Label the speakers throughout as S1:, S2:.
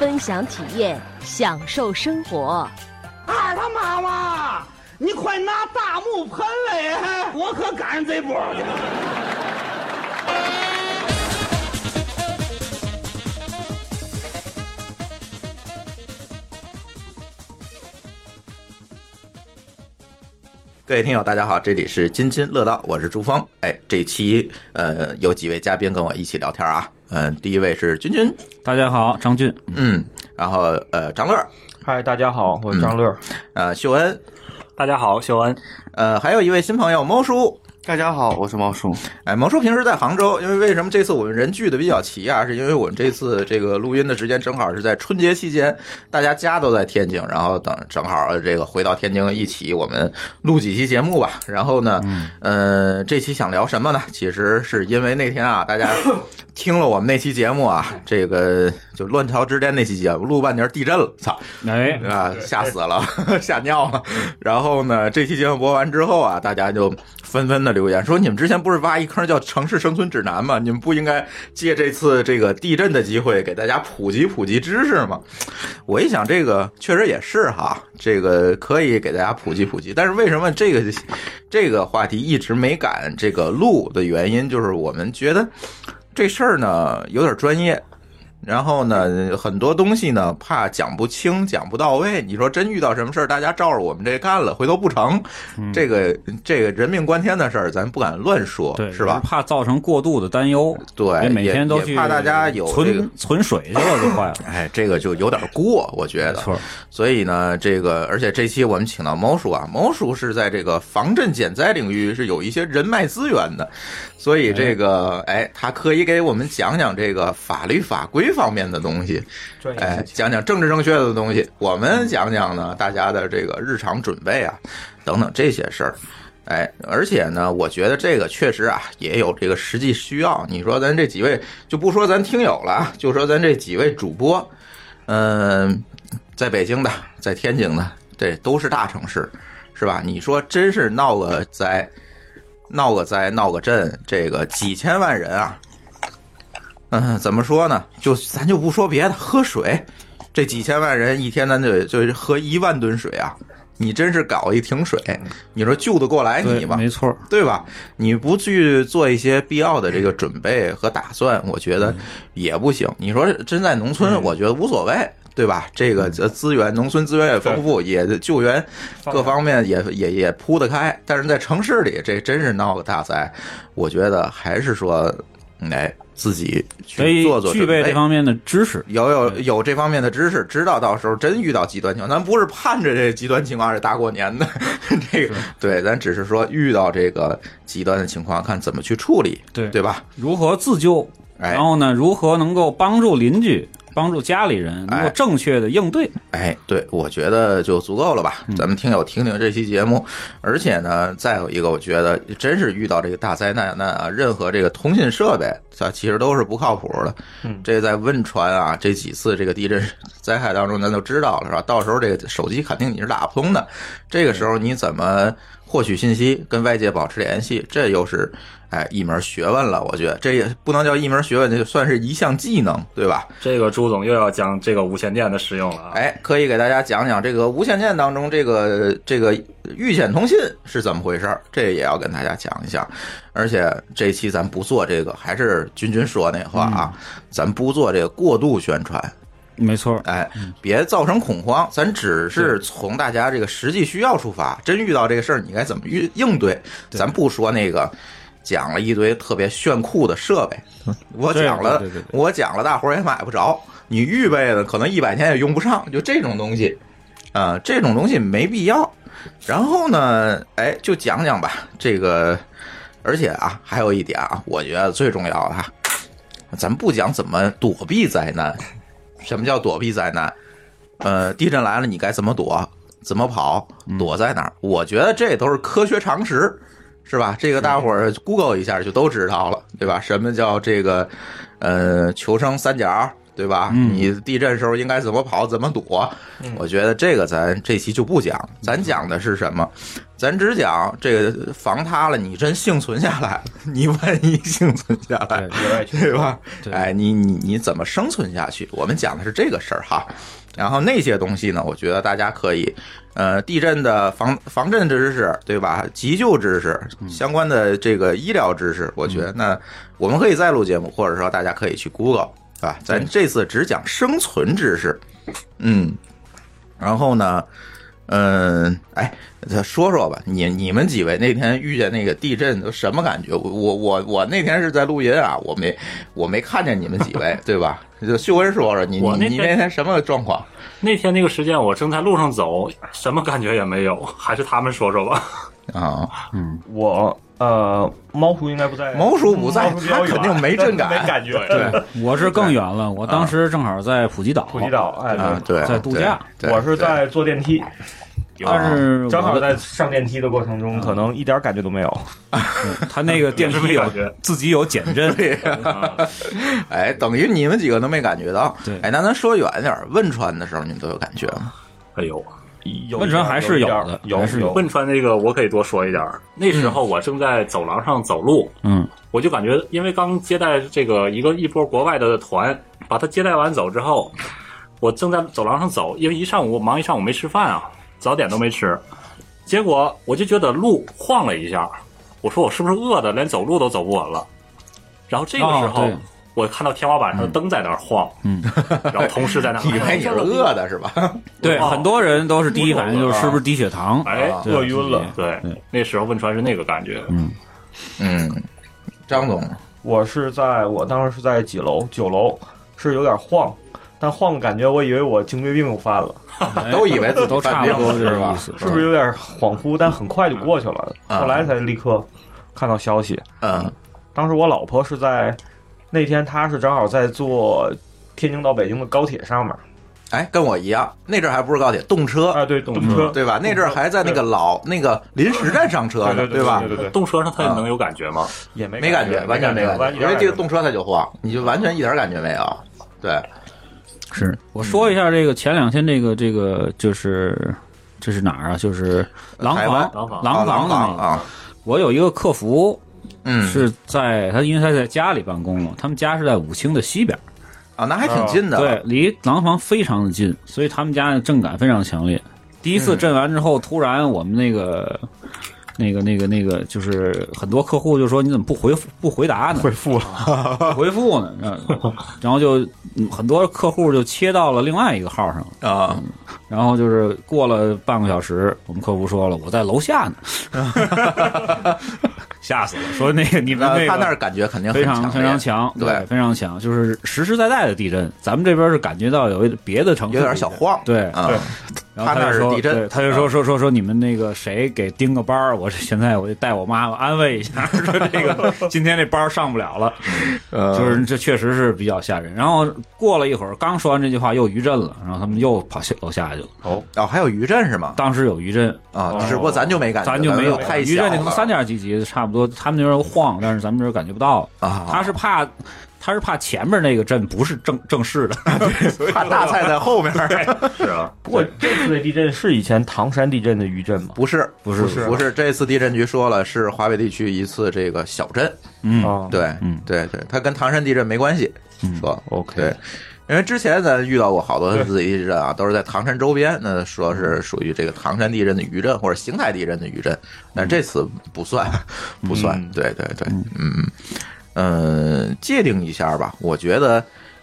S1: 分享体验，享受生活。
S2: 二他妈妈，你快拿大木盆来，我可赶上这波了。
S3: 各位听友，大家好，这里是津津乐道，我是朱峰。哎，这期呃有几位嘉宾跟我一起聊天啊，嗯、第一位是君君，
S4: 大家好，张俊，
S3: 嗯，然后呃张乐，
S5: 嗨，大家好，我是张乐，
S3: 呃秀恩，
S4: 大家好，秀恩，
S3: 呃还有一位新朋友猫叔。
S5: 大家好，我是猫叔。
S3: 哎，毛叔平时在杭州，因为为什么这次我们人聚的比较齐啊？是因为我们这次这个录音的时间正好是在春节期间，大家家都在天津，然后等正好这个回到天津一起我们录几期节目吧。然后呢，
S5: 嗯
S3: 呃，这期想聊什么呢？其实是因为那天啊， 大家听了我们那期节目啊，这个就乱桥之巅那期节目录半截地震了，操！
S4: 哎，
S3: 啊，吓死了， 吓尿了。然后呢，这期节目播完之后啊，大家就纷纷的留言说：“你们之前不是挖一坑叫《城市生存指南》吗？你们不应该借这次这个地震的机会给大家普及普及知识吗？”我一想，这个确实也是哈，这个可以给大家普及普及。但是为什么这个这个话题一直没敢这个录的原因，就是我们觉得这事儿呢有点专业，然后呢，很多东西呢，怕讲不清、讲不到位。你说真遇到什么事儿，大家照着我们这干了，回头不成，
S4: 嗯
S3: 这个这个人命关天的事儿，咱不敢乱说，
S4: 对，
S3: 哦是吧？
S4: 怕造成过度的担忧，
S3: 对
S4: 别每天都
S3: 也
S4: 去
S3: 也怕大家有这个
S4: 存存水去了就坏 了。
S3: 哎，这个就有点过，我觉得。
S4: 没错
S3: 所以呢，这个而且这期我们请到猫叔啊，猫叔是在这个防震减灾领域是有一些人脉资源的，所以这个哎，他可以给我们讲讲这个法律法规方面的东西，
S5: 专业
S3: 哎
S5: 性，
S3: 讲讲政治正确的东西，我们讲讲呢大家的这个日常准备啊，等等这些事儿。哎，而且呢，我觉得这个确实啊，也有这个实际需要。你说咱这几位，就不说咱听友了啊，就说咱这几位主播，嗯、在北京的，在天津的，这都是大城市，是吧？你说真是闹个灾，闹个灾，闹个震，这个几千万人啊，嗯、怎么说呢？就咱就不说别的，喝水，这几千万人一天咱就就喝一万吨水啊！你真是搞一停水，你说救得过来
S4: 对
S3: 哎你吗？
S4: 没错，
S3: 对吧？你不去做一些必要的这个准备和打算，
S4: 嗯
S3: 我觉得也不行。你说真在农村，我觉得无所谓，对吧？这个
S4: 嗯
S3: 呃资源，农村资源也丰富，也救援各方面也也也铺得开。但是在城市里，这真是闹个大灾，我觉得还是说，哎，自己
S4: 所
S3: 去
S4: 以
S3: 做做
S4: 具
S3: 准
S4: 备
S3: 备
S4: 这。方面的知识，
S3: 有有
S4: 嗯
S3: 有这方面的知识，知道到时候真遇到极端情况，咱不是盼着这极端情况是大过年的， 这个对，咱只是说遇到这个极端的情况，看怎么去处理，
S4: 对
S3: 对吧？
S4: 如何自救，
S3: 哎
S4: 然后呢，如何能够帮助邻居、帮助家里人，能
S3: 哎
S4: 够正确的应对。
S3: 哎，对，我觉得就足够了吧。咱们听友听听这期节目，而且呢，再有一个，我觉得真是遇到这个大灾难，那啊，任何这个通信设备，它其实都是不靠谱的。
S5: 嗯
S3: 这在汶川啊这几次这个地震灾害当中，咱都知道了，是吧？到时候这个手机肯定你是打不通的，这个时候你怎么获取信息，跟外界保持联系，这又是哎一门学问了。我觉得这也不能叫一门学问，这就算是一项技能，对吧？
S6: 这个朱总又要讲这个无线电的使用了啊！
S3: 哎，可以给大家讲讲这个无线电当中这个这个预险通信是怎么回事儿，这也要跟大家讲一下。而且这期咱不做这个，还是君君说那话啊，咱不做这个过度宣传，
S4: 没错，
S3: 哎，别造成恐慌，咱只是从大家这个实际需要出发，真遇到这个事儿你该怎么应应对，咱不说那个。讲了一堆特别炫酷的设备，我
S4: 对
S3: 讲了，
S4: 对对对
S3: 我讲了，大伙儿也买不着。你预备的可能一百年也用不上，就这种东西，啊、这种东西没必要。然后呢，哎，就讲讲吧，这个，而且啊，还有一点啊，我觉得最重要的啊，咱不讲怎么躲避灾难，什么叫躲避灾难？呃，地震来了，你该怎么躲？怎么跑？躲在哪儿？我觉得这都是科学常识，是吧？这个大伙儿 Google 一下就都知道了，对吧？什么叫这个呃求生三角，对吧？你地震时候应该怎么跑，怎么躲？我觉得这个咱这期就不讲，咱讲的是什么？咱只讲这个房塌了，你真幸存下来，你万一幸存下来，对吧？
S4: 对
S3: 哎，你你你怎么生存下去？我们讲的是这个事儿哈。然后那些东西呢，我觉得大家可以，呃，地震的防防震知识，对吧？急救知识，
S6: 嗯
S3: 相关的这个医疗知识，我觉得那我们可以再录节目，或者说大家可以去 Google，对吧？咱这次只讲生存知识，嗯，然后呢，嗯，哎，再说说吧，你你们几位那天遇见那个地震都什么感觉？我我我我那天是在录音啊，我没我没看见你们几 位，对吧？就秀恩说说你
S6: 我
S3: 你
S6: 那
S3: 你
S6: 天
S3: 那天什么状况？
S6: 那天那个时间，我正在路上走，什么感觉也没有， 还是他们说说吧。
S3: 啊，
S5: 我呃，猫叔应该不在，
S3: 毛叔不在，
S5: 猫叔比
S3: 他
S5: 较远
S3: 肯定没震
S5: 没
S3: 感。
S5: 感觉。
S3: 对，
S4: 我是更远了，我当时正好在普吉岛，
S5: 普吉，岛，哎，
S3: 啊，对，
S4: 在度假
S3: 对，对
S5: 我是在坐电梯，
S4: 但是
S5: 哦正好
S4: 我的
S5: 在上电梯的过程中，可能一点感觉都没有。
S4: 他那个电
S6: 也是
S4: 梯
S6: 没
S4: 有
S6: 感觉
S4: 自己有减震，
S3: 哎，等于你们几个都没感觉到。
S4: 对
S3: 哎，那咱说远点儿，汶川的时候你们都有感觉吗？
S6: 哎呦，
S5: 有
S4: 汶川还是
S5: 有
S4: 有
S5: 一点
S4: 的
S5: 有
S4: 还是有
S6: 汶川那个我可以多说一点儿。那时候我正在走廊上走路，
S4: 嗯，
S6: 我就感觉，因为刚接待这个一个一波国外的团，把他接待完走之后，我正在走廊上走，因为一上午忙一上午没吃饭啊，早点都没吃，结果我就觉得路晃了一下，我说我是不是饿的，连走路都走不稳了。然后这个时
S4: 哦
S6: 候，
S4: 对
S6: 我看到天花板上的灯在那儿晃，
S4: 嗯，
S6: 然后同事在 那儿，
S3: 以为你是饿的是吧？
S4: 对，
S6: 哦
S4: 很多人都是第一反应就是是不是低血糖，
S6: 哎，
S3: 啊
S4: 对
S5: 饿晕了。
S6: 对，
S4: 嗯
S6: 那时候汶川是那个感觉，
S3: 嗯，张总，
S5: 我是在我当时是在几楼？九楼，是有点晃，但晃的感觉，我以为我颈椎病又犯了，
S4: 哎
S3: 都以为自 己
S4: 都差不多
S3: 犯病
S4: 这
S3: 了是
S4: 个
S3: 吧
S4: 意思，
S5: 是不是有点恍惚？但很快就过去了，
S3: 啊
S5: 后来才立刻看到消息。
S3: 嗯
S5: 当时我老婆是在那天，她是正好在坐天津到北京的高铁上面，
S3: 哎，跟我一样，那阵儿还不是高铁，动车，
S5: 啊，对，动车，
S3: 对吧？那阵儿还在那个老那个临时站上车
S5: 对
S3: 呢，
S5: 对对
S3: 吧
S5: 对？对对，
S6: 动车上他能有感觉吗？
S5: 也没
S3: 没感觉，完全没
S5: 感
S3: 感
S5: 觉，
S3: 觉，因为这个
S5: 动
S3: 动车它就晃，你就完全一点感觉没有。对，
S4: 是我说一下这个前两天这个这个就是这是哪儿啊？就是廊
S3: 台湾
S4: 坊
S6: 廊坊
S3: 啊
S4: 廊坊的那
S3: 坊
S4: 个。
S3: 啊，
S4: 我有一个客服
S3: 嗯，
S4: 是在他，因为他在家里办公嘛，他们家是在武清的西边，
S3: 啊，那还挺近的，
S4: 哦对，离廊坊非常的近，所以他们家的震感非常强烈。第一
S3: 嗯
S4: 次震完之后，突然我们那个。那个、那个、那个，就是很多客户就说你怎么不回复不回答呢？
S5: 恢复了，
S4: 不 回复呢？嗯然后就嗯很多客户就切到了另外一个号上，
S3: 啊，
S4: 然后就是过了半个小时，我们客服说了我在楼下呢， 吓死了，说那个你们
S3: 那
S4: 个
S3: 呃他那儿感觉肯啊定很
S4: 非常非常
S3: 强烈
S4: 强，
S3: 对
S4: 非常强，就是实实在在的地震。咱们这边是感觉到有一别的城市
S3: 有点小
S4: 地震，
S3: 晃，
S4: 对。
S3: 啊
S5: 对，
S4: 然后
S3: 他那
S4: 就是说，
S3: 地震啊
S4: 对他就说说说说你们那个谁给盯个班儿，我这现在我就带我妈安慰一下， 说这 个今天这班儿上不了了，就
S3: 就是
S4: 这确实是比较吓人。然后过了一会儿，刚说完这句话又余震了，然后他们又跑下楼下去了。
S3: 哦，还有余震是吗？
S4: 当时有余震，
S3: 啊，只不过咱就没感
S4: 哦
S3: 觉，
S4: 咱就没
S3: 有
S4: 有
S3: 太
S4: 余
S3: 小
S4: 震，可能
S3: 了啊
S4: 三点几级差不多，他们那边晃，但是咱们这边感觉不到。
S3: 啊，
S4: 他是怕，他是怕前面那个震不是正正式的，
S3: 怕大菜在后面，
S6: 是啊，
S5: 不过这次的地震是以前唐山地震的余震吗？
S3: 不是
S4: 不是
S3: 不是，这次地震局说了，是华北地区一次这个小震，
S4: 嗯，
S5: 啊，
S3: 对，
S4: 嗯
S3: 对对，它跟唐山地震没关系，说对
S5: OK，。
S3: 因为之前咱遇到过好多次地震啊，都是在唐山周边，那说是属于这个唐山地震的余震或者邢台地震的余震，但这次不算， 不算。对对对，嗯嗯、呃界定一下吧，我觉得。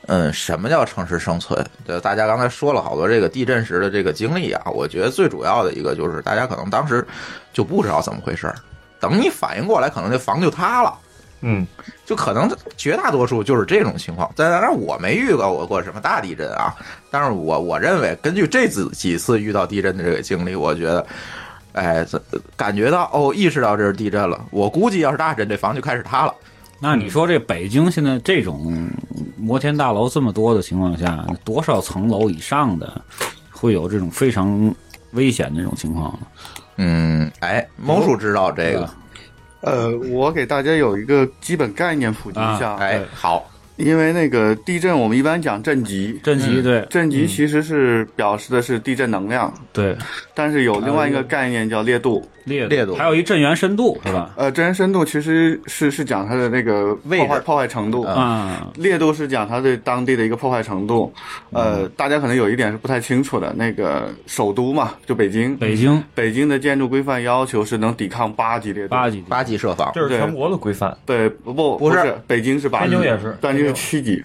S3: 嗯，什么叫城市生存？对，大家刚才说了好多这个地震时的这个经历啊，我觉得最主要的一个就是大家可能当时就不知道怎么回事儿，等你反应过来，可能这房就塌了。
S5: 嗯，
S3: 就可能绝大多数就是这种情况。但当然我没遇到过什么大地震啊，但是我我认为根据这次几次遇到地震的这个经历，我觉得。哎，这感觉到哦，意识到这是地震了。我估计要是大震，这房就开始塌了。
S4: 那你说这北京现在这种摩天大楼这么多的情况下，多少层楼以上的会有这种非常危险的这种情况呢？
S3: 嗯，哎，猫叔知道这个，
S7: 呃，我给大家有一个基本概念普及一下，啊
S3: 哎，好，
S7: 因为那个地震我们一般讲震级，
S4: 震级对、
S7: 震级其实是表示的是地震能量，
S4: 对，
S7: 但是有另外一个概念叫烈度。
S4: 烈
S3: 烈度
S4: 还有一震源深度是吧？
S7: 呃，震源深度其实是是讲它的那个
S3: 位置
S7: 破坏破坏程度，
S4: 啊，
S7: 烈度是讲它对当地的一个破坏程度。呃，大家可能有一点是不太清楚的，那个首都嘛，就北京，
S4: 北京
S7: 北京的建筑规范要求是能抵抗八级烈度。
S4: 八级地
S3: 八级设防，
S5: 这是
S7: 对
S5: 全国的规范，
S7: 对，不不
S3: 不是
S7: 是，北京是八级，
S5: 天津也是
S7: 天津是七级。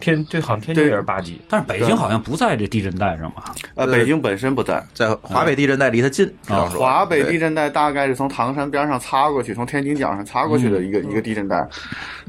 S5: 天这好像天津
S7: 对
S5: 也是八级。
S4: 但是北京好像不在这地震带上吧？
S7: 呃，
S3: 呃
S7: 北京本身不在。
S3: 在华北地震带离它近，这样说
S7: 啊华北地
S3: 对
S7: 震带大概是从唐山边上擦过去，从天津角上擦过去
S3: 嗯
S7: 的一个、一个地震带，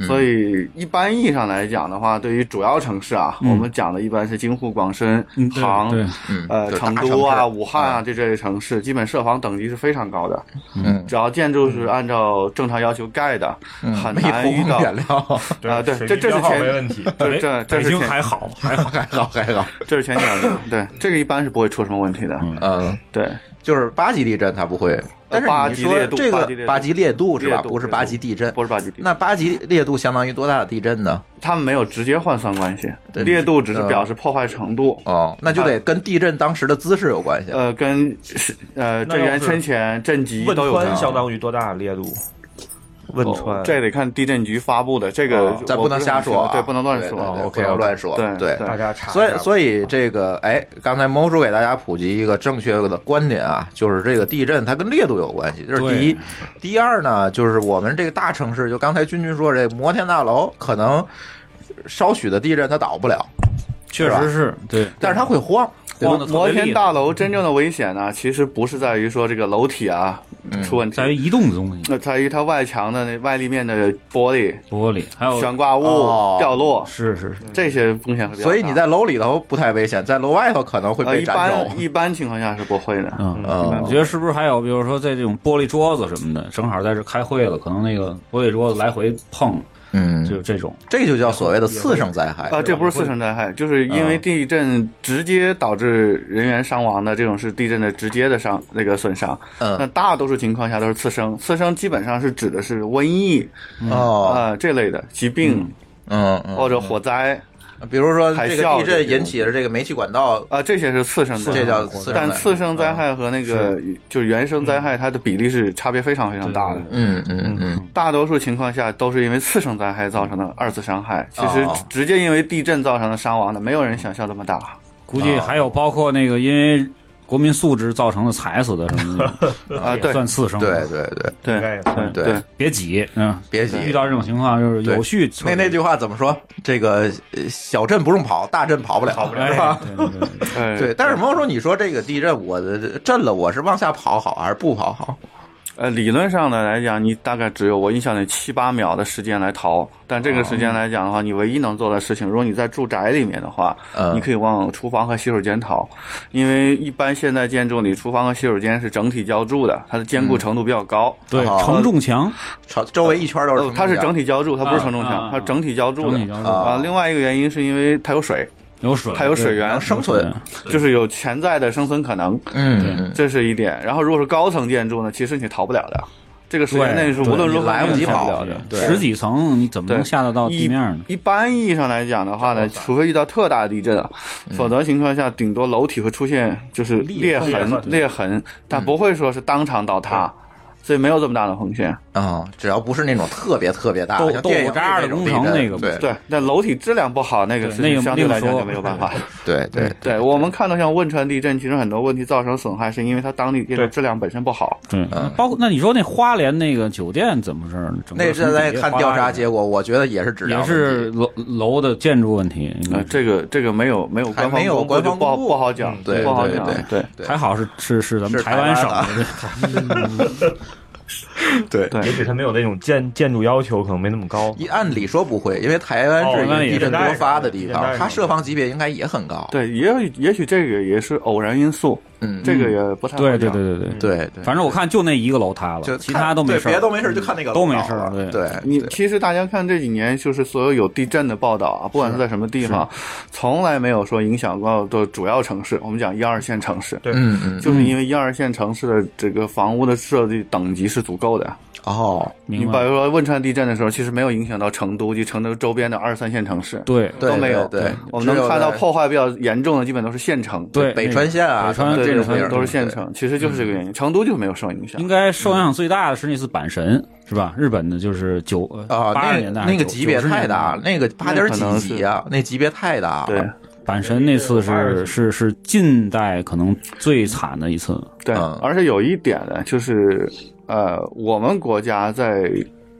S7: 所以一般意义上来讲的话，对于主要城市啊，我们讲的一般是京沪广深、
S4: 对
S7: 杭、
S4: 对
S3: 嗯
S7: 呃
S3: 就是大
S7: 成都啊、
S3: 城市
S7: 武汉啊这这类城市，基本设防等级是非常高的。
S3: 嗯，
S7: 只要建筑是按照正常要求盖的，很
S3: 没
S7: 难遇
S3: 风
S7: 到。
S3: 原料，
S7: 啊对
S5: 水
S7: 这
S5: 泥
S7: 这是
S5: 标号
S7: 前
S5: 没问题。
S7: 这这这
S4: 北
S7: 是
S4: 京
S7: 前
S4: 还好还好，
S3: 还好还好，
S7: 这是前几年的，对这个一般是不会出什么问题的。
S3: 嗯，
S7: 对，
S3: 就是八级地震它不会，但是
S7: 呃八
S3: 你
S7: 级
S3: 说
S7: 烈度
S3: 这
S7: 八
S3: 个
S7: 级烈度
S3: 八级烈度是吧？
S7: 烈度
S3: 不是
S7: 烈
S3: 八
S7: 度
S3: 级地震，
S7: 不是八级地震
S3: 那八级烈度相当于多大的地震呢？
S7: 他们没有直接换算关系，
S3: 对呃
S7: 烈度只是表示破坏程度。
S3: 哦，那就得跟地震当时的姿势有关系。哦
S7: 呃，跟是呃
S5: 那
S7: 震
S5: 要
S7: 源
S5: 是
S7: 深浅、震级
S5: 汶
S7: 都有
S5: 川
S7: 关系。
S5: 相当于多大的烈度？汶
S3: 哦
S5: 川
S7: 这得看地震局发布的，这个
S3: 咱
S7: 我
S3: 能
S7: 是
S3: 瞎
S7: 很清楚
S3: 说啊，
S7: 对，不能乱
S3: 对
S7: 说。
S3: 对对
S5: 哦
S3: 不能
S5: OK，OK
S3: 乱说，
S7: 对
S3: 对
S7: 对
S5: 大家查一下吧。
S3: 所以，所以这个，哎，刚才毛主给大家普及一个正确的观点啊，就是这个地震它跟烈度有关系，这是第一。第二呢，就是我们这个大城市，就刚才君君说这摩天大楼，可能稍许的地震它倒不了，
S4: 确实是对，
S3: 但是它会晃。对吧
S4: 晃的特
S7: 摩
S4: 别
S7: 天
S4: 厉害，
S7: 大
S3: 嗯
S7: 楼真正的危险呢，其实不是在于说这个楼体啊
S3: 嗯
S7: 出问
S4: 在于
S7: 题，
S4: 移动的东西，
S7: 那在于它外墙的那外立面的玻璃、
S4: 玻璃还有
S7: 悬挂物
S3: 哦嗯
S7: 掉落，
S4: 是是是，
S7: 这些风险会比较大。
S3: 所以你在楼里头不太危险，在楼外头可能会
S7: 呃
S3: 被
S7: 一
S3: 粘着
S7: 般。一般情况下是不会的。
S4: 嗯
S3: 嗯
S4: 你觉得是不是还有，比如说在这种玻璃桌子什么的，正好在这开会了，可能那个玻璃桌子来回碰，
S3: 嗯，
S4: 就这种
S3: 这就叫所谓的次生灾害。
S7: 啊，这不是次生灾害，就是
S3: 嗯
S7: 因为地震直接导致人员伤亡的，这种是地震的直接的伤那个损伤。那
S3: 嗯，
S7: 大多数情况下都是次生，次生基本上是指的是瘟疫
S3: 哦，
S7: 啊、这类的疾病
S3: 嗯，嗯
S7: 或者火灾
S3: 比如说
S7: 哦海
S3: 这个
S7: 啸
S3: 地震引起的这个煤气管道，
S7: 啊、这些是次生的。
S3: 这叫次生灾害。嗯
S7: 但次生灾害和那个就是原生灾害，它的比例是差别非常非常大的。
S3: 嗯嗯嗯，
S7: 大多数情况下都是因为次生灾害造成的二次伤害，其实
S3: 哦
S7: 直接因为地震造成的伤亡的，没有人想象这么大。
S4: 估计
S3: 哦
S4: 还有包括那个因为国民素质造成的踩死的什么
S3: 嗯
S4: 的
S7: 啊
S4: 也
S7: 对
S4: 算次生。
S3: 对，对对
S7: 对
S5: 应该也算
S3: 对
S7: 对
S4: 别挤，嗯，
S3: 别急。
S4: 遇到这种情况就是有序处
S3: 那
S4: 理。
S3: 那句话怎么说？这个呃小镇不用跑，大镇跑不了，跑不是吧？
S4: 对对对
S7: 哎
S3: 对，但是毛说你说这个地震，我的震了，我是往下跑好还是不跑好？
S7: 呃，理论上的来讲，你大概只有我印象里七八秒的时间来逃。但这个时
S3: 哦
S7: 间来讲的话，你唯一能做的事情，如果你在住宅里面的话，
S3: 嗯
S7: 你可以往厨房和洗手间逃，因为一般现代建筑里厨房和洗手间是整体浇筑的，它的
S3: 嗯
S7: 坚固程度比较高。
S4: 对，
S3: 好
S4: 承重墙
S3: 朝周围一圈都
S7: 呃
S3: 是，
S7: 它是整
S3: 体，
S7: 体浇筑，它不是承重
S4: 啊啊
S7: 墙
S4: 啊，
S7: 它是整体浇筑
S4: 整
S7: 的
S4: 体浇筑
S7: 啊。另外一个原因是因为它有水，
S4: 有水，
S7: 它有水源
S3: 能，生存。
S7: 就是有潜在的生存可能，
S3: 嗯，嗯
S7: 这是一点。然后如果是高层建筑呢，其实你逃不了的，这个时间内是无论如何
S3: 来不及
S7: 你也逃
S3: 跑
S7: 了的。
S3: 对
S4: 十几层，你怎么能
S7: 对
S4: 下得到地面呢？
S7: 一般意义上来讲的话呢，除非遇到特大地震啊，
S3: 嗯
S7: 否则情况下顶多楼体会出现就是裂痕、裂痕，
S3: 嗯
S7: 但不会说是当场倒塌，所以没有这么大的风险。
S3: 啊，只要不是那种特别特别大，
S4: 豆
S3: 像电影里
S4: 豆腐渣儿的
S3: 那种
S4: 工
S3: 地
S4: 程
S3: 震
S4: 那个
S3: 对
S7: 对，但楼体质量不好，那个
S4: 对
S7: 是
S4: 那个
S7: 相对来讲
S4: 另说
S7: 就没有办法。
S3: 对对
S7: 对我们看到像汶川地震，其实很多问题造成损害，是因为它当地建筑
S5: 对
S7: 质量本身不好。
S3: 嗯
S4: 对，包括那你说那花莲那个酒店怎么回事儿呢？整个
S3: 那是在看调查结
S4: 果，
S3: 果，我觉得也是质量
S4: 也
S3: 问题
S4: 是楼楼的建筑问题。应该
S7: 呃，
S4: 是
S7: 这个这个没有没有
S3: 嗯
S7: 官
S3: 还没
S7: 方
S3: 有
S7: 公布
S3: 官
S7: 就
S3: 方
S7: 不好
S3: 公布嗯
S7: 不好讲，
S3: 对
S7: 不好
S3: 对
S7: 讲
S3: 对，
S7: 对。
S3: 对
S4: 还好是是是咱们
S3: 是台
S4: 湾
S3: 湾
S4: 省
S3: 的
S4: 的，
S3: 对
S7: 对
S5: 也许它没有那种建建筑要求，可能没那么高。
S3: 一按理说不会，因为台湾是一个地震多发的地
S5: 哦那
S3: 方，
S5: 也是
S3: 它设防级别应该也很高。
S7: 对，也有也许这个也是偶然因素，
S3: 嗯，
S7: 这个也不太 好
S4: 对对
S7: 讲
S4: 对对对，
S3: 对对，
S4: 反正我看就那一个楼塌
S3: 嗯就
S4: 了，其他都没
S3: 对
S4: 事儿，
S3: 别都没事儿，就看那个
S4: 都没
S3: 楼
S4: 事儿
S3: 了
S4: 对
S3: 对，
S7: 你
S3: 对
S7: 其实大家看这几年，就是所有有地震的报道啊，不管是在什么地方，从来没有说影响到的主要城市。我们讲一二线城市，
S5: 对
S3: 嗯嗯，
S7: 就是因为一二线城市的这个房屋的设计等级是足够的。
S3: 哦，
S7: 你
S4: 明
S7: 比如
S4: 白？
S7: 说汶川地震的时候，其实没有影响到成都及成都周边的二三线城市，
S4: 对
S3: 对
S7: 都没有。
S3: 对，对
S7: 我们能看到。
S3: 只有
S7: 破坏比较严重的，基本都是县城。
S4: 对，
S3: 北川县啊
S4: 北川
S7: 对
S4: 这
S7: 对
S4: 种地
S7: 对，
S4: 儿
S7: 都是县
S3: 对
S7: 城，其实就是这个原因。成都就没有受影响
S4: 应。该受影响最大的是那次阪神，是吧？日本的就是九呃
S3: 在啊，
S4: 八
S3: 那
S4: 十
S3: 个
S4: 年代啊
S3: 那个级别太大，了，，那个八点
S7: 那可能
S3: 几
S7: 是
S3: 级啊，那级别太大了。
S7: 对
S4: 90阪神那次是是是近代可能最惨的一次。
S7: 对，
S3: 嗯
S7: 而且有一点呢，就是呃，我们国家在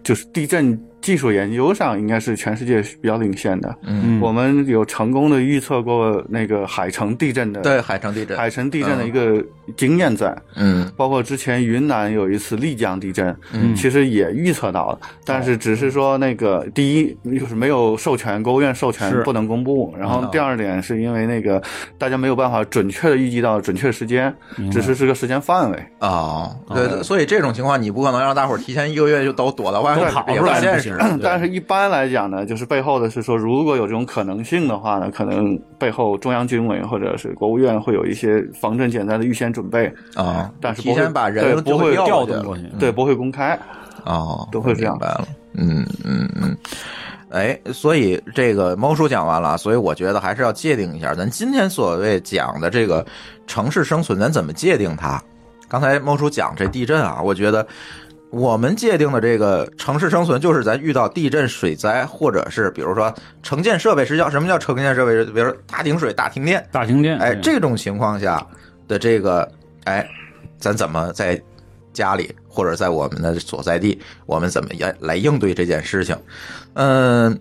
S7: 就是地震技术研究上，应该是全世界比较领先的。
S3: 嗯
S7: 我们有成功的预测过那个海城地震的
S3: 对，海城地震，
S7: 海城地震的一个经验在，
S3: 嗯
S7: 包括之前云南有一次丽江地震，
S4: 嗯
S7: 其实也预测到了，但
S3: 哦
S7: 是只是说那个第一就是没有授权，国务院授权
S4: 是
S7: 不能公布，
S3: 嗯
S7: 然
S3: 哦
S7: 后第二点是因为那个大家没有办法准确的预计到准确时间，只是是个时间范围。
S3: 哦，对，所以这种情况你不可能让大伙儿提前一个月就都躲到外面，
S4: 都跑
S3: 也
S4: 出来
S3: 不现
S4: 不
S3: 实
S4: 行。
S7: 但是，一般来讲呢，就是背后的是说，如果有这种可能性的话呢，可能背后中央军委或者是国务院会有一些防震减灾的预先准备，
S3: 啊，
S7: 但是不
S3: 提
S7: 会
S3: 前把人
S7: 对
S3: 就嗯
S7: 不会
S3: 调
S4: 调
S3: 去
S4: 动
S3: 了
S4: 过去，
S7: 对，不会公开。
S3: 哦，
S7: 都会这样
S3: 明白了。嗯嗯嗯，哎，所以这个猫叔讲完了，所以我觉得还是要界定一下，咱今天所谓讲的这个城市生存，咱怎么界定它？刚才猫叔讲这地震啊，我觉得我们界定的这个城市生存，就是咱遇到地震、水灾，或者是比如说城建设备失效。什么叫城建设备？比如说大停水、大停电，
S4: 大停电，
S3: 哎，
S4: 对
S3: 这种情况下的这个，哎，咱怎么在家里或者在我们的所在地，我们怎么来来应对这件事情？嗯，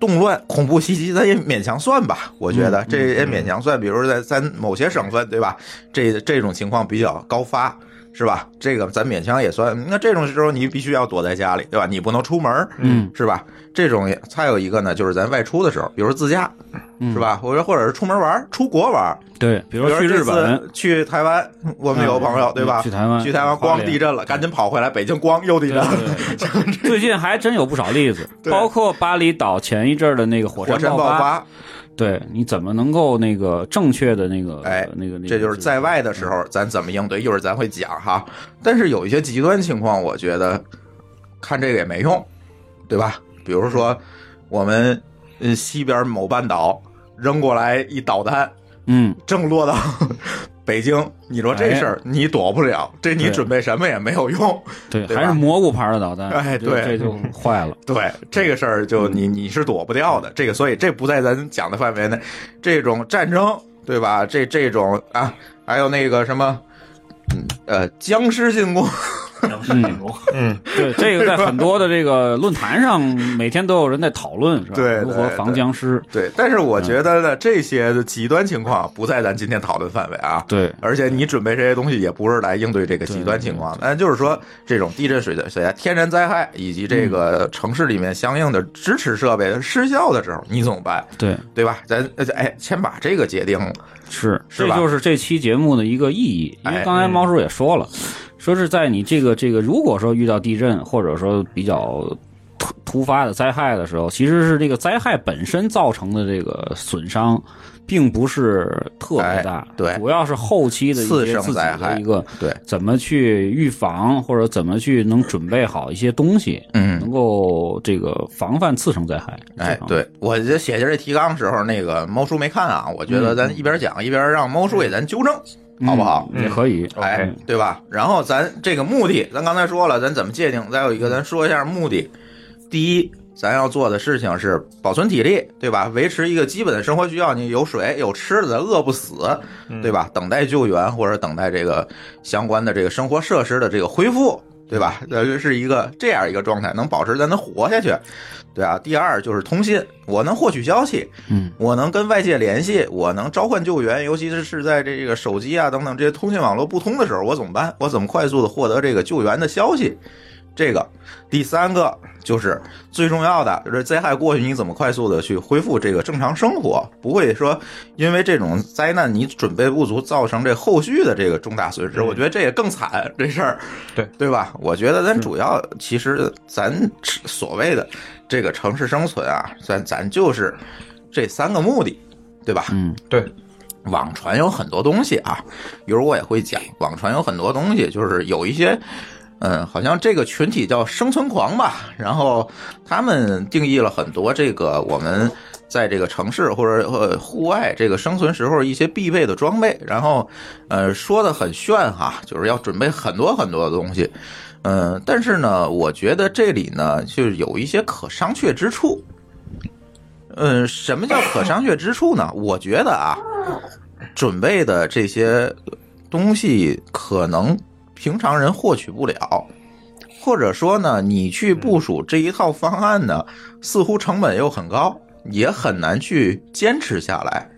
S3: 动乱、恐怖袭击，咱也勉强算吧。我觉得这也勉强算，比如说在在某些省份，对吧？这这种情况比较高发。是吧？这个咱勉强也算。那这种时候你必须要躲在家里，对吧？你不能出门，
S4: 嗯，
S3: 是吧？这种也还有一个呢，就是咱外出的时候，比如说自驾，
S4: 嗯
S3: 是？吧？或者或者是出门玩儿，出国玩儿，
S4: 对，比
S3: 比
S4: 如说去日本，、嗯
S3: 去台湾，我们有朋友对吧？
S4: 去台湾
S3: 去台湾
S4: 花
S3: 光
S4: 莲
S3: 地震了，赶紧跑回来，北京光又地震
S4: 对
S3: 了。
S4: 对对 最近还真有不少例子，
S3: 对
S4: 包括巴厘岛前一阵儿的那个火
S3: 火山
S4: 爆
S3: 爆发，
S4: 对，你怎么能够那个正确的那个
S3: 哎
S4: 那个那个，
S3: 这就是在外的时
S4: 嗯
S3: 候咱怎么应对，一会儿咱会讲哈。但是有一些极端情况，我觉得看这个也没用，对吧？比如说我们嗯西边某半岛扔过来一导弹，
S4: 嗯，
S3: 正落到 北京，你说这
S4: 哎
S3: 事儿你躲不了，这你
S4: 对
S3: 准备什么也没 有用。
S4: 对，
S3: 对吧
S4: 还是蘑菇牌的导弹，
S3: 哎
S4: 这
S3: 对
S4: 这就坏了。
S3: 对这个事儿，就你
S4: 嗯
S3: 你是躲不掉的。这个，所以这不在咱讲的范围内。这种战争，对吧？这这种啊，还有那个什么，嗯呃，僵尸进攻，
S4: 嗯
S3: 嗯
S4: 对，这个在很多的这个论坛上，每天都有人在讨论，是吧？
S3: 对对
S4: 如何防僵尸？
S3: 对。但是
S4: 嗯
S3: 我觉得呢，这些的极端情况不在咱今天讨论范围啊。
S4: 对，
S3: 而且你准备这些东西也不是来应对这个极端情况的，但就是说这种地震、水灾、水灾、天然灾害以及这个城市里面相应的支持设备失效的时候，你怎么办？
S4: 对，
S3: 对吧？咱呃哎，先把这个界定了。
S4: 是，
S3: 是
S4: 这
S3: 吧
S4: 就是这期节目的一个意义。因
S3: 哎
S4: 为刚才猫叔也说了，说是在你这个这个，如果说遇到地震或者说比较突突发的灾害的时候，其实是这个灾害本身造成的这个损伤，并不是特别大
S3: 哎，对
S4: 主要是后期的一
S3: 次
S4: 些
S3: 生
S4: 自己
S3: 灾害
S4: 的一个
S3: 对
S4: 怎么去预防或者怎么去能准备好一些东西，
S3: 嗯
S4: 能够这个防范次生灾害。
S3: 哎
S4: 这，样，
S3: 对我这写下这提纲的时候，那个猫叔没看啊，我觉得咱一边讲一边让猫叔给咱纠正，
S4: 嗯
S3: 好不好？
S4: 也可以，
S3: 哎
S4: OK，
S3: 对吧？然后咱这个目的，咱刚才说了，咱怎么界定？再有一个，咱说一下目的。第一，咱要做的事情是保存体力，对吧？维持一个基本的生活需要，你有水有吃的，咱饿不死，对吧？等待救援或者等待这个相关的这个生活设施的这个恢复，对吧？呃，是一个这样一个状态，能保持咱能活下去，对啊。第二就是通信，我能获取消息，
S4: 嗯，
S3: 我能跟外界联系，我能召唤救援，尤其是是在这个手机啊等等这些通信网络不通的时候，我怎么办？我怎么快速的获得这个救援的消息？这个第三个就是最重要的就是灾害过去，你怎么快速的去恢复这个正常生活，不会说因为这种灾难你准备不足，造成这后续的这个重大损失。我觉得这也更惨，这事儿，
S5: 对
S3: 对吧？我觉得咱主要其实咱所谓的这个城市生存啊，咱咱就是这三个目的，对吧？
S4: 嗯，
S5: 对，
S3: 网传有很多东西啊，一会儿我也会讲。网传有很多东西，就是有一些，嗯，好像这个群体叫生存狂吧，然后他们定义了很多这个我们在这个城市或者呃户外这个生存时候一些必备的装备，然后呃说的很炫哈，就是要准备很多很多的东西，嗯、但是呢，我觉得这里呢就是有一些可商榷之处。嗯，什么叫可商榷之处呢？我觉得啊，准备的这些呃东西可能平常人获取不了，或者说呢，你去部署这一套方案呢，似乎成本又很高，也很难去坚持下来。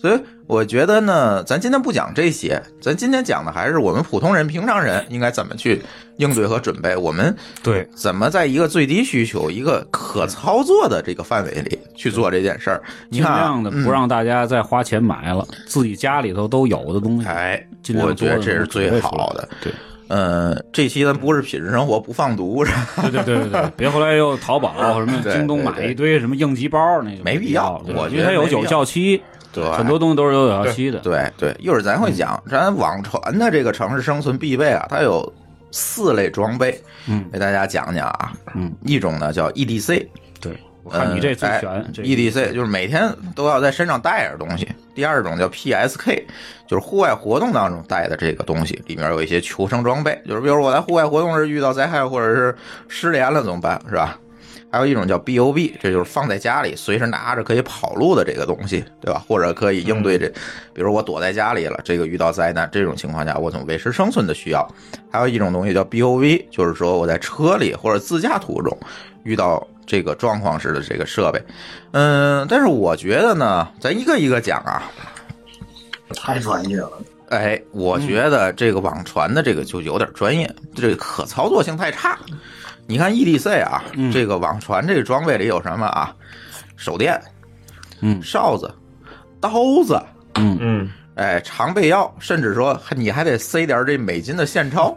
S3: 所以我觉得呢，咱今天不讲这些，咱今天讲的还是我们普通人、平常人应该怎么去应对和准备，我们
S5: 对
S3: 怎么在一个最低需求、一个可操作的这个范围里去做这件事儿。你
S4: 尽
S3: 看啊、
S4: 量的不让大家再花钱买了，自己家里头都有的东西，
S3: 哎，
S4: 嗯尽量
S3: 我
S4: 多
S3: 觉
S4: 的
S3: 得这是最好的。
S4: 对
S3: 呃，这期咱不是品质生活，不放毒，是吧
S4: 对对对对对，别后来又淘宝啊什么
S3: 对
S4: 京东
S3: 对
S4: 买
S3: 对
S4: 一堆什么应急包那个
S3: 没必要
S4: 对
S3: 我
S4: 因
S3: 觉
S4: 为
S3: 得
S4: 它有
S3: 没必
S4: 有
S3: 要
S4: 效期，
S3: 对
S4: 很多东西都是有有效期的。
S3: 对对，一会儿咱会讲，
S4: 嗯
S3: 咱网传的这个城市生存必备啊，它有四类装备，
S4: 嗯
S3: 给大家讲讲啊。
S4: 嗯，
S3: 一种呢叫 E EDC，
S4: 对，我看你这最
S3: 呃哎
S4: 全，这
S3: EDC 就是每天都要在身上带点东西。第二种叫 PSK，就是户外活动当中带的这个东西，里面有一些求生装备，就是比如我在户外活动时遇到灾害或者是失联了怎么办，是吧？还有一种叫 BOB，这就是放在家里随时拿着可以跑路的这个东西，对吧？或者可以应对
S4: 嗯
S3: 这，比如我躲在家里了，这个遇到灾难这种情况下，我怎么维持生存的需要？还有一种东西叫 BOV，就是说我在车里或者自驾途中遇到这个状况时的这个设备。嗯，但是我觉得呢，咱一个一个讲啊。
S2: 太专业了，
S3: 哎，我觉得这个网传的这个就有点专业，这个可操作性太差。你看 EDC 啊，这个网传这个装备里有什么啊？手电、
S4: 嗯
S3: 哨子、刀子，
S5: 嗯，
S3: 哎，常备药，甚至说你还得塞点这美金的 现钞，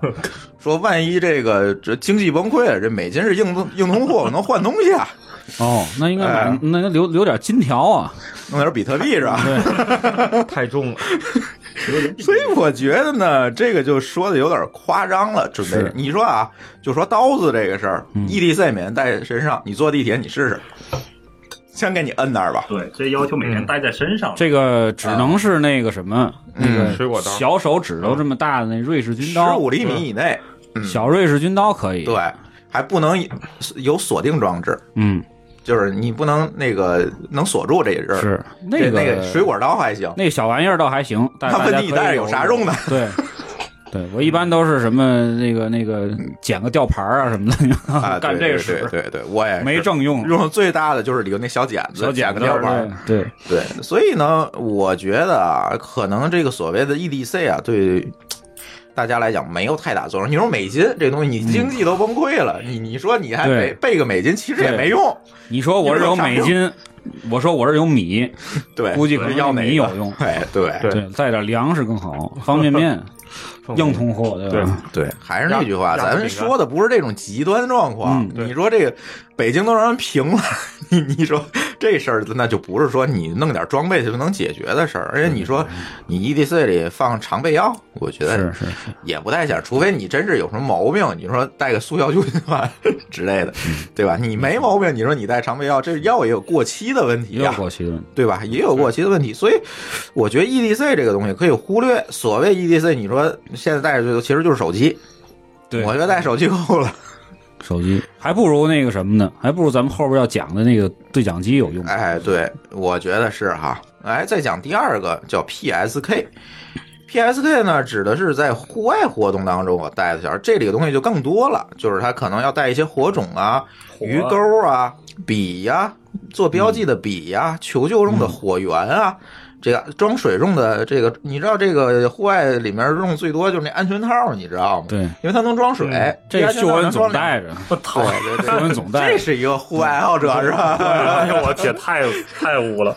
S3: 说万一这个这经济崩溃了，这美金是硬通硬通货，我能换东西啊，
S4: 哦，那应该
S3: 哎
S4: 买，那应该留留点金条啊。
S3: 弄点比特币是吧？
S5: 太重了，
S3: 所以我觉得呢，这个就说的有点夸张了。准备
S4: 是，嗯
S3: 你说啊，就说刀子这个事儿、e d c 每人带在身上，你坐地铁你试试，先给你摁那儿吧。
S6: 对，这要求每
S4: 嗯
S6: 天带在身上。
S4: 这个
S3: 啊
S4: 只能是那个什么，
S3: 嗯
S4: 那个
S5: 水果刀
S4: 小手指头这么大的那瑞士军
S3: 十
S4: 嗯刀，
S3: 五厘米以内，
S4: 小瑞士军刀可以。
S3: 对，，还不能有锁定装置，
S4: 嗯，
S3: 就是你不能那个能锁住这人。
S4: 是
S3: 这
S4: 那
S3: 那
S4: 个
S3: 个水果刀还行，
S4: 那小玩意儿倒还行，但
S3: 那
S4: 大家
S3: 问题
S4: 可以
S3: 带着有啥用呢？
S4: 对。对，我一般都是什么那个那个捡个吊牌儿啊什么的，
S3: 啊，
S4: 干
S3: 对
S4: 这个
S3: 对
S4: 使，
S3: 对对对，我 也是
S4: 没正用，
S3: 哎 用的最大的就是里头那小剪子，
S4: 小
S3: 剪
S4: 剪
S3: 个
S4: 子
S3: 吊牌儿。
S4: 对，对
S3: 对，所以呢，我觉得啊，可能这个所谓的 EDC 啊，对大家来讲没有太大作用。你说美金这东西，你经济都崩溃了，你你说你还
S4: 对
S3: 没备个美金，其实也没用。
S4: 你说我这有美金，我说我这有米，
S3: 对，
S4: 估计可能
S3: 要哪
S4: 米
S3: 个
S4: 有用
S3: 哎，对
S5: 对
S4: 对，带点粮食更好，方便 面、硬通货，对吧？
S3: 对，还是那句话，
S5: 压压
S3: 咱
S5: 缩饼干
S3: 说的不是这种极端状况。
S4: 嗯
S5: 对
S3: 你说这个北京都让人平了， 你你说这事儿，那就不是说你弄点装备就能解决的事儿。而且你说你 EDC 里放常备药，我觉得
S4: 是是是，
S3: 也不太想，除非你真是有什么毛病，你说带个速效菌吧 之类的，
S4: 嗯
S3: 对吧？你没毛病，你说你带常备药，这药也有过期的问
S4: 也
S3: 题啊
S4: 有
S3: 呀、
S4: 过期的问题，
S3: 对吧？也有过期的问题，所以我觉得 EDC 这个东西可以忽略。所谓 EDC，你说现在带着最多其实就是手机，
S4: 对
S3: 我觉得带手机够了。
S4: 手机还不如那个什么呢？还不如咱们后边要讲的那个对讲机有用。
S3: 哎，对，我觉得是哈。哎，再讲第二个叫 PSK。PSK 呢，指的是在户外活动当中我带的小孩，这里的东西就更多了，就是它可能要带一些火种啊、鱼
S4: 嗯
S3: 钩啊、笔呀、做标记的笔呀、求救用的火源啊，这个装水用的这个，你知道这个户外里面用最多就是那安全套，你知道吗？
S4: 对，嗯
S3: 因为它能装水，
S4: 这
S3: 安全
S4: 秀
S3: 套
S4: 恩
S3: 能装
S4: 总
S3: 两
S4: 带着，
S6: 我操！
S3: 对对
S4: 秀
S3: 对，
S4: 恩总带
S3: 这
S4: 着，
S3: 是一个户外爱好者是吧？
S6: 哎呦我天，太太污 了！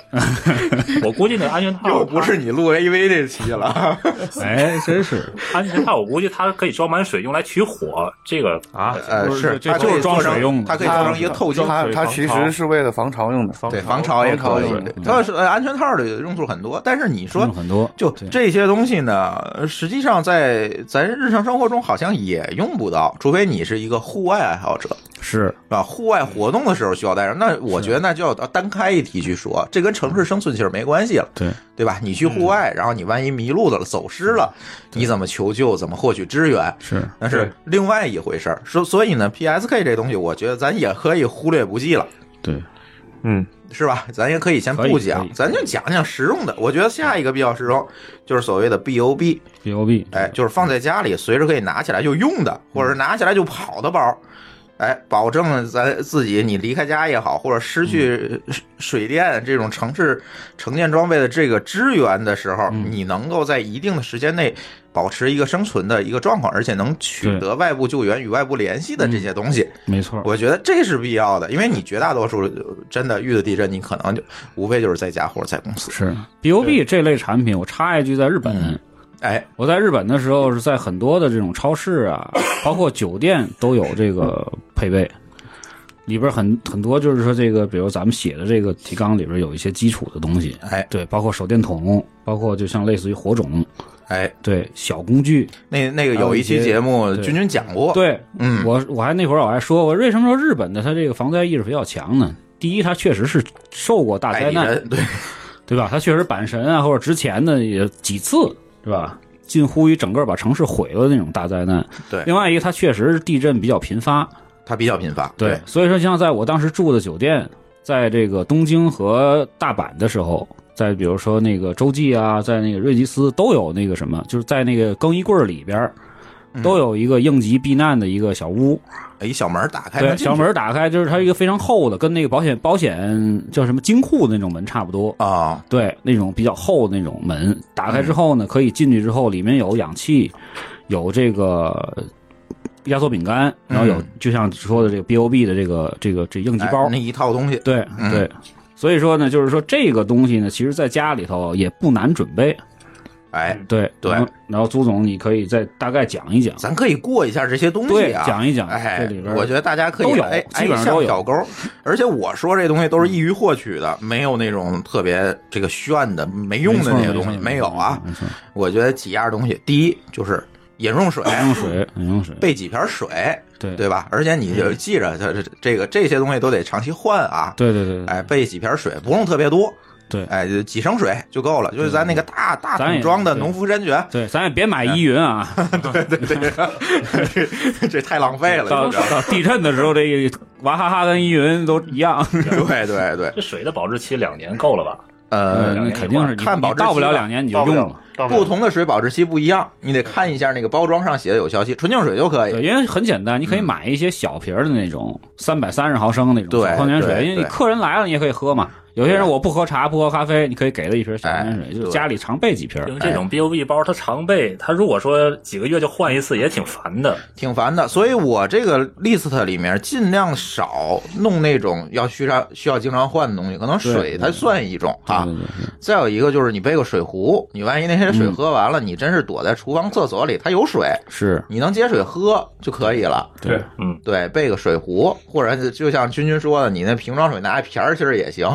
S6: 我估计那安全套
S3: 又不是你录 AV 这期了，
S4: 哎，真是
S6: 安全套，我估计它可以装满水用来取火。这个
S5: 啊，
S3: 呃，
S4: 不是
S3: 是
S4: 这
S3: 它可以
S4: 就是装
S3: 做成
S4: 水用的
S3: 它可以做成一个透镜，
S7: 它它其实是为了防潮用的。
S3: 对，防潮也可以
S7: 防潮。
S3: 对它是呃安全套的用处很多，但是你说
S4: 用很多，
S3: 就
S4: 对
S3: 这些东西呢，呃实际上在咱日常生活中好像也用不到，除非你是一个户外爱好者，
S4: 是
S3: 是吧？户外活动的时候需要带上，那我觉得那就要单开一题去说，这跟城市生存其实没关系了，
S4: 对
S3: 对嗯吧？你去户外，然后你万一迷路了、走失了，你怎么求救？怎么获取支援？
S4: 是
S3: 那是另外一回事儿。所所以呢，PSK 这东西，我觉得咱也可以忽略不计了。
S4: 对，
S5: 嗯，
S3: 是吧？咱也可以先不
S4: 可以
S3: 讲
S4: 可以，
S3: 咱就讲讲实用的。我觉得下一个比较实用，就是所谓的 BOB，
S4: B O B，
S3: 哎，就是放在家里随时可以拿起来就用的，或者
S4: 嗯
S3: 是拿起来就跑的包。哎，保证咱自己，你离开家也好，或者失去
S4: 嗯
S3: 水水电这种城市城建装备的这个支援的时候，
S4: 嗯
S3: 你能够在一定的时间内保持一个生存的一个状况，而且能取
S4: 对嗯
S3: 得外部救援与外部联系的这些东西。
S4: 没错，
S3: 我觉得这是必要的，因为你绝大多数呃真的遇到地震，你可能就无非就是在家或者在公司。
S4: 是 B O B 这类产品，我插一句，在日本。
S3: 嗯哎，
S4: 我在日本的时候是在很多的这种超市啊，包括酒店都有这个配备，里边很很多就是说这个，比如咱们写的这个提纲里边有一些基础的东西，
S3: 哎
S4: 对，包括手电筒，包括就像类似于火种，
S3: 哎，
S4: 对，小工具，
S3: 那那个
S4: 还有
S3: 有
S4: 一
S3: 一期
S4: 些
S3: 节目
S4: 对
S3: 君君讲过，，
S4: 对，
S3: 嗯，
S4: 我我还那会儿我还说，我为什么说日本的它这个防灾意识比较强呢？第一，它确实是受过大
S3: 爱
S4: 灾
S3: 地
S4: 难，
S3: 人，对，
S4: 对吧？它确实板神啊，或者之前的也几次，是吧？近乎于整个把城市毁了那种大灾难。
S3: 对
S4: 另外一个，它确实地震比较频发，
S3: 他比较频繁，对，
S4: 所以说像在我当时住的酒店，在这个东京和大阪的时候，在比如说那个洲际啊，在那个瑞吉斯都有那个什么，就是在那个更衣柜儿里边儿
S3: 嗯
S4: 都有一个应急避难的一个小屋，
S3: 哎，小门打开，
S4: 对，
S3: 能进去
S4: 小门儿打开，就是它一个非常厚的，跟那个保险保险叫什么金库的那种门差不多。
S3: 啊，
S4: 对，那种比较厚的那种门，打开之后呢，可以进去之后，里面有氧气，有这个压缩饼干，然后有
S3: 嗯
S4: 就像说的这个 BOB 的这个这个这应急
S3: 哎
S4: 包
S3: 那，一套东西，
S4: 对
S3: 嗯
S4: 对。所以说呢，就是说这个东西呢，其实在家里头也不难准备，
S3: 哎，
S4: 对
S3: 对
S4: 然后然后朱总，你可以再大概讲一讲，
S3: 咱可以过一下这些东
S4: 对
S3: 西，啊，
S4: 讲一讲这
S3: 哎
S4: 里边儿，，
S3: 我觉得大家可以
S4: 都有
S3: 哎
S4: 基本上
S3: 哎像
S4: 都有
S3: 小钩，而且我说这东西都是易于获取的，没有那种特别这个炫的、没用的那些东西，没有啊。
S4: 没错，
S3: 我觉得几样东西，第一就是饮用水，
S4: 饮用水，饮用水，
S3: 备几瓶水，
S4: 对
S3: 哎
S4: 嗯
S3: 对吧？而且你就记着，这这这个这些东西都得长期换啊。
S4: 对对对对
S3: 哎，备几瓶水，不用特别多，
S4: 对
S3: 哎，就几升水就够了。就是咱那个大大
S4: 咱也
S3: 桶装的
S4: 对
S3: 农夫 山泉，
S4: 对，咱也别买
S3: 哎
S4: 依云啊，
S3: 对对对，这这太浪费了，
S4: 到
S3: 你知道吗？
S4: 到地震的时候，这个娃哈哈跟依云都一样。
S3: 对 对对，
S6: 这水的保质期两年够了吧？
S3: 呃，
S4: 那肯定是嗯你
S3: 看保
S4: 你
S3: 质期
S4: 到不了
S3: 吧
S4: 两年你就
S7: 到
S4: 用
S7: 了。，到
S3: 不
S7: 了
S3: 同的水保质期不一样，你得看一下那个包装上写的有效期，纯净水就可
S4: 对，
S3: 以。
S4: 因为很简单，你
S3: 嗯
S4: 可以买一些小瓶儿的那种三百三十毫升那种
S3: 对
S4: 小矿泉
S3: 对
S4: 水，因为你
S3: 对
S4: 客人来了你也可以喝嘛。有些人
S3: 对
S4: 我不喝茶不喝咖啡，你可以给他一瓶小矿泉
S3: 哎
S4: 水，就
S3: 对
S4: 是家里常备几瓶儿。
S6: 因为这种 BOB 包它常备，它如果说几个月就换一次，也挺烦的。
S3: 挺烦的，所以我这个 list 里面尽量少弄那种要需要需要经常换的东西，可能
S4: 对
S3: 水
S4: 对
S3: 它算一种
S4: 对
S3: 啊
S4: 对。对对
S3: 再有一个就是你背个水壶，你万一那天水喝完了，你真是躲在厨房、厕所里，它有水，
S4: 是
S3: 你能接水喝就可以了。
S5: 对，
S3: 对，备个水壶，或者就像君君说的，你那瓶装水拿一瓶儿其实也行，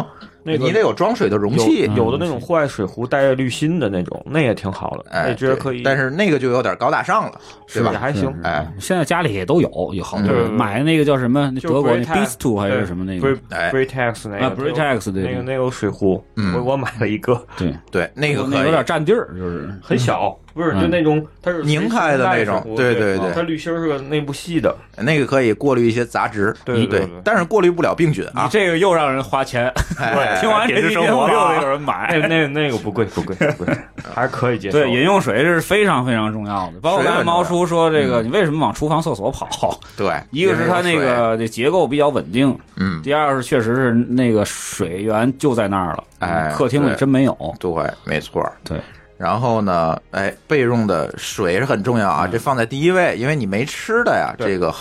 S5: 那个
S3: 你得有嗯装水的容
S5: 有
S3: 器。
S5: 有的那种户外水壶带滤芯的那种，那也挺好的，
S3: 哎，
S5: 那觉得
S3: 对
S5: 可以，嗯
S3: 但是那个就有点高大上了，对
S5: 也
S3: 吧？
S5: 还行
S4: 是。
S3: 哎
S4: 现在家里也都有，有好多人
S5: 嗯
S4: 买那个叫什么，那
S5: 就
S4: 德国那
S5: Britax，
S4: Beast 还是
S5: 对
S4: 什么那个
S5: Bri-
S3: 哎
S5: Britax 那
S4: 啊
S5: 个
S4: b r i t a x 对
S5: 那个
S4: 对
S5: 那个水壶，
S3: 嗯
S5: 我我买了一个，
S4: 对，
S3: 对，那个
S4: 那
S3: 可
S4: 有点
S3: 以。
S4: 占地儿，就是
S5: 很小，不是
S4: 嗯
S5: 就那种它是
S3: 拧开的那
S5: 随
S3: 种
S5: 身带水壶
S3: 对
S5: 对
S3: 对
S5: 啊
S3: 对
S5: 它滤芯儿是个内部细的，
S3: 那个可以过滤一些杂质，嗯
S5: 对对
S3: 对
S5: 对对
S3: 但是过滤不了病菌
S4: 你
S3: 啊。
S4: 这个又让人花钱，
S3: 哎，哎
S6: 听完这
S4: 也
S6: 期
S4: 是
S6: 节
S4: 生
S6: 目
S4: 活了
S6: 又
S4: 啊
S6: 有人
S5: 那
S6: 买。
S5: 那那个不贵不贵不 贵，还是可以接受。
S4: 对，饮用水是非常非常重要的。包括
S3: 水
S4: 刚才
S3: 很重
S4: 猫
S3: 要嗯
S4: 叔说这个，你为什么往厨房、厕所 跑？
S3: 对，
S4: 一个是它那个这结构比较稳定，
S3: 嗯，
S4: 第二是确实是那个水源就在那儿了，嗯
S3: 哎
S4: 客厅里
S3: 对
S4: 真没有。
S3: 对，没错，
S4: 对。
S3: 然后呢，哎，备用的水是很重要啊，这放在第一位，因为你没吃的呀，
S5: 对
S3: 这个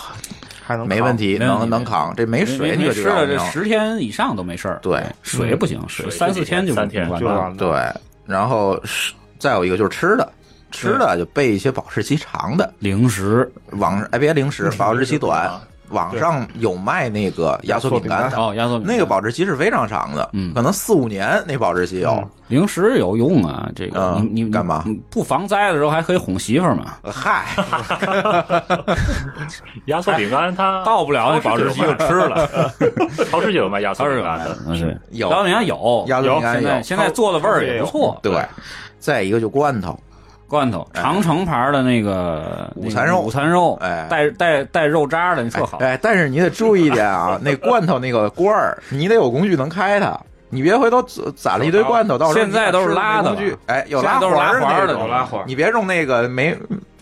S5: 还能
S3: 没问题，
S4: 没问题
S3: 能能扛。这没水
S4: 你
S3: 你可
S4: 吃
S3: 就要
S4: 了
S3: 命
S4: 这十天以上都没事儿。
S3: 对，嗯
S4: 水不行，水
S6: 水
S4: 三四天就
S6: 三天
S4: 完
S5: 就
S4: 了。
S5: 完了。
S3: 对。然后是再有一个就是吃的，吃的就备一些保质期长的，
S4: 零 食
S3: 网哎别零
S4: 嗯
S3: 食，保质期短
S6: 啊。
S3: 网上有卖那个压缩饼干的，
S4: 哦，压缩饼干
S3: 那个保质期是非常长的，
S4: 嗯
S3: 可能四五年那保质期有。
S4: 零食有用啊，这个
S3: 嗯
S4: 你你
S3: 干嘛？
S4: 你不防灾的时候还可以哄媳妇儿嘛。
S3: 呃嗨，
S6: 压缩饼干它
S4: 哎到不了那保
S6: 超市
S4: 质期就吃了，
S6: 超市就有卖压缩
S4: 超市
S6: 饼
S4: 有
S6: 干的，
S4: 嗯是
S3: 有
S4: 当然哦有，
S3: 压缩饼干
S4: 现在
S3: 有，
S4: 现在做的味儿也不错。
S3: 对。再一个就罐头，
S4: 罐头长城牌的那个
S3: 哎午餐肉
S4: 午餐肉，
S3: 哎
S4: 带带带肉渣的，你特好。
S3: 哎，但是你得注意一 点啊，那罐头那个罐儿，你得有工具能开它，你别回头攒攒了一堆罐头，到时候
S4: 现在都是拉的
S3: 你拿吃没工具，哎，有
S4: 现在
S3: 拉
S4: 都是拉
S3: 环
S4: 环儿
S3: 儿那
S4: 的
S3: 种
S5: 有拉花，
S3: 你别用那个没，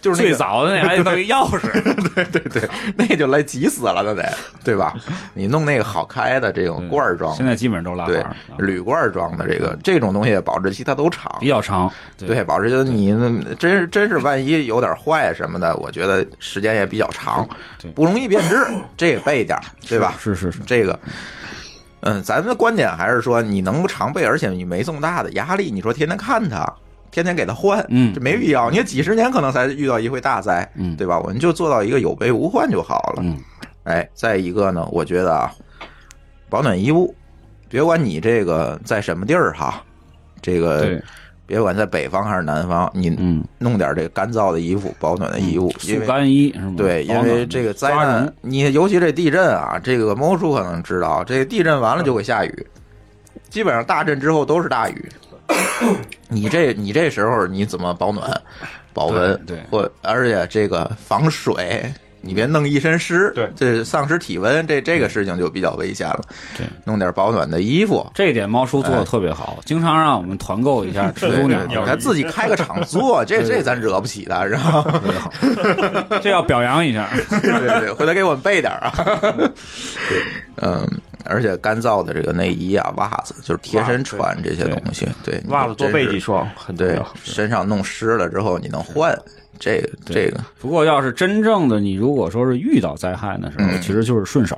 S3: 就是那
S4: 最
S3: 个
S4: 早的那还得一钥匙，
S3: 对对，那就来急死了，那得对吧？你弄那个好开的这种罐儿装，
S4: 嗯现在嗯基本上都拉环
S3: 对
S4: 儿了，啊
S3: 铝罐儿装的这个这种东西保质期它都长
S4: 比。较长。
S3: 对，保质期你那真是真是万一有点坏什么的，我觉得时间也比较长
S4: 对，
S3: 不容易变质，这也备一点儿，对吧？
S4: 是是是，
S3: 这个，嗯，咱们的观点还是说，你能不常备，而且你没这么大的压力。你说天天看它，天天给它换，
S4: 嗯
S3: 这没必要。你几十年可能才遇到一回大灾，
S4: 嗯
S3: 对吧？我们就做到一个有备无患就好了。
S4: 嗯，
S3: 哎，再一个呢，我觉得啊，保暖衣物，别管你这个在什么地儿哈，这个
S4: 对，
S3: 别管在北方还是南方，你
S4: 嗯，
S3: 弄点这个干燥的衣服，保暖的衣物，因
S4: 速
S3: 为
S4: 干衣是吗？
S3: 对，因
S4: 保暖
S3: 为这个灾
S4: 嗯抓
S3: 难
S4: 人，
S3: 你尤其这地震啊，这个猫叔可能知道，这地震
S4: 嗯
S3: 完了就会下雨，基本上大震之后都是大雨。 你这你这时候你怎么保暖、保温？
S4: 对对
S3: 或而且这个防水，你别弄一身湿，
S5: 对
S3: 这丧失体温，这这个事情就比较危险了。
S4: 对，
S3: 弄点保暖的衣服。
S4: 这一点猫叔做的特别好，经常让我们团购一 下吃
S3: 哎对
S4: 姑娘
S3: 你，还自己开个厂 做，这这咱惹不起的，然后
S4: 这要表扬一下。
S3: 对对对，回头给我们备点儿啊。嗯，而且干燥的这个内衣啊、袜子，就是贴身穿这些东西，对，你
S5: 袜子多
S3: 真
S5: 备
S3: 是
S5: 几。双，很重
S3: 对
S5: 要，。
S3: 身上弄湿了之后你能换，这个 这个
S4: 不过要是真正的你，如果说是遇到灾害的时候，
S3: 嗯
S4: 其实就是顺手，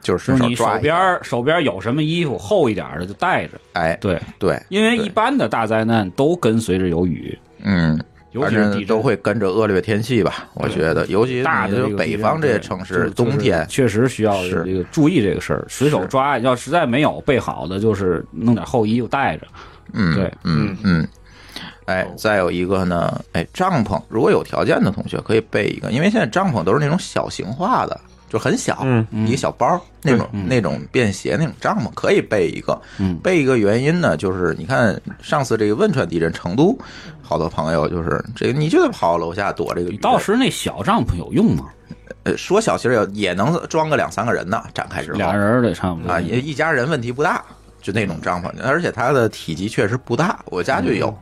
S3: 就是
S4: 就
S3: 顺
S4: 是
S3: 手
S4: 你
S3: 抓
S4: 手
S3: 一
S4: 边
S3: 下，
S4: 儿手边儿有什么衣服厚一点儿的就带着。
S3: 哎，
S4: 对，
S3: 对，
S4: 因为
S3: 对
S4: 一般的大灾难都跟随着有雨，
S3: 嗯，
S4: 尤
S3: 反
S4: 其是地
S3: 正
S4: 震
S3: 都会跟着恶劣天气吧，我觉得，尤其
S4: 大
S3: 你
S4: 的这
S3: 就
S4: 个
S3: 北
S4: 地震
S3: 方这些
S4: 对
S3: 城
S4: 就
S3: 市
S4: 是，
S3: 冬天
S4: 确实需要
S3: 是
S4: 这个注意这个事儿，随手
S3: 是
S4: 抓。要实在没有备好的，就是弄点厚衣服带着。
S3: 嗯，
S4: 对，
S3: 嗯嗯。哎，再有一个呢，哎，帐篷，如果有条件的同学可以备一个，因为现在帐篷都是那种小型化的，就很小，
S5: 嗯
S3: 一个小包那种、那种便携那种帐篷可以备一个。
S4: 嗯
S3: 备一个原因呢，就是你看上次这个汶川地震，成都好多朋友就是这个，你就得跑楼下躲这个
S4: 你
S3: 雨。
S4: 到时那小帐篷有用吗？
S3: 呃说小其实也也能装个两三个人呢，展开之后
S4: 俩人儿得差不多
S3: 啊，也一家人问题不大，就那种帐篷，而且它的体积确实不大，我家就有。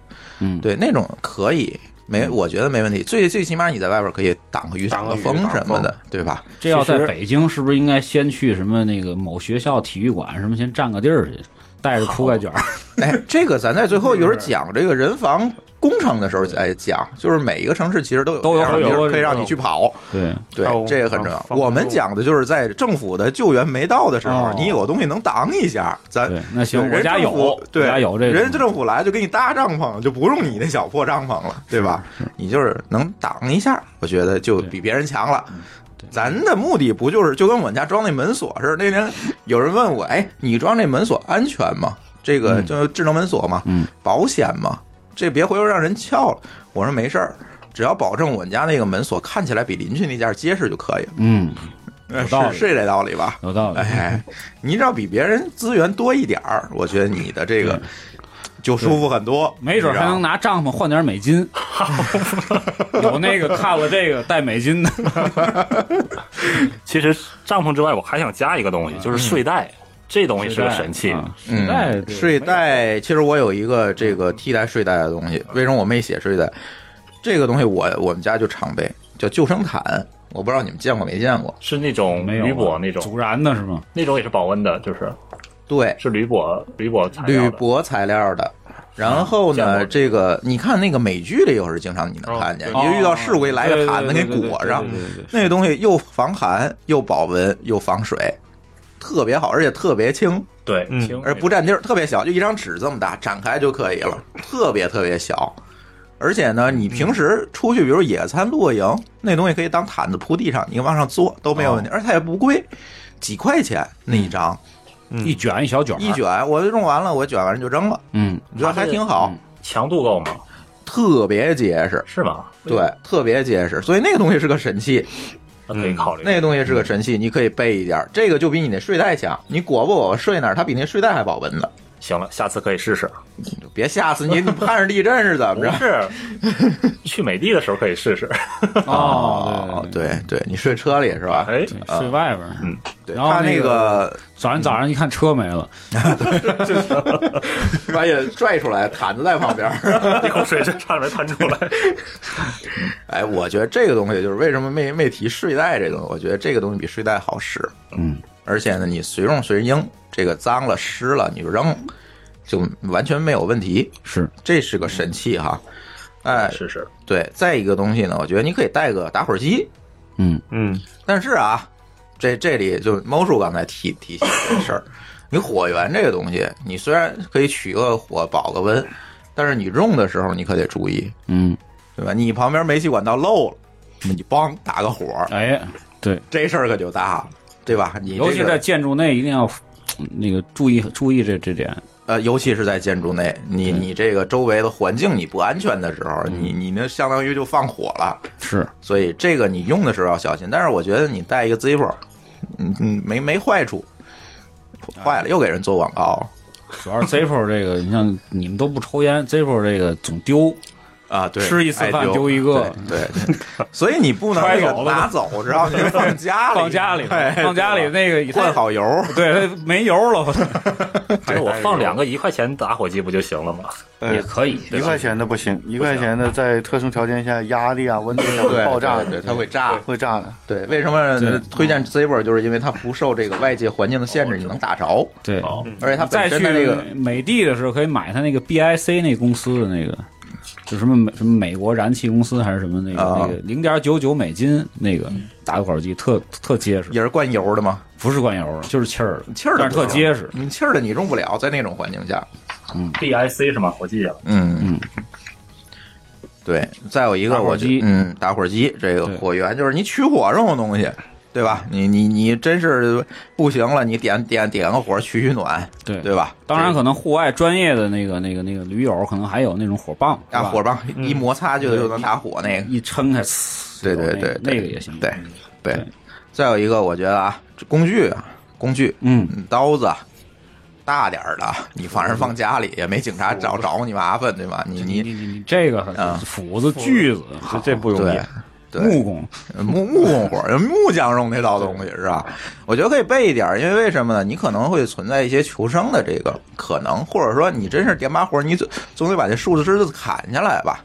S4: 嗯，
S3: 对，那种可以，没，我觉得没问题。最最起码你在外边可以挡个雨、
S5: 挡
S3: 挡
S5: 个雨
S3: 风
S5: 挡
S3: 什么
S5: 风
S3: 的，对吧？
S4: 这要在
S5: 其实
S4: 北京，是不是应该先去什么那个某学校体育馆什么，先占个地儿去，带着铺盖卷儿？
S3: 哎，这个咱在最后一会儿讲这个人防工程的时候，哎，讲就是每一个城市其实都有
S4: 嗯都有
S3: 这样的
S4: 都有
S3: 地儿
S4: 都有
S3: 可以让你去跑，
S4: 对，
S3: 对
S5: 还有，
S3: 这个很重要
S5: 哦防。防
S3: 我们
S5: 空
S3: 讲的就是在政府的救援没到的时候
S4: 哦，
S3: 你有个东西能挡一下，咱
S4: 对那行
S3: 对人
S4: 我家
S3: 政
S4: 有
S3: 府对，
S4: 我家有这个
S3: 人家政府来就给你搭帐篷，就不用你那小破帐篷了，对吧？你就是能挡一下，我觉得就比别人强了。
S4: 嗯
S3: 咱的目的不就是就跟我们家装那门锁似的？那天有人问我，哎，你装这门锁安全吗？这个就是智能门锁嘛，
S4: 嗯
S3: 保险嘛，这别回头让人撬了。我说没事儿，只要保证我们家那个门锁看起来比邻居那家结实就可以了。
S4: 嗯，
S3: 呃
S4: 有道理
S3: 是是这道理吧？
S4: 有道理。
S3: 哎，你只要比别人资源多一点儿，我觉得你的这个就舒服很多，
S4: 没准
S3: 你知
S4: 还
S3: 道
S4: 能
S3: 吗。
S4: 拿帐篷换点美 金，有那个看了这个带美金的，
S6: 其实帐篷之外，我还想加一个东西，就是睡袋。这东西是个神器。
S4: 嗯啊
S3: 嗯
S4: 睡袋对
S3: 睡袋，其实我有一个这个替代睡袋的东西，为什么我没写睡袋？这个东西我我们家就常备，叫救生毯。我不知道你们见过没见过？
S6: 是那种
S4: 没有啊
S6: 铝箔那
S4: 阻
S6: 种，
S4: 燃的是吗？
S6: 那种也是保温的，就是
S3: 对，
S6: 是铝箔铝箔材料
S3: 铝
S6: 的。
S3: 箔材料的。然后
S6: 见
S3: 呢，
S6: 过
S3: 这个你看那个美剧里有时候经常你能看见，
S4: 哦
S3: 一遇到事故一来个毯子给裹上，那个东西又防寒又保温又防水，特别好，而且特别轻，
S6: 对，
S5: 嗯
S6: 轻
S3: 而不占地儿，特别小，就一张纸这么大，展开就可以了，特别特别小。而且呢，
S4: 嗯
S3: 你平时出去，比如野餐、露营，那东西可以当毯子铺地上，你往上坐都没有
S4: 哦
S3: 问题，而且它也不贵，几块钱那一张，
S4: 一卷一嗯小卷儿，
S3: 嗯一卷我用完了，我卷完就扔了，
S4: 嗯，
S3: 我觉得还挺好，
S6: 强度够吗？
S3: 特别结实，
S6: 是吗？
S3: 对，特别结实，所以那个东西是个神器，
S6: 那可以考虑。
S3: 那个东西是个神器，你可以备一点儿，这个就比你那睡袋强，你裹不裹睡哪儿，它比那睡袋还保温呢，
S6: 行了，下次可以试试。
S3: 就别吓死你， 你盼着地震是怎么
S6: 不
S3: 着？
S6: 是，去美的的时候可以试试。
S3: 嗯
S4: 哦，对
S3: 对对，你睡车里是吧？
S6: 哎，
S4: 对对，睡外边儿。
S6: 嗯
S3: 对，
S4: 然后
S3: 他那个
S4: 早上早上一看车没了，
S3: 把也拽出来，毯子在旁边儿。
S6: 一口水就差点没喷出来。
S3: 哎，我觉得这个东西就是为什么没没提睡袋这东西，我觉得这个东西比睡袋好使。
S4: 嗯，
S3: 而且呢，你随用随扔，这个脏了湿了你就扔，就完全没有问题。
S4: 是
S3: 这是个神器哈。哎，
S6: 试试，
S3: 对，再一个东西呢，我觉得你可以带个打火机，
S5: 嗯，
S3: 但是啊，这这里就猫叔刚才提提醒这事儿，你火源这个东西，你虽然可以取个火保个温，但是你用的时候你可得注意，
S4: 嗯，
S3: 对吧？你旁边煤气管道漏了，那你梆打个火，
S4: 哎，对，
S3: 这事儿可就大了，对吧？你、这个、
S4: 尤其在建筑内一定要嗯那个注意注意这这点，
S3: 呃，尤其是在建筑内，你
S4: 嗯
S3: 你这个周围的环境你不安全的时候，你你那相当于就放火了。
S4: 是
S3: 所以这个你用的时候要小心。但是我觉得你带一个 Zippo，嗯嗯，没没坏处。坏了又给人做广告
S4: 主要是 Zippo 这个，你像你们都不抽烟，Zippo 这个总丢，
S3: 啊！对，
S4: 吃一次饭
S3: 爱
S4: 丢一个
S3: 对，对 对所以你不能
S4: 揣
S3: 那
S4: 走
S3: 个
S4: 了
S3: 拿走，然后你就放家里，
S4: 放家里，
S3: 哎
S4: 放家里那个
S3: 换，好油。
S4: 对，它没油了， 我操
S6: 就是我放两个一块钱打火机不就行了吗？
S7: 呃
S4: 也，可以，
S7: 一块钱的不行，一块钱的在特殊条件下压力啊、温度上
S3: 对，
S7: 会爆炸
S3: 对，对
S7: 的，
S3: 它会炸。
S7: 会炸的。
S3: 对，为什么
S4: 对
S3: 推荐 Zippo？就是因为它不受这个外界环境的限制，你能打着，
S4: 对。
S3: 而且它
S4: 再
S3: 本
S4: 去
S3: 身的那个
S4: 美的的时候，可以买他那个 BIC 那公司的那个，就什么美什么美国燃气公司还是什么那个、
S3: 啊
S4: 那个零点九九美金那个打火机特特结实，
S3: 也是灌油的嘛，
S4: 不是灌油，就是气儿的，
S3: 气儿的
S4: 但是特结实。
S3: 你气儿的你用不了，在那种环境下。
S6: DIC 是吗？我记得了，
S3: 嗯，对，再有一个
S4: 打火
S3: 我觉
S4: 机
S3: 嗯，打火机这个
S4: 对
S3: 火源就是你取火用的东西，对吧？你你你真是不行了，你点点点个火取取暖，
S4: 对
S3: 对吧？
S4: 当然，可能户外专业的那个、那个、那个驴友，可能还有那种火棒，
S3: 这
S4: 是
S3: 啊
S4: 吧嗯
S3: 火棒一摩擦就就能打火那个，
S4: 一撑开，呲
S3: 对对
S4: 那
S3: 对
S4: 个，
S3: 对
S4: 那个也行。
S3: 对对
S4: 对。
S3: 再有一个，我觉得啊，这工具啊，工具，
S4: 嗯，
S3: 嗯刀子。大点儿的，你反正放家里也没警察找找你麻烦，对吧？你
S4: 你
S3: 你
S4: 你你这个
S3: 啊
S4: 斧子、锯子，
S5: 这这不容易
S3: 对，对，
S4: 木工，
S3: 木木工活儿，木匠用那道东西是吧？我觉得可以备一点儿，因为为什么呢？你可能会存在一些求生的这个可能，或者说你真是点把火，你总总得把这树枝子砍下来吧？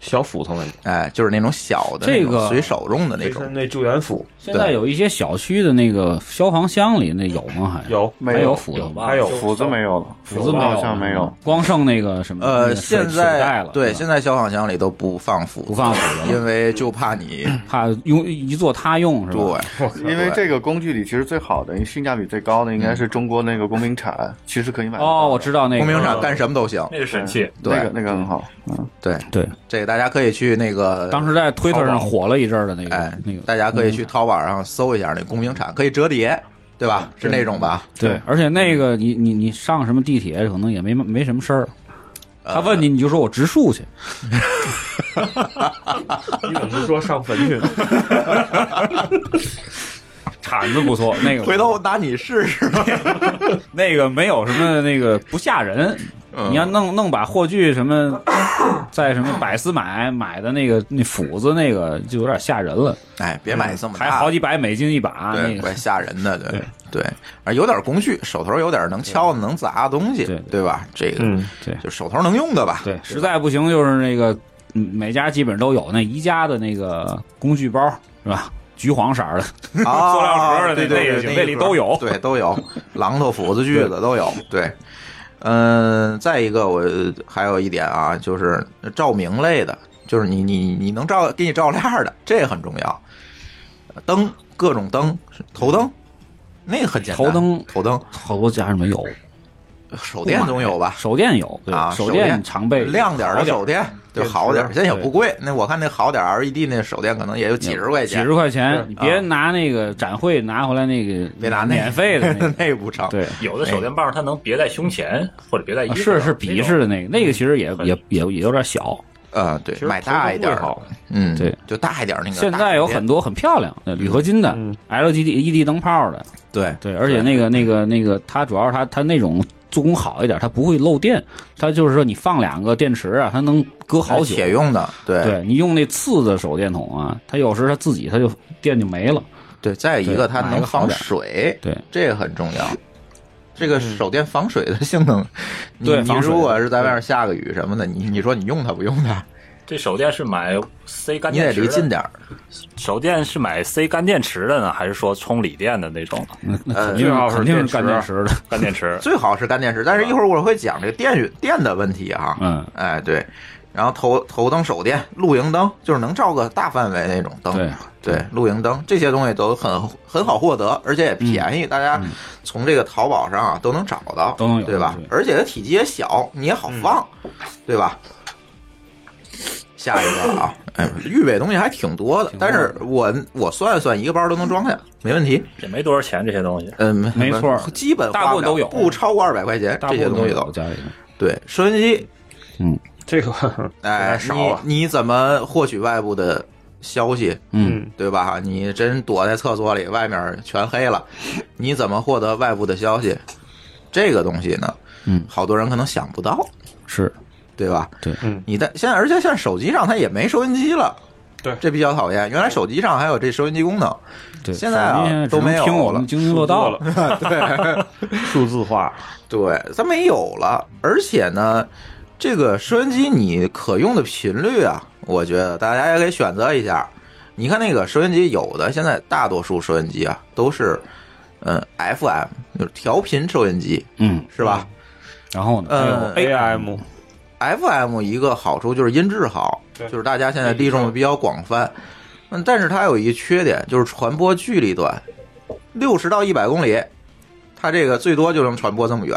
S5: 小斧头们，
S3: 哎，就是那种小的
S4: 这个
S3: 那种随手用的那
S5: 这是
S3: 种，
S5: 那救援斧，
S4: 现在有一些小区的那个消防箱里，那有吗？还
S5: 有
S7: 没
S4: 还
S7: 有
S4: 斧头吧？
S5: 还有
S7: 斧子没有了，
S4: 斧子没有，
S7: 好像没有。，
S4: 光剩那个什么那
S3: 呃，
S4: 个水
S3: 现
S4: 水袋
S3: 在
S4: 了。
S3: 对
S4: 是吧
S3: 现在消防箱里都不放斧，
S4: 不放斧子了
S3: 因为就怕你
S4: 怕用一做他用是吧？
S3: 对，嗯
S7: 因为这个工具里其实最好的、性价比最高的应该是中国那个工兵铲，其实可以买得到的。
S4: 哦，我知道那个
S3: 工兵铲干什么都行。
S6: 那是神器。
S3: 对
S7: 那个那个很好，嗯，
S3: 对
S4: 对，
S3: 这个大家可以去那个
S4: 当时在 Twitter 上火了一阵儿的那
S3: 哎
S4: 个那个，
S3: 大家可以去淘宝上搜一下那工兵铲，可以折叠，对吧？是那种吧？
S4: 对
S7: 对，
S4: 而且那个你你你上什么地铁，可能也没没什么事儿。他
S3: 呃
S4: 问你，你就说我植树去。
S5: 你怎么不说上坟去 呢？
S4: 铲子不错，那个
S3: 回头拿你试试。
S4: 那个没有什么那个不吓人，
S3: 嗯
S4: 你要弄弄把货具什 么，在什么百思买买的那个那斧子那个就有点吓人了，
S3: 哎，别买这么大
S4: 还
S3: 的，
S4: 好几百美金一把，那
S3: 对，
S4: 个
S3: 怪吓人的，对对，而有点工具，手头有点能敲的、能砸的东西
S4: 对，
S3: 对吧？这个
S5: 嗯，
S4: 对
S3: 就手头能用的吧。
S4: 对，实在不行就是那个嗯每家基本都有那宜家的那个工具包是吧？橘黄色儿的，
S3: 啊，
S4: 塑料盒儿的
S3: 对
S4: 那
S3: 对
S4: 那
S3: 对，
S4: 那里都有
S3: 对都有，榔头、斧子、锯子都有，对。嗯，再一个，我还有一点啊，就是照明类的，就是你你你能照给你照亮的，这很重要。灯，各种灯，头灯，那个很简单。
S4: 头灯
S3: 头灯，
S4: 好多家里没有，
S3: 手电总有吧？
S4: 手电有，对
S3: 啊，
S4: 手
S3: 电
S4: 常备
S3: 亮点儿
S4: 好点儿
S3: 的手电就好点
S5: 电
S3: 儿，
S5: 池
S3: 现在也不贵。那我看那好点儿 LED 那手电可能也就几十块钱
S4: 几，十块钱
S5: 对，
S4: 你别
S3: 啊
S4: 拿那个展会拿回来那个，
S3: 别拿那
S4: 免费的那
S3: 个，
S4: 个
S3: 那不成。
S4: 对，
S6: 有的手电棒它能别在胸前或者别在衣
S4: 啊
S6: 服
S4: 是
S6: 上，
S4: 是笔式的那个，那
S3: 嗯
S4: 个其实也也也也有点小。
S3: 呃，对，
S5: 其实
S3: 买大一点儿的
S5: 头灯会好，
S3: 嗯，
S4: 对，
S3: 就大一点儿那个大手
S4: 现
S3: 电。
S4: 在有很多很漂亮的铝合金的
S5: 嗯
S4: LED ED 灯泡的，
S3: 对
S4: 对，而且那个那个那个，它主要是它它那种做工好一点，它不会漏电，它就是说你放两个电池啊，它能搁好久。
S3: 铁用的，对
S4: 对你用那次的手电筒啊，它有时它自己它就电就没了。
S3: 对再一个
S4: 对
S3: 它
S4: 买一
S3: 能
S4: 个好
S3: 防
S4: 点儿
S3: 水，
S4: 对，嗯
S3: 这个很重要。这个手电防水的性能，你
S4: 对
S3: 你
S4: 防水
S3: 如果是在外面下个雨什么的，你你说你用它不用它，
S6: 这手电是买塞干
S3: 你得
S6: 电池的，
S3: 离近点儿。
S6: 手电是买塞干电池的呢，还是说充锂电的那种
S4: 那那
S3: 呃？
S4: 肯定
S5: 最好是
S4: 是肯定
S5: 电
S4: 是干
S5: 池
S4: 电池的，
S6: 干电池
S3: 最好是干电池，但是一会儿我会讲这个电与电的问题啊。
S4: 嗯，
S3: 哎对，然后头头灯、手电、露营灯，就是能照个大范围那种灯。
S4: 对
S3: 对，露营灯这些东西都很很好获得，而且也便宜，大家从这个淘宝上啊都能找到，
S4: 嗯都能有
S3: 对吧
S4: 对？嗯
S3: 而且它体积也小，你也好放，对吧？下一个啊，哎，预备东西还挺多的，但是我我算算一个包都能装下，没问题。
S6: 也没多少钱，这些东西。
S3: 嗯，
S4: 没错
S3: 基本
S4: 大部分
S3: 花不了
S4: 都有
S3: 不超过二百块钱，
S4: 大
S3: 这
S4: 部
S3: 些
S4: 分
S3: 东西
S4: 有
S3: 都
S4: 家里的。
S3: 对。收音机，
S5: 嗯这个
S3: 哎，
S5: 太少啊了
S3: 你你怎么获取外部的消息？
S4: 嗯，
S3: 对吧？你真躲在厕所里，外面全黑了，你怎么获得外部的消息？这个东西呢，
S4: 嗯
S3: 好多人可能想不到，
S4: 是
S3: 对吧？
S4: 对
S5: 嗯
S3: 你在现在，而且现在手机上它也没收音机了，
S5: 对
S3: 这比较讨厌。原来手机上还有这收音机功能，
S4: 对。
S3: 现在啊
S4: 手机现在只
S3: 都
S4: 能
S3: 没有
S4: 听我
S3: 了
S4: 们津津乐
S5: 到，
S4: 道
S5: 了，对，数字化，
S3: 对，它没有了。而且呢，这个收音机你可用的频率啊，我觉得大家也可以选择一下。你看那个收音机，有的现在大多数收音机啊都是，嗯，FM 就是调频收音机，
S4: 嗯，
S3: 是吧？
S4: 然后呢？还有
S3: 嗯
S5: AM
S3: FM 一个好处就是音质好，
S5: 对
S3: 就是大家现在利用的比较广泛。嗯，但是它有一缺点，就是传播距离短，六十到一百公里，它这个最多就能传播这么远。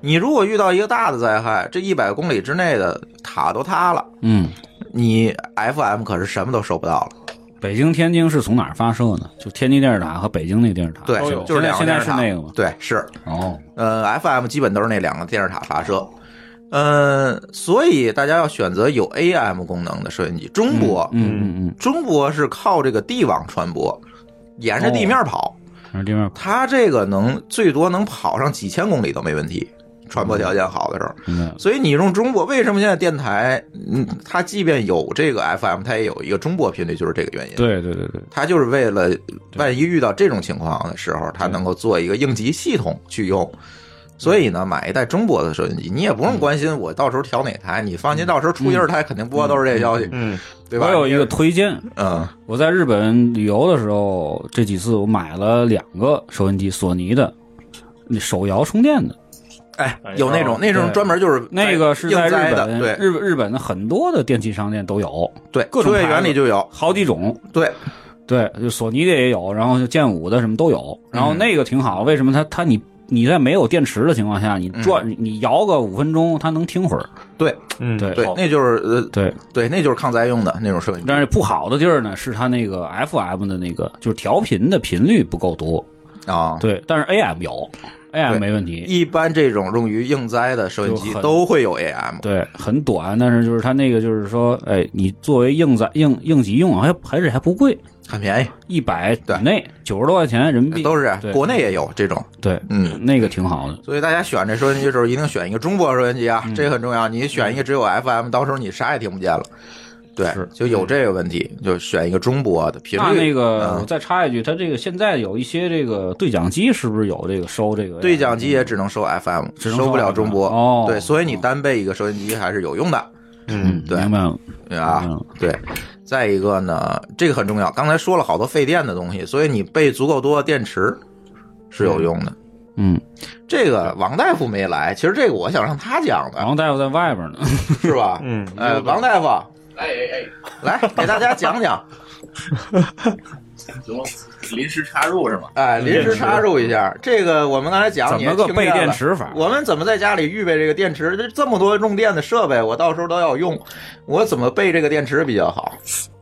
S3: 你如果遇到一个大的灾害，这一百公里之内的塔都塌了，
S4: 嗯，
S3: 你 FM 可是什么都收不到了。
S4: 北京、天津是从哪儿发射呢？就天津电视塔和北京那个电视塔。哦
S3: 对
S5: 都有，
S3: 就是两个
S4: 现
S3: 电
S4: 在
S3: 视
S4: 是
S3: 塔。
S4: 那个吗？
S3: 对，是。
S4: 哦，
S3: 呃，FM 基本都是那两个电视塔发射。呃，所以大家要选择有 AM 功能的收音机。中国，
S4: 嗯嗯
S3: 中国是靠这个地网传播，沿
S4: 哦
S3: 着地面跑，
S4: 嗯，然后这边
S3: 它这个能最多能跑上几千公里都没问题，传播条件好的时候。
S4: 明白了。
S3: 所以你用中波，为什么现在电台，嗯，它即便有这个 FM，它也有一个中波频率，就是这个原因。
S4: 对对对对，
S3: 它就是为了万一遇到这种情况的时候，它能够做一个应急系统去用。
S4: 嗯
S3: 所以呢，买一台中波的收音机，你也不用关心我到时候调哪台，你
S4: 嗯
S3: 放心，到时候出一二台肯定播的都是这消息，
S5: 嗯，
S3: 对吧？
S4: 我有一个推荐，
S3: 嗯
S4: 我在日本旅游的时候，这几次我买了两个收音机，索尼的，那手摇充电的，
S3: 哎，有那种那种
S4: 对
S3: 专门就是
S4: 那个是在
S3: 应灾
S4: 日
S3: 的，
S4: 本，
S3: 对
S4: 日本日本的很多的电器商店都有，
S3: 对，
S4: 各种
S3: 作业
S4: 牌子
S3: 原理就有，
S4: 好几种。
S3: 对，
S4: 对，就索尼的也有，然后就剑舞的什么都有，然后
S3: 嗯
S4: 那个挺好。为什么它它你你在没有电池的情况下，你
S3: 嗯
S4: 转、你你摇个五分钟，它能听会儿。
S3: 对
S5: 嗯
S4: 对
S3: 对
S4: 好，
S3: 那就是呃，
S4: 对，
S3: 对，那就是抗灾用的那种收音机
S4: 但是不好的地儿呢，是它那个 FM 的那个就是调频的频率不够多。
S3: 啊，
S4: 对，但是 AM 有，AM
S3: 对
S4: 没问题。
S3: 一般这种用于应灾的收音机
S4: 就很
S3: 都会有 AM，
S4: 对，很短，但是就是它那个就是说，哎，你作为应在应应急用，还还是还不贵，
S3: 很便
S4: 一百
S3: 对
S4: 以内，九十多块钱人民
S3: 宜，
S4: 币
S3: 都是
S4: 对
S3: 国内也有这种，
S4: 对，
S3: 嗯。
S4: 那个挺好的。
S3: 所以大家选这收音机的时候，一定选一个中波收音机
S4: 嗯
S3: 啊，这个很重要。你选一个只有 FM，到时候你啥也听不见了。对
S4: 是，嗯
S3: 就有这个问题，就选一个中波的频
S4: 那那
S3: 率。
S8: 啊
S4: 个，我
S3: 嗯
S4: 再插一句，它这个现在有一些这个对讲机，是不是有这个收这个
S3: 对讲机也只能收 FM，
S4: 只能收
S3: 收不了中波。
S4: 哦
S3: 对，所以你单备一个收音机还是有用的。
S4: 嗯，
S3: 对
S4: 明白了。
S3: 啊
S4: 嗯，
S3: 对。再一个呢，这个很重要。刚才说了好多费电的东西，所以你备足够多的电池是有用的。
S4: 嗯，
S3: 这个王大夫没来，其实这个我想让他讲
S8: 啊
S3: 的，
S4: 王大夫在外边呢，
S3: 是吧？
S5: 嗯，
S3: 呃，王大夫，来哎哎哎，来给大家讲讲，
S8: 临时插入是吗？
S3: 哎，临时插入一下，这个我们刚才讲
S4: 怎
S3: 你也
S4: 么个
S3: 听
S4: 备
S3: 见
S4: 电
S3: 了
S4: 池
S8: 啊
S4: 法？
S3: 我们怎么在家里预备这个电池？这这么多用电的设备，我到时候都要用，我怎么备这个电池比较好？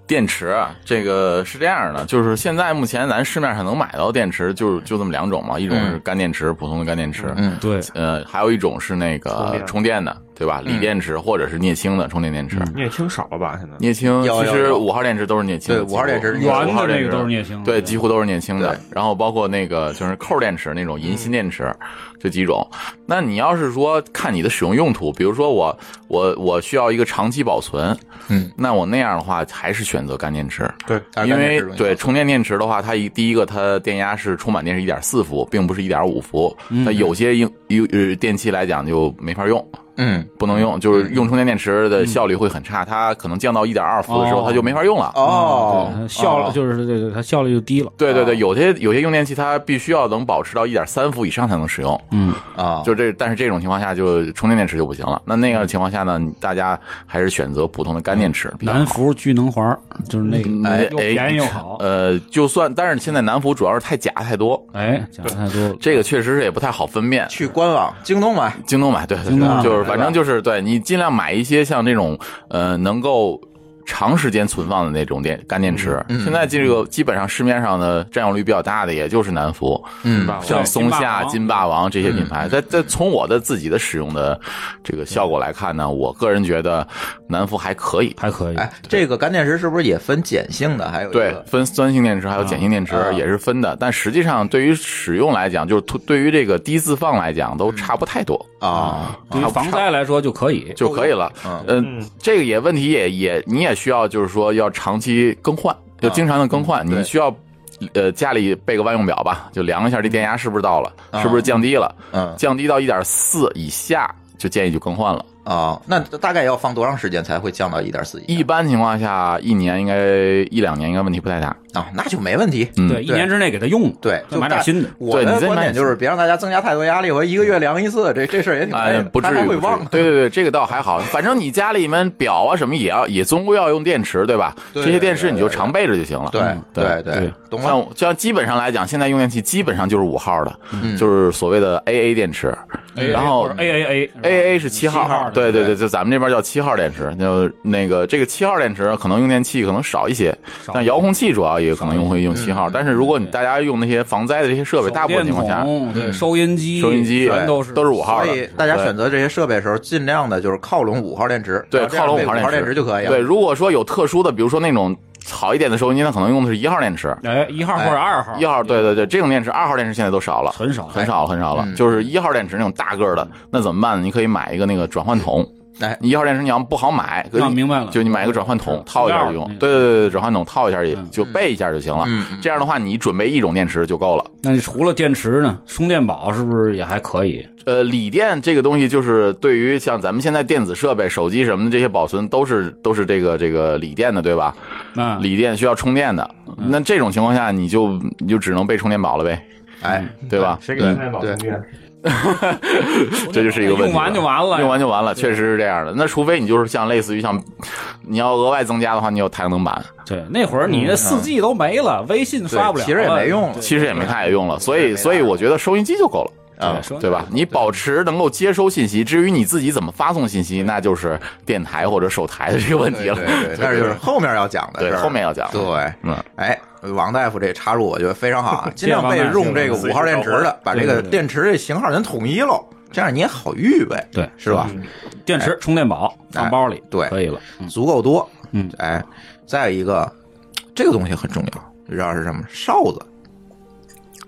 S8: 电池啊，这个是这样的，就是现在目前咱市面上能买到电池，就是就这么两种嘛，一种
S6: 嗯
S8: 是干电池，普通的干电池，
S3: 嗯
S4: 对，
S8: 呃，还有一种是那个充电的，对吧？锂电池或者是镍氢的充电电池。
S5: 你也听少了吧？现在
S8: 镍氢
S3: 有有
S8: 其实
S3: 有
S8: 五号电池都是镍氢的，
S3: 对五号电池
S8: 几乎
S4: 圆
S8: 五号
S4: 的
S8: 电
S4: 那
S8: 池
S4: 个都是镍氢，
S8: 对，几乎都是镍氢的
S3: 对。
S8: 然后包括那个就是扣电池那种银芯电池，这几种。那你要是说看你的使用用途，比如说我我我需要一个长期保存，
S3: 嗯，
S8: 那我那样的话还是选择干电池，
S3: 还是
S8: 因
S3: 干电池
S8: 为
S3: 容易
S8: 对
S3: 好
S8: 充电电池的话，它一第一个它电压是充满电是一点四伏，并不是一点五伏。那有些应有呃电器来讲就没法用，
S3: 嗯，
S8: 不能用，就是用充电电池的效率会很差，它可能降到一点二伏的时候
S4: 哦
S8: 它就没法用了。
S3: 哦
S4: 对，它效率
S3: 哦
S4: 就是这个，它效率就低了。
S8: 对对对，有些有些用电器它必须要能保持到一点三伏以上才能使用，
S4: 嗯，
S3: 啊，
S8: 就这，但是这种情况下就充电电池就不行了。那那个情况下呢，大家还是选择普通的干电池比较
S4: 南
S8: 好。
S4: 孚聚能环儿就是那个
S8: 哎
S4: 嗯又
S8: 哎
S4: 便宜又好。
S8: 呃，就算，但是现在南孚主要是太假太多，
S4: 哎，讲的太多了。
S8: 这个确实是也不太好分辨。
S3: 去官网、京东买，
S8: 京东买，对，对
S4: 京东买
S8: 对就是
S3: 对吧
S8: 反正就是对你尽量买一些像这种呃能够长时间存放的那种电干电池。
S3: 嗯
S8: 现在这个基本上市面上的占有率比较大的，也就是南孚、
S3: 嗯
S8: 像松
S4: 金霸
S8: 下、
S4: 王
S8: 金霸王这些品牌。但但从我的自己的使用的这个效果来看呢，我个人觉得南孚还可以。
S4: 还可以，
S3: 哎，这个干电池是不是也分碱性的？还有一
S8: 对
S3: 个，
S8: 分酸性电池还有碱性电池
S3: 啊
S8: 也是分的，但实际上对于使用来讲，就是对于这个低自放来讲都差不太多。
S3: 啊，
S4: 对于防灾来说就可以。
S8: 就可以了。
S3: 嗯
S8: 嗯，这个也问题也也你也需要就是说要长期更换，就经常的更换，
S3: 啊嗯对
S8: 你需要。呃，家里备个万用表吧，就量一下这电压是不是到了，
S3: 啊
S8: 是不是降低了？
S3: 嗯
S8: 降低到一点四以下，就建议就更换了。
S3: 啊，那大概要放多长时间才会降到一点四
S8: 一般情况下，一年应该一两年应该问题不太大。
S3: 啊？那就没问题。
S8: 嗯
S4: 对，一年之内给它用了，
S3: 对，
S4: 再
S3: 就
S4: 买点
S3: 大
S4: 新的。
S3: 我
S8: 对
S3: 的
S8: 你再
S3: 观
S8: 买
S3: 点
S8: 点
S3: 就是别让大家增加太多压力，我一个月量一次，这这事儿也挺累
S8: 哎，
S3: 的，
S8: 不至
S3: 他
S8: 于，
S3: 还会
S8: 不至于
S3: 忘。
S8: 对对对，这个倒还好。反正你家里面表啊什么也要，也终归要用电池，对吧？
S3: 对
S8: 这些电池你就常备着就行了。
S3: 对
S8: 嗯
S3: 对
S4: 对，
S3: 懂
S8: 像
S3: 了。
S8: 我像基本上来讲，现在用电器基本上就是五号的，
S3: 嗯
S8: 就是所谓的 AA 电池，然后
S4: A A A
S8: AA 是七号，
S4: 七号的
S8: 对对对，就咱们这边叫七号电池，就那个这个七号电池可能用电器可能少一些，
S4: 少
S8: 但遥控器主要也可能用会用七
S3: 嗯
S8: 号，但是如果你大家用那些防灾的这些设备，大部分情况下嗯
S4: 手。电
S3: 嗯
S4: 筒对，收音机、
S8: 收音机
S4: 全都是
S8: 都是五号
S3: 所
S8: 的，
S3: 以大家
S8: 对
S3: 选择这些设备的时候，尽量的就是靠拢五号电池，
S8: 对
S3: 然后这样
S8: 靠拢
S3: 配
S8: 五号
S3: 五号
S8: 电
S3: 电
S8: 池
S3: 池就可以了。
S8: 对，如果说有特殊的，比如说那种好一点的收音机，它可能用的是一号电池，
S4: 哎，一号或者二号，
S8: 一号，对对对，这种电池，二号电池现在都少了，
S4: 很少
S8: 很少了很少了。
S3: 嗯
S8: 就是一号电池那种大个儿的，那怎么办呢？你可以买一个那个转换筒。
S3: 哎
S8: 一号电池你要不好买，可以
S4: 啊明白了
S8: 就你买一个转换筒
S4: 嗯
S8: 套一下就
S4: 塑料
S8: 用
S4: 的那。个
S8: 对对对对，转换筒套一下也
S4: 嗯
S8: 就备一下就行了
S3: 嗯嗯。
S8: 这样的话，你准备一种电池就够了。
S4: 那你除了电池呢？充电宝是不是也还可以？
S8: 呃，锂电这个东西就是对于像咱们现在电子设备、手机什么的这些保存都是都是这个这个锂电的，对吧？
S4: 啊，
S8: 锂电需要充电的，那这种情况下你就你就只能备充电宝了呗，
S3: 哎，
S8: 对吧？
S5: 嗯谁给充电宝充电？
S8: 这就是一个问题了。
S4: 用完就完了，
S8: 用完就完了，确实是这样的。那除非你就是像类似于像，你要额外增加的话，你有太阳能板，
S4: 对，那会儿你的四 G 都没了，微信
S3: 嗯对
S4: 发不了了，
S3: 其实也没用了
S4: 对
S8: 其实也没太有用了。所以，
S3: 没太
S8: 所以我觉得收音机就够了。啊
S4: 说，
S8: 对吧？你保持能够接收信息，至于你自己怎么发送信息，那就是电台或者手台的这个问题了。
S3: 对对对但是就是后面要讲的
S8: 对
S3: 事儿
S8: 后面要讲的
S3: 对，
S8: 嗯，
S3: 哎，王大夫这插入我觉得非常好啊，尽量
S8: 谢
S3: 被
S8: 谢王大夫
S3: 用这个五号电池
S8: 随时召
S3: 的
S8: 唤，
S3: 把这
S8: 对
S3: 个
S8: 对对
S3: 电池这型号咱统一喽，这样你也好预备，
S4: 对，
S3: 是吧？
S8: 嗯
S4: 电池充电宝
S3: 放包里，哎对，可
S4: 以了，
S3: 足够多。嗯，哎，再一个，这个东西很重要，你知道是什么？哨子。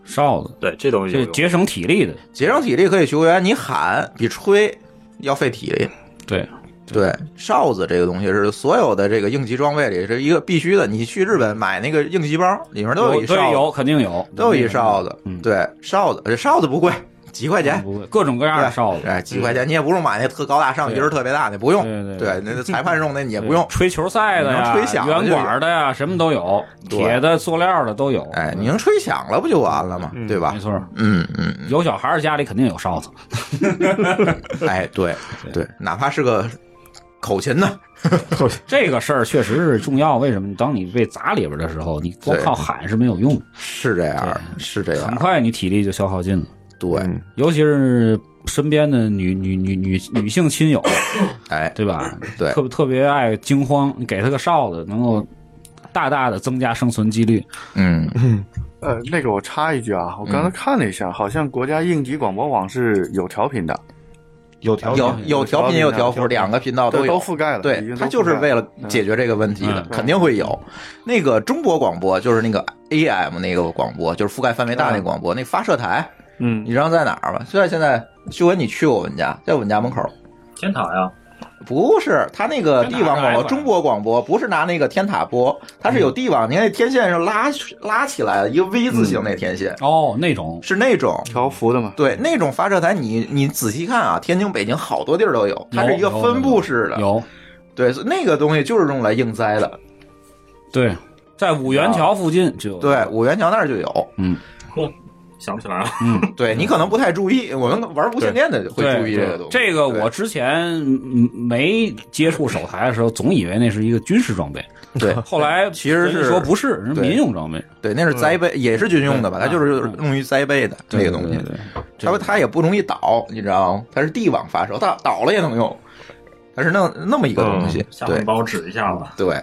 S4: 哨子，
S6: 对，这东西
S4: 就节省体力的，
S3: 节省体力可以求援，你喊比吹要费体力。
S4: 对
S3: 对，哨子这个东西是所有的这个应急装备里是一个必须的。你去日本买那个应急包，里面都有一哨
S4: 对
S3: 子，
S4: 有肯定有，
S3: 都有一哨子。对，哨子，呃哨子不贵， 几块钱，
S4: 各种各样的哨子，
S3: 哎，几块钱你也不用买那特高大上，
S4: 对
S3: 鱼儿特别大那不用，
S4: 对
S3: 对，那 那裁判用那你也不用，
S4: 吹球赛的
S3: 你
S4: 呀，
S3: 能吹响了
S4: 圆
S3: 就嗯
S4: 管的呀，什么都有，
S3: 对
S4: 铁的、塑料的都有。
S3: 哎，你能吹响了不就完了吗？对吧？
S4: 没错，
S3: 嗯嗯，
S4: 有小孩儿家里肯定有哨子，
S3: 哎，对 对，哪怕是个口琴呢，
S4: 这个事儿确实是重要。为什么？当你被砸里边的时候，你光
S3: 对
S4: 靠喊是没有用的，
S3: 是这样，是这样，
S4: 很快你体力就消耗尽了。
S3: 对，
S4: 尤其是身边的女女女女女性亲友，
S3: 哎，
S4: 对吧？
S3: 对
S4: 特特别爱惊慌，你给她个哨子，能够大大的增加生存几率。
S3: 嗯
S7: 嗯，呃，那个我插一句啊，我刚才看了一下，好像国家应急广播网是有调频的，
S5: 有
S7: 调
S3: 有有调频也有啊调幅，两个频道哦
S7: 都
S3: 都有，
S7: 覆盖了，已
S3: 对
S7: 经，都
S3: 它就是
S7: 覆盖
S3: 为了
S4: 嗯
S3: 解决这个问题的，肯定会有。那个中国广播就是那个 AM 那个广播，就是覆盖范围大
S4: 嗯
S3: 那个广播，那发射台，
S7: 嗯，
S3: 你知道在哪儿吗？虽然现在秀文你去过我们家，在我们家门口。
S6: 天塔呀，
S3: 不是，它那个地
S4: 啊
S3: 网广播，
S6: 天塔是 FM
S3: 中国广播不是拿那个天塔播，它是有
S4: 嗯
S3: 地网，你看那天线是拉拉起来的，一个 V 字形那天线，
S4: 哦，那种
S3: 是那种
S7: 条幅的嘛？
S3: 对，那种发射台你你仔细看啊，天津、北京好多地儿都有，它是一个
S4: 有
S3: 分布式的，
S4: 有，
S3: 对，所以那个东西就是用来应灾的，
S4: 对，在五元桥附近就有
S3: 对，五元桥那儿就有，
S4: 嗯，
S6: 想不起来了。
S4: 嗯，
S3: 对你可能不太注意，我们玩无线电的会
S4: 对
S3: 注意这
S4: 对
S3: 个东西，
S4: 这个我之前嗯没接触手台的时候，总以为那是一个军事装备。
S3: 对，
S4: 后来
S3: 其实
S4: 人家
S3: 是
S4: 说不是，是
S3: 对
S4: 民用装备。
S3: 对，那是
S6: 嗯
S3: 灾备，也是军用的吧？
S4: 对
S3: 它就是用于灾备的那个东西。哎它它也不容易倒，你知道吗？它是地网发射，它倒了也能用，它是那那么一
S5: 嗯
S3: 个东
S4: 嗯
S3: 西。
S6: 下
S3: 对
S6: 面帮我指一下吧。
S3: 对，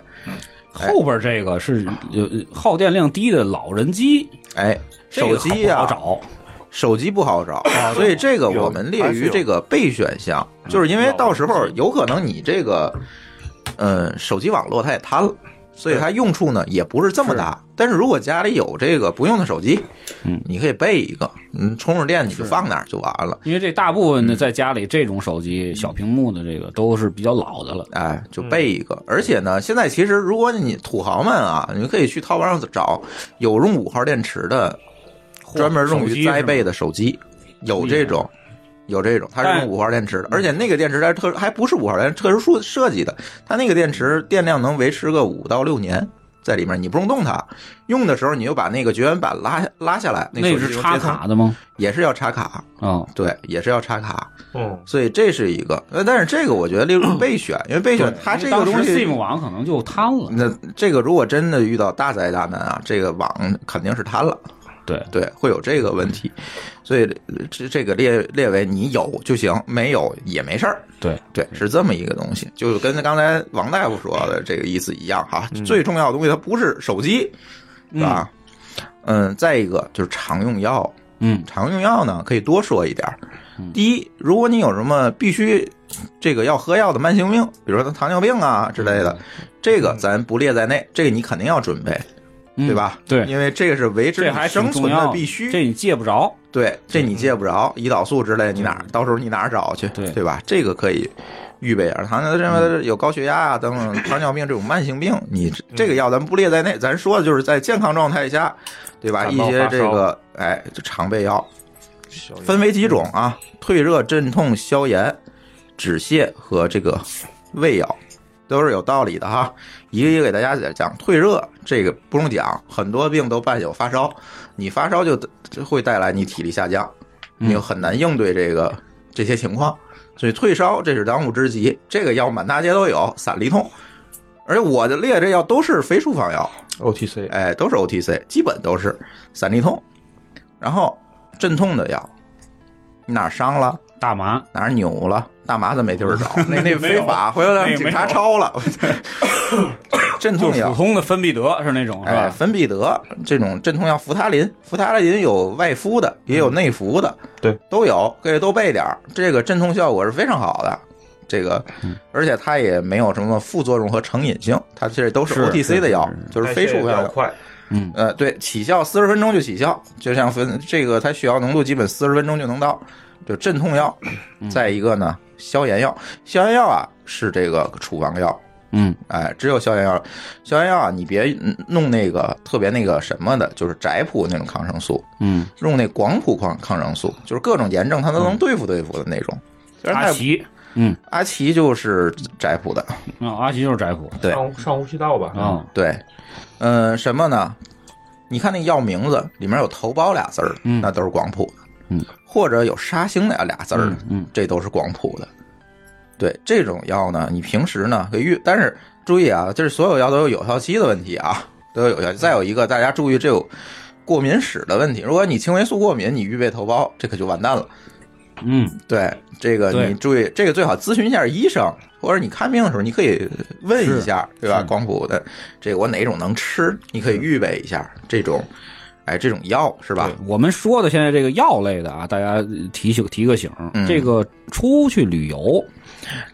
S4: 后边这个是有耗电量低的老人机，啊
S3: 哎，
S4: 这个
S3: 手机啊呀
S4: 好不好
S3: 手机不好找，所以这个我们列于这个备选项，嗯就是因为到时候有可能你这个，嗯，手机网络它也瘫了。所以它用处呢也不是这么大，但是如果家里有这个不用的手机，嗯，你可以备一个，嗯，充上电你就放那儿就完了。
S4: 找，因为这大部
S3: 嗯
S4: 分的在家里这种手机小屏幕的这个都是比较老的了。
S3: 哎，就
S4: 嗯
S3: 备一个。而且呢，现在其实如果你土豪们啊，你可以去淘宝上找有用五号电池的，专门用
S4: 手
S3: 于
S4: 机是吗
S3: 栽培的手机，有这种。有这种，它是用五号电池的，
S4: 嗯
S3: 而且那个电池它特还不是五号电池，特殊设计的，它那个电池电量能维持个五到六年在里面，你不用动它，用的时候你就把那个绝缘板拉拉下来，
S4: 那
S3: 手机
S4: 是
S3: 就
S4: 插
S3: 接通
S4: 卡的吗？
S3: 也是要插卡，
S4: 啊，
S3: 对，也是要插卡，
S5: 嗯，
S3: 所以这是一个，呃，但是这个我觉得列入备选，因为备选它这个东西嗯
S4: SIM 网可能就瘫了。
S3: 那这个如果真的遇到大灾大难啊，这个网肯定是瘫了。
S4: 对
S3: 对，会有这个问题，所以这这个列列为你有就行，没有也没事儿。
S4: 对
S3: 对，是这么一个东西，就跟刚才王大夫说的这个意思一样哈。最重要的东西它不是手机，是吧？嗯，再一个就是常用药，
S4: 嗯，
S3: 常用药呢可以多说一点儿。第一，如果你有什么必须这个要喝药的慢性病，比如说糖尿病啊之类的，
S4: 嗯
S3: 这个咱不列在内，这个你肯定要准备，对吧？
S4: 嗯对
S3: 因为这个是维持
S4: 这还
S3: 你
S4: 挺
S3: 生
S4: 重
S3: 存
S4: 要
S3: 的
S4: 的
S3: 必须。
S4: 这你借不着。
S3: 对，这
S7: 嗯
S3: 你戒不着，胰岛素之类，你哪儿到时候你哪儿找去，对吧？这个可以预备点。糖尿
S7: 嗯
S3: 病有高血压啊等等，糖尿病这种慢性病，你这这个药咱不列在内，咱说的就是在健康状态下，对吧？
S7: 感
S3: 一
S7: 冒
S3: 些
S7: 发
S3: 这
S7: 烧
S3: 个哎，这常备药分为几种啊？退热、镇痛、消炎、止泻和这个胃药。都是有道理的哈，一个一个给大家讲。退热这个不用讲，很多病都伴有发烧，你发烧就就会带来你体力下降，你就很难应对这个这些情况。所以退烧这是当务之急，这个药满大街都有，散利痛。而且我的列这药都是非处方药，OTC，哎，都是 OTC，基本都是散利痛，然后镇痛的药，你哪儿伤了？
S4: 大麻
S3: 哪儿扭了？大麻咱没地儿找，那那
S4: 没有
S3: 非法，回头让
S4: 那个
S3: 警
S4: 没
S3: 察
S4: 有
S3: 抄了。镇
S4: 就
S3: 痛
S4: 是
S3: 药
S4: 普通的芬必得是那种是
S3: 哎，
S4: 吧？
S3: 芬必得这种镇痛药，扶他林，扶他林有外敷的，也有内服的，
S5: 对，
S3: 都有，各位都备点儿。这个镇痛效果是非常好的，这个，而且它也没有什么副作用和成瘾性，它这都是
S5: 是
S3: OTC 的药，就是非处
S5: 代谢
S3: 方
S5: 比较
S3: 药。
S5: 快，
S4: 嗯，
S3: 呃，对，起效四十分钟就起效，就像分这个它血药浓度基本四十分钟就能到，就镇痛药。 再一个呢，消炎药，消炎药啊是这个处方药，
S4: 嗯，
S3: 哎，只有消炎药，消炎药啊，你别嗯弄那个特别那个什么的，就是宅谱那种抗生素，
S4: 嗯，
S3: 用那广谱抗抗生素，就是各种炎症它都能对付对付的那种。虽然它
S4: 阿
S3: 也
S4: 奇，嗯，
S3: 阿奇就是宅谱的，
S4: 啊，阿奇就是宅谱，
S3: 对
S5: 上上呼吸道
S3: 哎
S5: 吧，
S4: 啊，
S3: 对，嗯、什么呢？你看那药名字里面有“头孢”俩字儿，
S4: 嗯
S3: 那都是广谱的，
S4: 嗯，
S3: 或者有“沙星”俩俩字儿的，
S4: 嗯，
S3: 这都是广谱的。对这种药呢，你平时呢给预，但是注意啊，这是所有药都有有效期的问题啊，都有有效期。再有一个，大家注意这有过敏史的问题。如果你青霉素过敏，你预备头孢，这可就完蛋了。
S4: 嗯，
S3: 对这个
S4: 对
S3: 你注意，这个最好咨询一下医生，或者你看病的时候你可以问一下，对吧？广谱的这个我哪种能吃，你可以预备一下这种，哎，这种药是吧？
S4: 我们说的现在这个药类的啊，大家提醒提个醒，
S3: 嗯
S4: 这个出去旅游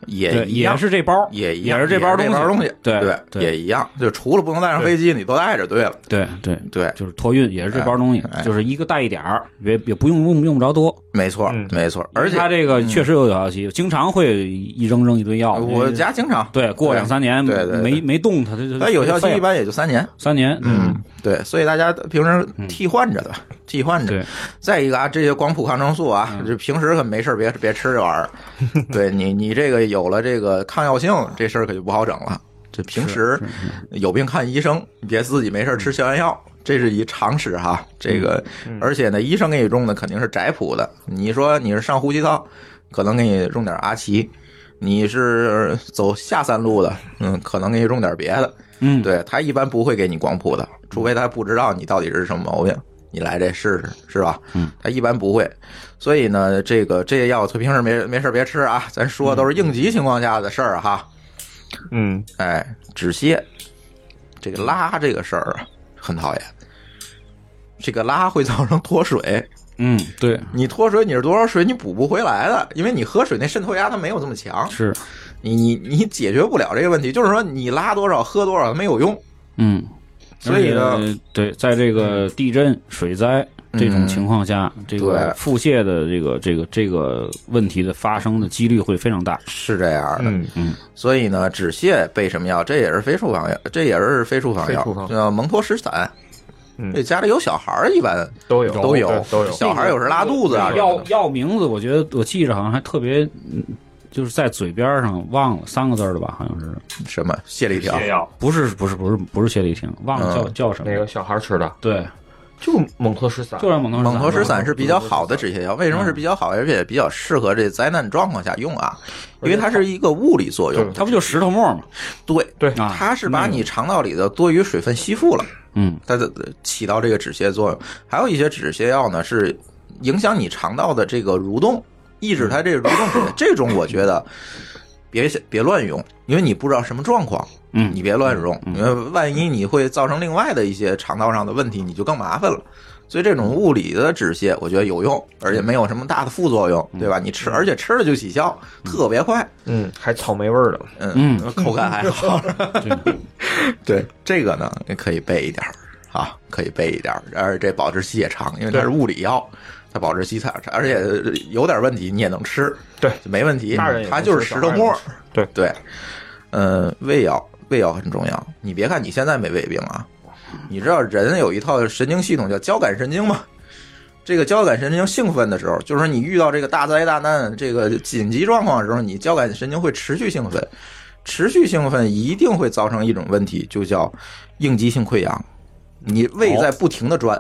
S3: 也
S4: 对
S3: 一样
S4: 也是这包，
S3: 也一
S4: 也
S3: 样
S4: 是这包东西
S3: 东西，
S4: 对
S3: 对
S4: 对
S3: 也一样，就除了不能带上飞机，你都带着。对了，
S4: 对对，
S3: 对，
S4: 就是托运也是这包东西，
S3: 哎
S4: 就是一个带一点儿，也也不用用用不着多，
S3: 没错
S5: 嗯，
S3: 没错。而且嗯
S4: 它这个确实有有效期，经常会一扔扔一堆药。
S3: 哎我家经常，
S4: 对，过两三年
S3: 对对对
S4: 没没动它，它就
S3: 它有效期
S4: 废
S3: 一
S4: 了
S3: 般也就三年。
S4: 三年，
S3: 嗯，对，所以大家平时替换着的，替换着
S4: 嗯对。
S3: 再一个啊，这些光谱抗生素啊，这平时可没事儿别别吃这玩意儿。对你，你这个有了这个抗药性，这事儿可就不好整了。这平时有病看医生，别自己没事儿吃消炎药，这是一常识哈。这个，而且呢，医生给你用的肯定是窄谱的。你说你是上呼吸道，可能给你用点阿奇；你是走下三路的，嗯，可能给你用点别的。
S4: 嗯，
S3: 对他一般不会给你光谱的，除非他不知道你到底是什么毛病，你来这试试，是吧？
S4: 嗯，
S3: 他一般不会。所以呢，这个这些药，平时没没事儿别吃啊，咱说都是应急情况下的事儿哈。
S5: 嗯，
S3: 哎，止泻，这个拉这个事儿啊，很讨厌。这个拉会造成脱水，
S4: 嗯，对，
S3: 你脱水你是多少水你补不回来的，因为你喝水那渗透压它没有这么强，
S4: 是，
S3: 你你你解决不了这个问题，就是说你拉多少喝多少没有用，
S4: 嗯，
S3: 所以呢嗯
S4: 而且，对，在这个地震、水灾这种情况下，这个
S3: 对
S4: 腹泻的这个这个这个问题的发生的几率会非常大。
S3: 是这样的。
S5: 嗯
S3: 所以呢，止泻备什么药？这也是非处方药，这也是非处方
S5: 非
S3: 药
S5: 处方，
S3: 叫蒙脱石散。
S5: 嗯
S3: 这家里有小孩儿，一般
S5: 都有
S3: 都有
S5: 对都有
S3: 小孩儿有时拉肚子啊什么
S4: 药
S3: 的。
S4: 药名字，我觉得我记着好像还特别，嗯就是在嘴边上忘了三个字儿的吧，好像是，
S3: 什么泻立条
S6: 泻药
S4: 不是不是不是不是谢丽婷，忘了叫
S3: 嗯
S4: 叫什么
S5: 那个小孩吃的
S4: 对，
S5: 就蒙特石散，
S4: 就让蒙头
S3: 蒙脱石
S4: 石
S3: 散是比较好的止泻药，
S5: 嗯
S3: 为什么是比较好，而且比较适合这灾难状况下用啊？因为它是一个物理作用
S5: 嗯对，
S4: 它不就石头沫吗？
S3: 对
S5: 对
S4: 啊
S3: 它是把你肠道里的多余水分吸附了，
S4: 嗯，
S3: 它的起到这个止泻作用。还有一些止泻药呢，是影响你肠道的这个蠕动，抑制它这个蠕动止
S4: 嗯
S3: 泻。 这种我觉得别别乱用，因为你不知道什么状况，
S4: 嗯
S3: 你别乱用，因为万一你会造成另外的一些肠道上的问题，你就更麻烦了。所以这种物理的止泻，我觉得有用，而且没有什么大的副作用，
S4: 嗯
S3: 对吧？你吃，而且吃了就起效，特别快。
S5: 嗯，还草莓味儿的，
S3: 嗯，口感还好。 对这个呢，也可以备一点儿啊，可以备一点儿。而且这保质期也长，因为它是物理药，它保质期太长，而且有点问题你也能吃，
S5: 对
S3: 就没问题
S5: 大人也。能
S3: 它就是石头沫儿
S5: 吃，对
S3: 对。嗯，胃药胃药很重要。你别看你现在没胃病啊，你知道人有一套神经系统叫交感神经吗？这个交感神经兴奋的时候，就是说你遇到这个大灾大难、这个紧急状况的时候，你交感神经会持续兴奋，持续兴奋一定会造成一种问题，就叫应激性溃疡。你胃在不停的转，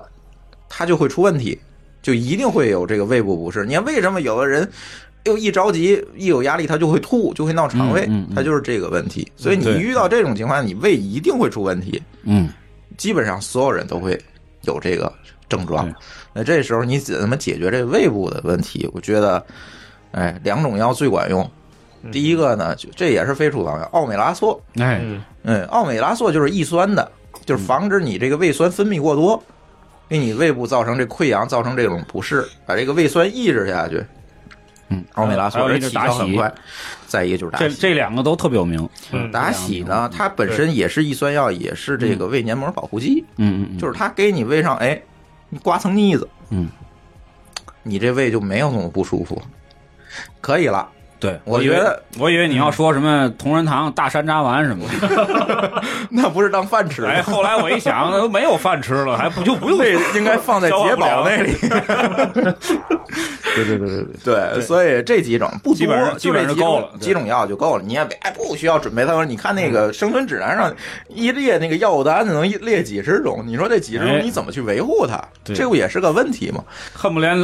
S3: 它就会出问题，就一定会有这个胃部不适。你看为什么有的人又一着急、一有压力，他就会吐，就会闹肠胃
S4: 嗯嗯，嗯
S3: 他就是这个问题。所以你
S4: 对
S3: 遇到这种情况，你胃一定会出问题，
S4: 嗯，
S3: 基本上所有人都会有这个症状。那这时候你怎么解决这胃部的问题？我觉得，哎，两种药最管用。
S4: 嗯
S3: 第一个呢，就这也是非处方药，奥美拉唑。
S4: 哎，
S3: 嗯，奥美拉唑就是抑酸的，就是防止你这个胃酸分泌过多，给你胃部造成这溃疡，造成这种不适，把这个胃酸抑制下去。
S4: 嗯，
S3: 奥美拉
S4: 还
S3: 唑
S4: 有
S3: 而
S4: 一
S3: 且
S4: 个
S3: 起
S4: 达
S3: 效很
S4: 喜
S3: 快，再一个就是达
S4: 这嗯
S3: 喜
S4: 这两个都特别有名。
S3: 达喜呢，它本身也是抑酸药，也是这个胃黏膜保护剂，
S4: 嗯嗯，
S3: 就是它给你胃上哎，你刮层腻子，
S4: 嗯，
S3: 你这胃就没有那么不舒服，可以 了。
S4: 对，
S3: 我
S4: 以为
S3: 觉得嗯
S4: 我以为你要说什么同仁堂大山楂丸什么的。
S3: 那 不是当饭吃的。
S4: 哎，后来我一想，那都没有饭吃了，还不就不用
S3: 那应该 放在解宝那里。
S4: 对对对对对
S3: 对，所以这几种不
S4: 基
S3: 多
S4: 本上，基
S3: 就
S4: 本
S3: 这
S4: 上
S3: 几
S4: 就够
S3: 种
S4: 了对嗯
S3: 几种药就够了，你也别哎不需要准备太多。你看那个生存指南上一列那个药物单子能一列几十种，你说这几十
S4: 哎
S3: 种你怎么去维护它？
S4: 对
S3: 这不也是个问题吗？
S4: 恨不连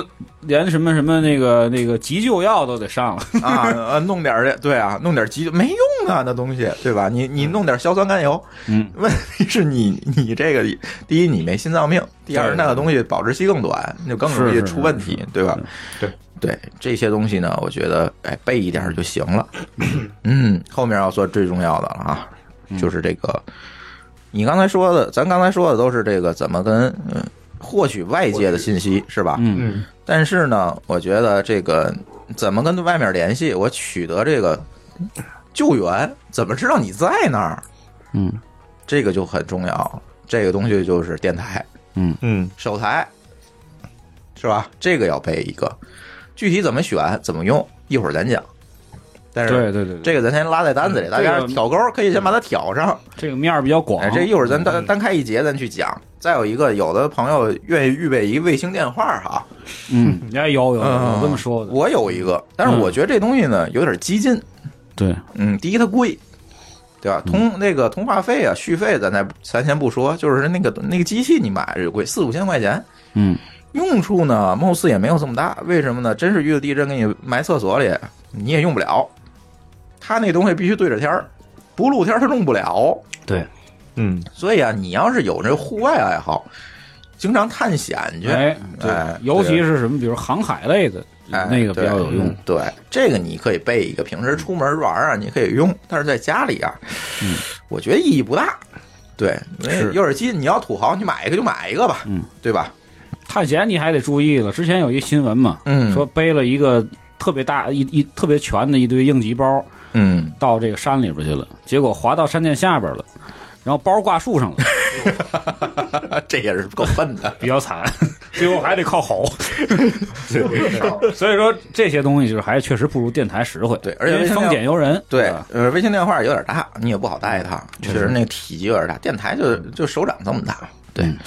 S4: 连什么什么那个那个急救药都得上了。
S3: 啊，呃弄点儿这，对啊，弄点儿急没用啊，那东西，对吧？你你弄点儿硝酸甘油，
S4: 嗯，
S3: 问题是你你这个，第一你没心脏病，第二
S4: 对
S3: 那个东西保质期更短，你就更容
S4: 是
S3: 易
S4: 是
S3: 出问题，对吧？
S5: 对
S3: 对，这些东西呢，我觉得哎备一点儿就行 了。嗯，后面要说最重要的了啊，
S4: 嗯
S3: 就是这个，你刚才说的，咱刚才说的都是这个怎么跟嗯获取外界的信息是吧？
S4: 嗯
S5: 嗯
S3: 但是呢，我觉得这个怎么跟外面联系，我取得这个救援，怎么知道你在那儿，
S4: 嗯
S3: 这个就很重要。这个东西就是电台、
S5: 嗯
S3: 手台，是吧？这个要备一个。具体怎么选、怎么用，一会儿咱讲。但是
S4: 对对对，
S3: 这个咱先拉在单子里，大
S4: 这
S3: 家
S4: 个哦
S3: 挑钩可以先把它挑上。
S4: 这个面儿比较广
S3: 哎，。这一会儿咱
S4: 嗯
S3: 单单开一节，咱去讲。再有一个，有的朋友愿意预备一卫星电话哈，
S4: 嗯，哎有有有
S3: 嗯
S4: 这么说的。嗯
S3: 我有一个，但是我觉得这东西呢有点激进。
S4: 对，
S3: 嗯，第一它贵，对
S4: 嗯
S3: 吧？通那个通话费啊、续费咱再咱先不说，就是那个那个机器你买着就贵，四五千块钱。
S4: 嗯，
S3: 用处呢，貌似也没有这么大。为什么呢？真是遇到地震给你埋厕所里，你也用不了。它那东西必须对着天儿，不露天儿它弄不了。
S5: 嗯，
S3: 所以啊，你要是有这户外爱好，经常探险去，
S4: 哎，
S3: 哎
S4: 对，尤其
S3: 对
S4: 是什么，比如航海类的，
S3: 哎
S4: 那个比较有。用
S3: 对。嗯对，这个你可以备一个，平时出门玩啊，你可以用，但是在家里啊，
S4: 嗯
S3: 我觉得意义不大。对，因为有点机，你要土豪，你买一个就买一个吧，
S4: 嗯
S3: 对吧？
S4: 探险你还得注意了，之前有一新闻嘛，
S3: 嗯，
S4: 说背了一个特别大一一特别全的一堆应急包
S3: 嗯，
S4: 到这个山里边去了，结果滑到山涧下边了，然后包挂树 上了，
S3: 这也是够笨 的。
S4: 比较惨，最后还得靠吼。所以说这些东西就是还确实不如电台实惠，
S3: 对而且
S4: 因为
S3: 现在
S4: 风险由人，啊
S3: 对
S4: 吧，
S3: 呃，卫星电话有点大，你也不好带它，确实那个体积有点大，电台就就手掌这么大。对，
S4: 嗯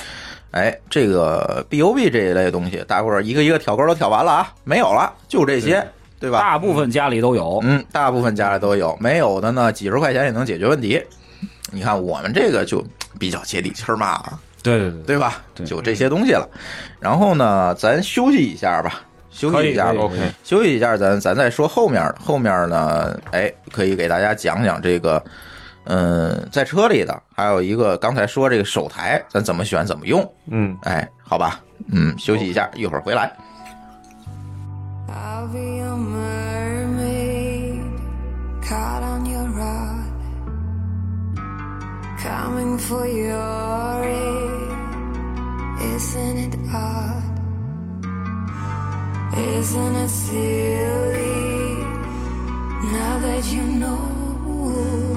S3: 哎，这个 BOB 这一类东西，大伙儿一个一个挑钩都挑完了啊，没有了，就这些，对吧？
S4: 大部分家里都有。
S3: 嗯，大部分家里都有，没有的呢，几十块钱也能解决问题。你看我们这个就比较接地气儿嘛，
S4: 对对对，
S3: 对吧？
S4: 对
S3: 就这些东西了。然后呢，咱休息一下吧，休息一下吧
S4: 可以，
S5: ，OK，
S3: 休息一下，咱咱再说后面儿。后面儿呢，哎，可以给大家讲讲这个，嗯，在车里的，还有一个刚才说这个手台，咱怎么选，怎么用。
S5: 嗯，
S3: 哎，好吧，嗯，休息一下，一会儿回来。
S8: I'll be a mermaid caught on your rod, coming for your aid. Isn't it odd? Isn't it silly now that you know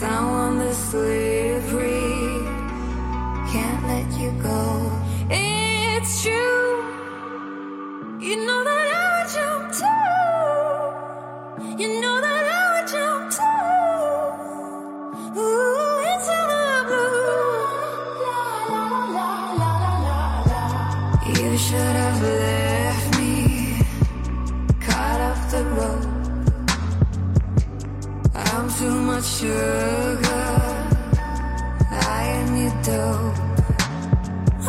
S8: someone that's slippery can't let you go? It's true. You know that I would jump too. You know that I would jump too. Ooh, into the blue. La la la la la la la. You should have left me caught up the rope. I'm too much sugar. I am your dope.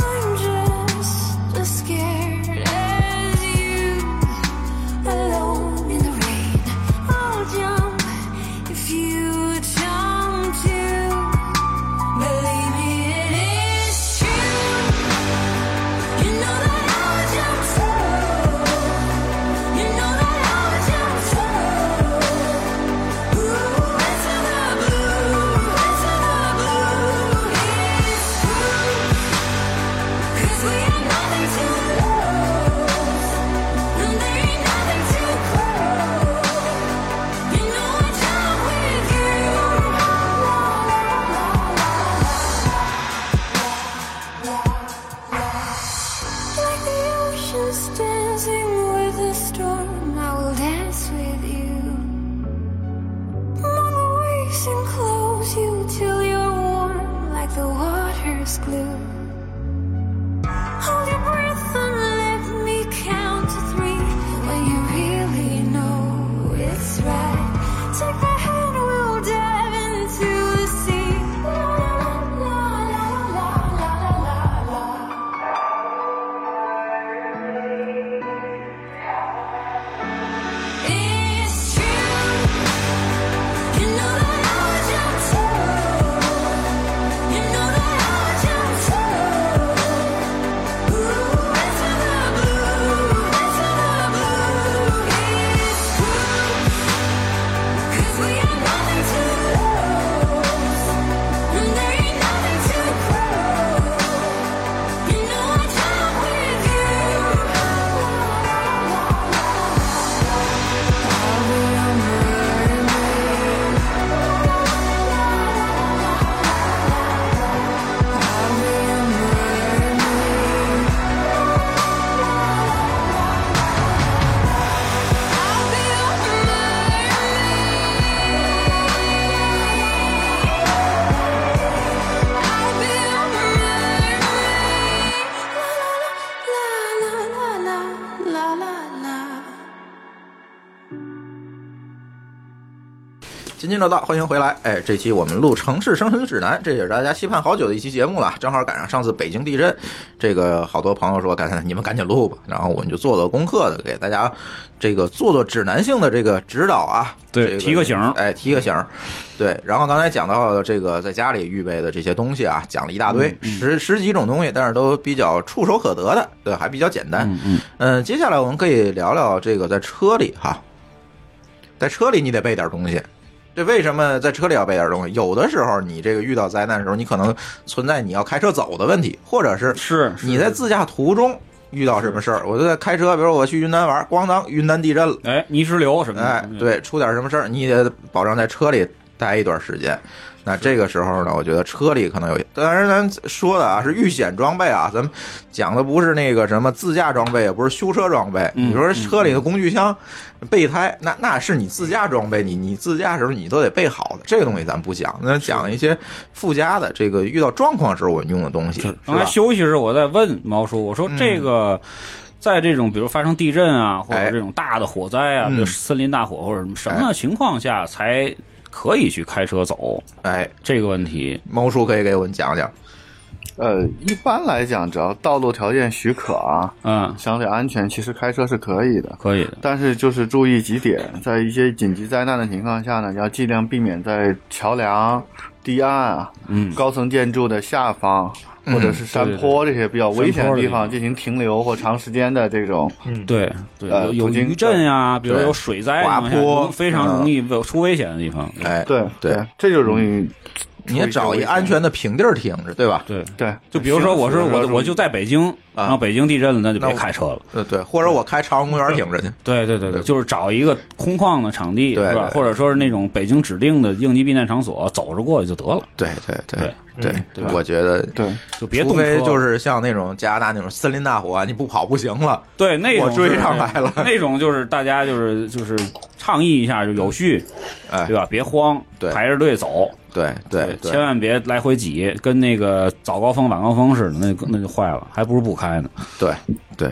S8: I'm just as scared as you, alone in the rain. I'll jump if you jump too. Believe me, it is true.
S3: 津津乐道，欢迎回来。哎，这期我们录《城市生存指南》，这也是大家期盼好久的一期节目了。正好赶上上次北京地震，这个好多朋友说赶你们赶紧录吧，然后我们就做做功课的，给大家这个做做指南性的这个指导啊。
S4: 对
S3: 这
S4: 提个醒儿
S3: 哎，提个醒儿。对，然后刚才讲到的这个在家里预备的这些东西啊，讲了一大堆，
S4: 嗯
S3: 十十几种东西，但是都比较触手可得的，对，还比较简单。
S4: 嗯
S3: 嗯，接下来我们可以聊聊这个在车里哈，在车里你得备点东西。这为什么在车里要备点东西？有的时候你这个遇到灾难的时候，你可能存在你要开车走的问题，或者是
S4: 是
S3: 你在自驾途中遇到什么事儿。我就在开车，比如我去云南玩，咣当，云南地震了，
S4: 哎，泥石流什么嗯
S3: 的，哎，对，出点什么事儿，你也保证在车里待一段时间。那这个时候呢，我觉得车里可能有，当然咱说的啊是遇险装备啊，咱们讲的不是那个什么自驾装备，也不是修车装备。你说车里的工具箱、备胎，那那是你自驾装备，你你自驾时候你都得备好的。这个东西咱不讲，那讲一些附加的，这个遇到状况时候我们用的东西，是
S4: 刚才
S3: 吧？嗯
S4: 休息时，我在问毛叔，我说这个。在这种比如发生地震啊，或者这种大的火灾啊，
S3: 哎嗯
S4: 比如森林大火或者什么什么样的情况下才可以去开车走？
S3: 哎，
S4: 这个问题，
S3: 猫叔可以给我们讲讲。
S7: 呃，一般来讲，只要道路条件许可啊，
S4: 嗯，
S7: 相对安全，其实开车是可以的，
S4: 可以的。
S7: 但是就是注意 几点，在一些紧急灾难的情况下呢，要尽量避免在桥梁、堤岸啊、
S4: 嗯、
S7: 高层建筑的下方。
S4: 嗯
S7: 或者是山坡这些比较危险的地方进行停留或长时间的这种，
S4: 对对，
S7: 呃
S4: 有有
S7: 途径
S4: 余震啊，
S7: 对
S4: 比如有水灾啊，
S7: 滑坡
S4: 非常容易出危险的地方。
S3: 哎，
S7: 对
S3: 对，
S7: 这就容易。
S3: 你也找一安全的平地儿停着，对吧？
S4: 对
S7: 对，
S4: 就比如说，我是我我就在北
S3: 啊
S4: 京，然后北京地震了，那就别开车了。
S3: 呃对，或者我开朝阳公园停着去。
S4: 对对对对，就是找一个空旷的场地，
S3: 对
S4: 是吧？
S3: 对
S4: 或者说是那种北京指定的应急避难场所，走着过去就得了。
S3: 对对对对
S4: 对吧，
S3: 我觉得
S7: 对，
S4: 就别
S3: 除
S4: 动
S3: 非
S4: 车
S3: 就是像那种加拿大那种森林大火，啊你不跑不行了。
S4: 对，那种
S3: 我追
S4: 是
S3: 上来了，
S4: 那种就是大家就是就是倡议一下，就有序，对吧？别慌，
S3: 哎对
S4: 排着队走，
S3: 对对对
S4: 千万别来回挤，跟那个早高峰晚高峰似的，那那就坏了，还不如不开呢。
S3: 对对，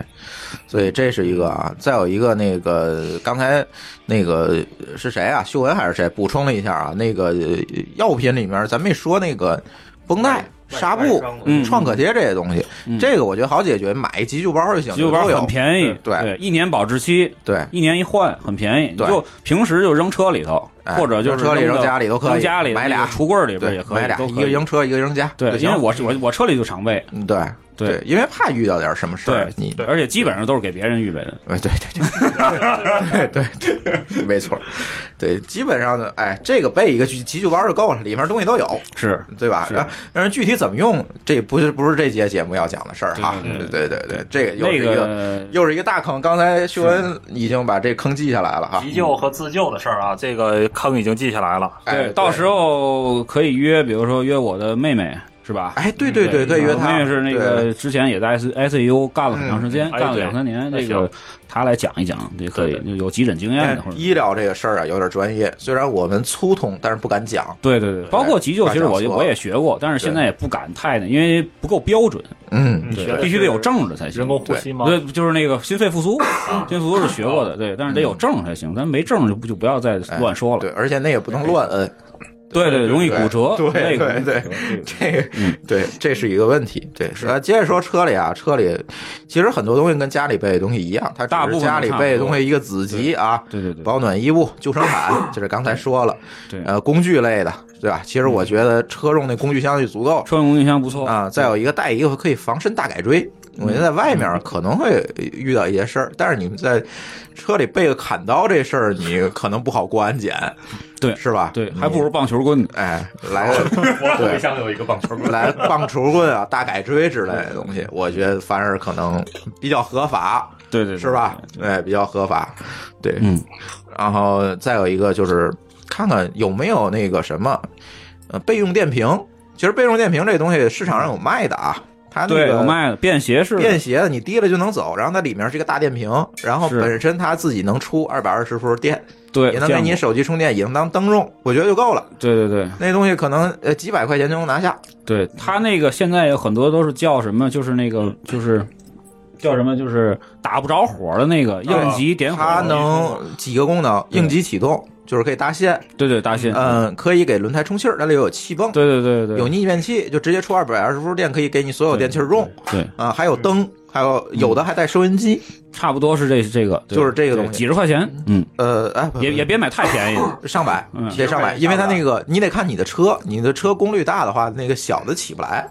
S3: 所以这是一个啊，再有一个那个刚才那个是谁啊？秀文还是谁补充了一下啊？那个呃药品里面咱没说那个绷带。纱布、创
S4: 嗯
S3: 可贴这些东西，这个我觉得好解决，买一急救包就行。
S4: 急救包
S3: 都有
S4: 很便宜，
S3: 对
S4: 一年保质期，
S3: 对，
S4: 一年一换，很便宜。你就平时就扔车里头，
S3: 哎
S4: 或者就是
S3: 扔车里
S4: 到
S3: 扔家里都可以
S4: 扔家里
S3: 买俩
S4: 那个橱柜里边也可以，
S3: 买俩，
S4: 都
S3: 一
S4: 可
S3: 个
S4: 以
S3: 扔车，一个扔家。
S4: 对，
S3: 就
S4: 因
S3: 行
S4: 为
S3: 嗯
S4: 我是我我车里就常备，
S3: 对
S4: 对，
S3: 因为怕遇到点什么事儿
S4: 对，
S3: 你
S4: 而且基本上都是给别人预备的，
S3: 哎，对对对对对，没错，对，基本上呢，哎，这个备一个急急救包就够了，里面东西都有，
S4: 是
S3: 对吧？然后但是具体怎么用，这不是不是这节节目要讲的事儿哈。
S4: 对对
S3: 对对对，这个又是一
S4: 那
S3: 个
S4: 个
S3: 又是一个大坑，刚才秀恩已经把这坑记下来了哈。
S6: 急救和自救的事儿啊，这个坑已经记下来了。
S3: 哎
S4: 对，到时候可以约，比如说约我的妹妹，是吧？
S3: 哎，对对对，
S4: 嗯
S3: 可以约
S4: 我
S3: 他。
S4: 妹妹是那个
S3: 对
S4: 之前也在 S S U 干了很长时间，
S3: 嗯哎
S4: 干了
S3: 对
S4: 两三年，
S3: 那
S4: 这个
S3: 行
S4: 她来讲一讲，这可以有急诊经验的，或者
S3: 哎医疗这个事儿啊，有点专业，虽然我们粗通，但是不敢讲。
S4: 对对对，包括急救，其实我
S3: 不敢讲错
S4: 我也学过，但是现在也不敢太那，因为不够标准，
S3: 嗯
S6: 学的
S4: 对，必须得有证儿的才行。人工
S6: 呼吸吗
S4: 对，就是那个心肺复苏，心肺复苏是学过的，对，但是得有证儿才行，咱没证儿就不就不要再乱说了。
S3: 哎对，而且那也不能乱摁。
S4: 对对，容易骨折，那
S3: 对
S4: 个
S3: 对对，这个
S4: 嗯
S3: 对，这是一个问题。对，啊，接着说车里啊，车里其实很多东西跟家里备的东西一样，它
S4: 大
S3: 只
S4: 部
S3: 是
S4: 分
S3: 家里
S4: 都差不
S3: 备的
S4: 多
S3: 东西一个子集啊，
S4: 对对对，
S3: 保暖衣物、救生毯，这是刚才说了，
S4: 对，
S3: 呃，工具类的，对吧？其实我觉得车用那工具箱就足够，
S4: 车用工具箱不错
S3: 啊。再有一个带一个可以防身大改锥。
S4: 嗯
S3: 我觉得在外面可能会遇到一些事儿，但是你们在车里备个砍刀这事儿，你可能不好过安检，
S4: 对，
S3: 是吧？
S4: 对，还不如棒球棍。
S3: 哎，来个
S5: 我后备
S3: 对。
S5: 箱有一个棒球棍，
S3: 来棒球棍啊、大改锥之类的东西，我觉得反而可能比较合法，
S4: 对对，
S3: 是吧？哎，比较合法，对，嗯。然后再有一个就是看看有没有那个什么，呃，备用电瓶。其实备用电瓶这东西市场上有卖的啊，它那
S4: 对，
S3: 个
S4: 有卖的便携式的，
S3: 便携的，你提了就能走，然后它里面是一个大电瓶，然后
S4: 是
S3: 本身它自己能出二百二十伏电，
S4: 对
S3: 也能
S4: 这
S3: 给
S4: 样
S3: 你
S4: 的
S3: 手机充电，也能当灯用，我觉得就够了。
S4: 对对对
S3: 那东西可能呃几百块钱就能拿下，嗯
S4: 对，它那个现在有很多都是叫什么，就是那个就是叫什么，就是打不着火的那
S3: 啊
S4: 个应急点火，
S3: 它能几个功能：应急启动，就是可以搭线，
S4: 对对搭线，
S3: 嗯，可以给轮胎充气儿，那里有气泵，
S4: 对对对对，
S3: 有逆变器，就直接出二百二十伏电，可以给你所有电器儿用，
S4: 对
S3: 啊，还有灯，还有有的还带收音机，
S4: 差不多是这这个，对
S3: 就是这个东西，
S4: 几十块钱，嗯，
S3: 呃，哎，不
S4: 也也别买太便宜，
S3: 上百
S4: 嗯，
S3: 别上百，因为它那个你得看你的车，你的车功率大的话，那个小的起不来，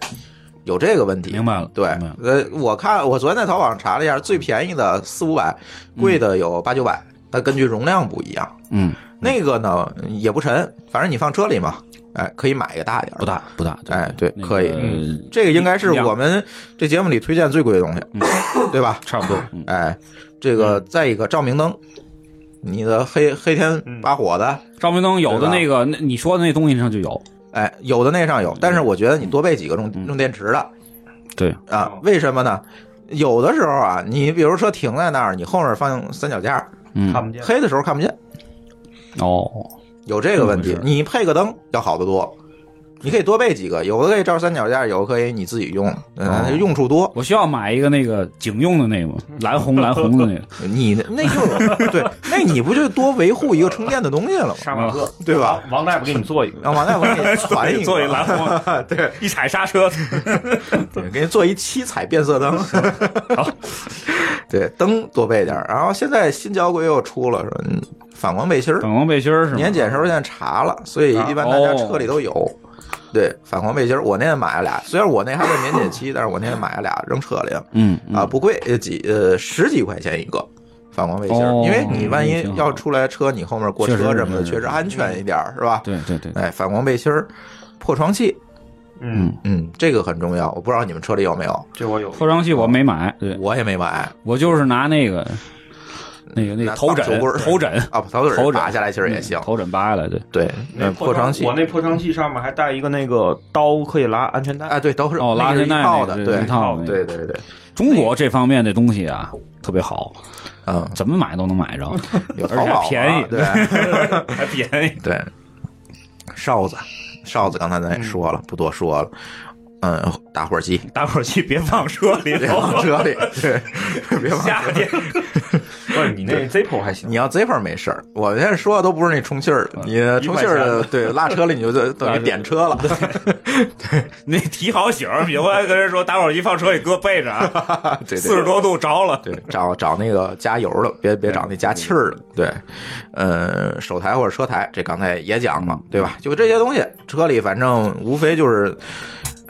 S3: 有这个问题。明
S4: 白了，
S3: 嗯对，呃，我看我昨天在淘宝上查了一下，最便宜的四五百，贵的有八九百，它根据容量不一样。
S4: 嗯，
S3: 那个呢也不沉，反正你放车里嘛，哎，可以买一个大一点的，不
S4: 大不大，
S3: 哎，对，可以
S4: 嗯，
S3: 这个应该是我们这节目里推荐最贵的东西，对吧？
S4: 差不多，嗯
S3: 哎，这个再一个照明灯，你的黑黑天发火的
S4: 照明灯有的那个，那你说的那东西上就有，
S3: 哎，有的那上有，但是我觉得你多备几个用用电池的
S4: 嗯对
S3: 啊，为什么呢？有的时候啊，你比如车停在那儿，你后面放三脚架，
S4: 嗯
S5: 看不见
S3: 黑的时候看不见，
S4: 哦，
S3: 有这个问
S4: 嗯
S3: 题，你配个灯要好得多。你可以多备几个，有的可以照三脚架，有的可以你自己用，嗯、
S4: 哦
S3: 用处多。
S4: 我需要买一个那个警用的那个吗？
S3: 嗯
S4: 蓝红蓝红的那个，
S3: 你那 就对，那你不就多维护一个充电的东西了吗？
S5: 杀马特
S3: 对吧？
S5: 王大夫给你做一个，
S3: 让王大夫给 你传一个，
S5: 做一蓝红
S3: 对，
S4: 一踩刹车，
S3: 对，给你做一七彩变色灯。 对，灯多备点儿。然后现在新交规又出了，说嗯反光背心儿，
S4: 反光背心儿是吗啊哦
S3: 年检时候现在查了，所以一般大家车里都有。对，反光背心儿，我那天买了俩，虽然我那还在免检期，但是我那天买了俩扔车里了。
S4: 嗯
S3: 啊，不贵，呃几呃十几块钱一个反光背心儿，
S4: 哦
S3: 因为你万一
S4: 嗯挺好
S3: 要出来车，你后面过
S4: 确实
S3: 车
S4: 是
S3: 什么的，
S4: 是
S3: 确实安全一点儿，是吧？
S4: 对对对，
S3: 哎，反光背心儿、破窗器，
S5: 嗯
S3: 嗯，这个很重要。我不知道你们车里有没有，
S5: 这我有。
S4: 扩张器我没买，对
S3: 我也没买，
S4: 我就是拿那个那个那个头枕
S3: 拿棒球棍儿
S4: 头枕
S3: 啊，头枕
S4: 头枕嗯
S3: 拔下来其实也行，
S4: 头枕嗯拔下来对
S3: 对，
S5: 那
S3: 嗯破窗器
S5: 我那破窗器上面还带一个那个刀，可以拉安全带。
S3: 啊，对，刀是
S4: 哦，拉
S3: 那是
S4: 伸
S3: 一
S4: 带
S3: 套
S4: 那
S3: 的，
S4: 个
S3: 对，
S4: 一套的那个
S3: 对对对，
S4: 中国这方面的东西啊特别好，
S3: 嗯，
S4: 怎么买都能 买着，
S3: 有
S4: 而且
S3: 淘宝
S4: 还
S3: 啊
S4: 便宜，
S3: 对
S4: 还便宜，
S3: 对，哨子，哨子刚才咱
S4: 嗯
S3: 也说了，不多说了。嗯，打火机，
S4: 打火机别放车里
S3: 别往车里，对，别 往
S4: 夏天
S5: 不是你那 Zippo 还行，
S3: 你要 Zippo 没事儿，我现在说的都不是那充气儿
S4: 啊
S3: 的，你充气儿的，对，落车里你就就等于点 车了。
S4: 那提好醒儿，以后还跟人说打火机放车里搁备着 啊
S3: 对对
S4: 40度着了，
S3: 对，找 找那个加油的，别别找那
S4: 嗯
S3: 加气儿的。对，呃，手台或者车台，这刚才也讲了，
S4: 嗯
S3: 对吧？就这些东西，车里反正无非就是，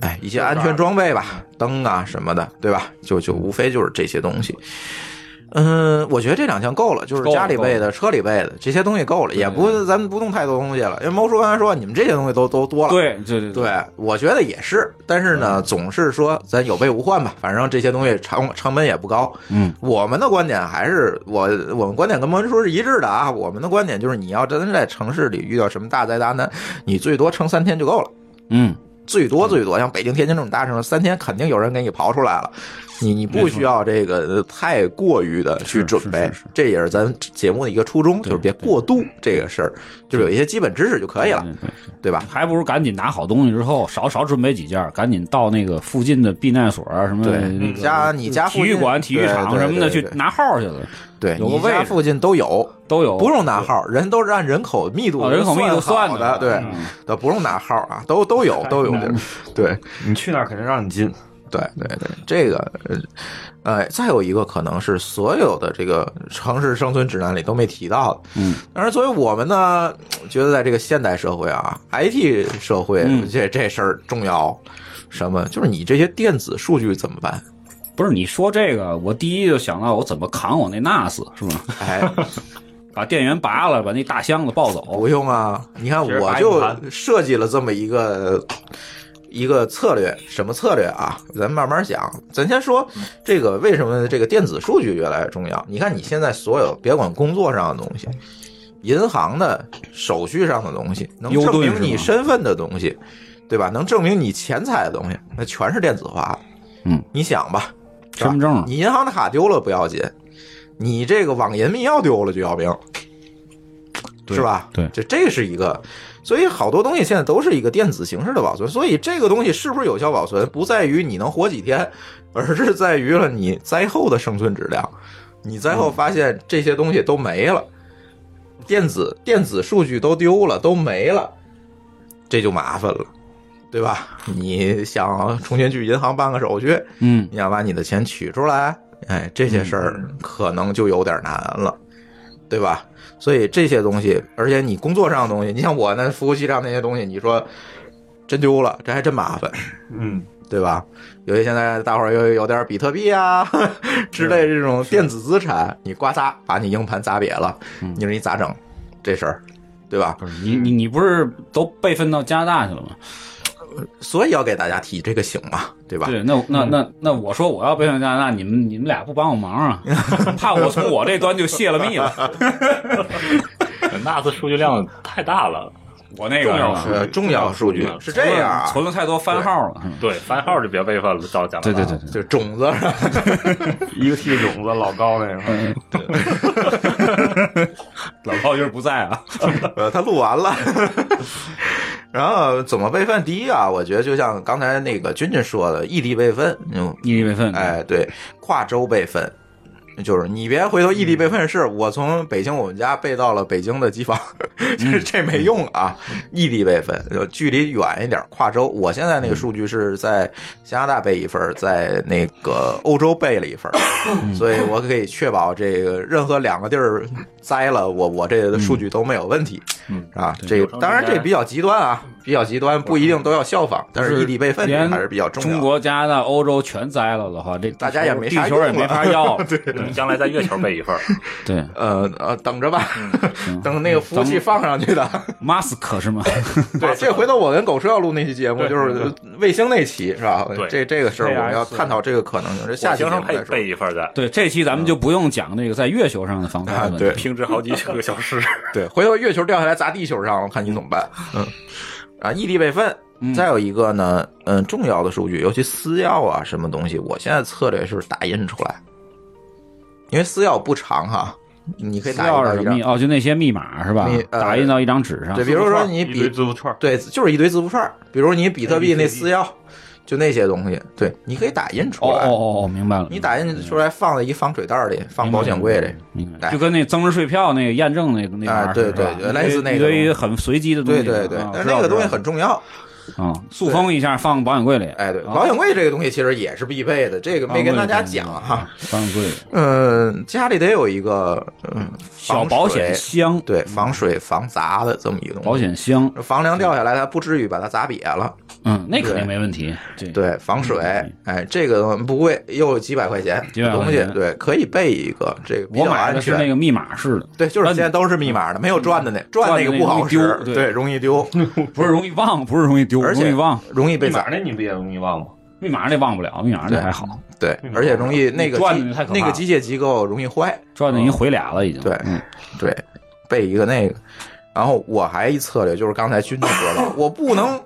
S3: 哎，一些安全装备吧，灯啊什么的，对吧？就就无非就是这些东西。嗯，我觉得这两项够了，就是
S4: 够了
S3: 家里备
S4: 够
S3: 的、车里备的这些东西够了，也不，咱们不弄太多东西了。因为猫叔刚才说，你们这些东西都都多了，
S4: 对嗯对对
S3: 对，我觉得也是，但是呢，总是说咱有备无患吧，反正这些东西成成本也不高。
S4: 嗯，
S3: 我们的观点还是我我们观点跟蒙叔是一致的啊。我们的观点就是，你要真是在城市里遇到什么大灾大难，你最多撑三天就够了，
S4: 嗯，
S3: 最多最多，像北京、天津这种大城市，三天肯定有人给你刨出来了。你你不需要这个呃太过于的去准备，这也是咱节目的一个初衷，就是别过度这个事儿，就是有一些基本知识就可以了，对吧？
S4: 还不如赶紧拿好东西之后，少少准备几件儿，赶紧到那个附近的避难所啊，什么
S3: 对
S4: 那个
S3: 家你家附
S4: 体
S3: 近
S4: 育馆、体育场
S3: 对对
S4: 什么的
S3: 对
S4: 去
S3: 对
S4: 拿号去了。
S3: 对，
S4: 有个
S3: 你
S4: 位
S3: 家
S4: 置
S3: 附近都有，
S4: 都有
S3: 不用拿号，人都是按人口密度
S4: 哦人口密度算
S3: 算好
S4: 的
S3: 的，对
S4: 嗯，
S3: 都不用拿号啊，都都有都有地儿，对
S5: 你去那儿肯定让你进。
S3: 对对对，这个呃呃，再有一个可能是所有的这个城市生存指南里都没提到的，
S4: 嗯，
S3: 但是作为我们呢，觉得在这个现代社会啊，IT 社会
S4: 嗯
S3: 这这事儿重要，什么就是你这些电子数据怎么办？
S4: 不是你说这个，我第一就想到我怎么扛我那 NAS 是吧？
S3: 哎，
S4: 把电源拔了，把那大箱子抱走。
S3: 不用啊，你看
S4: 其实
S3: 我
S4: 还有
S3: 就设计了这么一个一个策略，什么策略啊？咱慢慢想。咱先说
S4: 嗯
S3: 这个为什么这个电子数据越来越重要？你看你现在所有，别管工作上的东西。银行的手续上的东西，能
S4: 优
S3: 证
S4: 盾
S3: 明
S4: 是
S3: 你
S4: 吗
S3: 身份的东西，对吧？能证明你钱财的东西，那全是电子化的。
S4: 嗯，
S3: 你想吧，是
S4: 身
S3: 吧
S4: 份证
S3: 你银行的卡丢了不要紧，你这个网银密钥丢了就要命，
S4: 对
S3: 是吧？
S4: 对
S3: 这这是一个，所以好多东西现在都是一个电子形式的保存。所以这个东西是不是有效保存，不在于你能活几天，而是在于了你灾后的生存质量。你灾后发现这些东西都没了，电子电子数据都丢了，都没了，这就麻烦了。对吧？你想重新去银行办个手续，
S4: 嗯，
S3: 你想把你的钱取出来，哎，这些事儿可能就有点难了，对吧？所以这些东西，而且你工作上的东西，你像我那服务器上那些东西，你说真丢了，这还真麻烦，
S5: 嗯，
S3: 对吧？尤其现在大伙儿又有点比特币啊 之类这种电子资产，你呱嚓把你硬盘砸瘪了，你说你咋整这事儿，对吧？
S4: 你你你不是都备份到加拿大去了吗？
S3: 所以要给大家提这个醒嘛，对吧？嗯
S4: 对，那那那那我说我要背上加拿大，你们你们俩不帮我忙 啊？怕我从我这端就泄了密了。
S6: 那次数据量太大了，
S4: 我那个
S6: 重要数据
S3: 呃重要数据是这样啊
S4: 存了太多番号了。
S6: 对，番号就别备份了，到加拿大。
S4: 对对对对，
S3: 就种子，
S5: 一个屉种子，老高 那个，
S4: 老高就是不在 啊，
S3: 呃，他录完了。 然后怎么备份？第一啊，我觉得就像刚才那个君君说的，异地备份，嗯，
S4: 异地备份，
S3: 哎，对，跨州备份，就是你别回头异地备份是，我从北京我们家备到了北京的机房， 这这没用啊，异地备份，就距离远一点，跨州。我现在那个数据是在加拿大备一份儿，在那个欧洲备了一份儿，所以我可以确保这个任何两个地儿栽了，我我这个数据都没有问题。
S6: 嗯
S3: 啊，这个当然这比较极端啊，比较极端，不一定都要效仿，但是异地备份这个还是比较重
S4: 中
S3: 要。
S4: 国、加拿大、欧洲全栽了的话，这大
S3: 大家也没啥。
S4: 地球也没法要
S3: 对，
S6: 将来在月球备一份儿。
S4: 对，
S3: 呃呃，等着吧，
S4: 嗯
S3: 等那个服务器放上去的。
S4: Mask 是吗？
S3: 对，这回头我跟狗叔要录那期节目，
S4: 对
S3: 就是卫星那期是吧？
S4: 对
S3: 这这个事儿我们要
S4: AIS
S3: 探讨这个可能性， 这下期节目再说。
S6: 一份 的。
S4: 对，这期咱们就不用讲那个在月球上的防
S3: 啊
S4: 灾了。
S3: 对
S6: 停止好几个小时。
S3: 对，回头月球掉下来砸地球上，我看你怎 么办。嗯，啊，异地备份。再有一个呢，嗯，重要的数据，尤其私钥啊，什么东西，我现在策略是打印出来，因为私钥不长哈，你可以打印
S4: 要是
S3: 到一
S4: 什么
S3: 张
S4: 密？哦，就那些密码是吧
S3: 你？呃
S4: 打印到一张纸上。
S3: 对，比如说你比字符
S5: 串，
S3: 对，就是一堆字符串儿，比如你比特币那私钥，就那些东西，对，你可以打印出来。
S4: 哦哦哦，明白了。
S3: 你打印出来放在一防水袋里，放保险柜里。
S4: 明
S3: 白
S4: 就跟那增值税票那个验证那个那玩意
S3: 啊
S4: 儿
S3: 对
S4: 是吧
S3: 对类似那个
S4: 一堆很随机的东西。
S3: 对对对
S4: 啊，
S3: 但是那个东西很重要。
S4: 啊，塑封一下放保险柜里。
S3: 哎，对，
S4: 啊
S3: 保险柜这个东西其实也是必备的，这个没跟大家讲啊哈。
S4: 保险柜里。
S3: 嗯，家里得有一个嗯
S4: 小保险箱，
S3: 对，防水防砸的这么一个东西。
S4: 保险箱，
S3: 房梁掉下来，它不至于把它砸瘪了。
S4: 嗯，那肯
S3: 对
S4: 定没问题。对
S3: 对，防水，哎，这个东西不贵，又几百块钱，
S4: 嗯几百
S3: 这
S4: 块
S3: 东西
S4: 钱
S3: 对，可以备一个，这个比
S4: 我
S3: 较
S4: 买
S3: 安
S4: 的是
S3: 全。
S4: 那个密码式 的，
S3: 对，就是现在都是密码的，没有转的那转那个不好使
S4: 转的那个容易丢，对
S3: 对，容易丢，
S4: 不是容易忘，不是容易丢，
S3: 而且
S4: 容易忘，
S3: 容易被砸。
S5: 那你不也容易忘吗？
S4: 密码那忘不了，密码那还好。
S3: 对，而且容易那个
S4: 转
S3: 机
S4: 的太可怕了
S3: 那个机械机构容易坏，
S4: 转的已经毁俩了，已经。
S3: 嗯
S4: 嗯
S3: 对，对，备一个那个。然后我还一策略就是刚才君君说的，我不能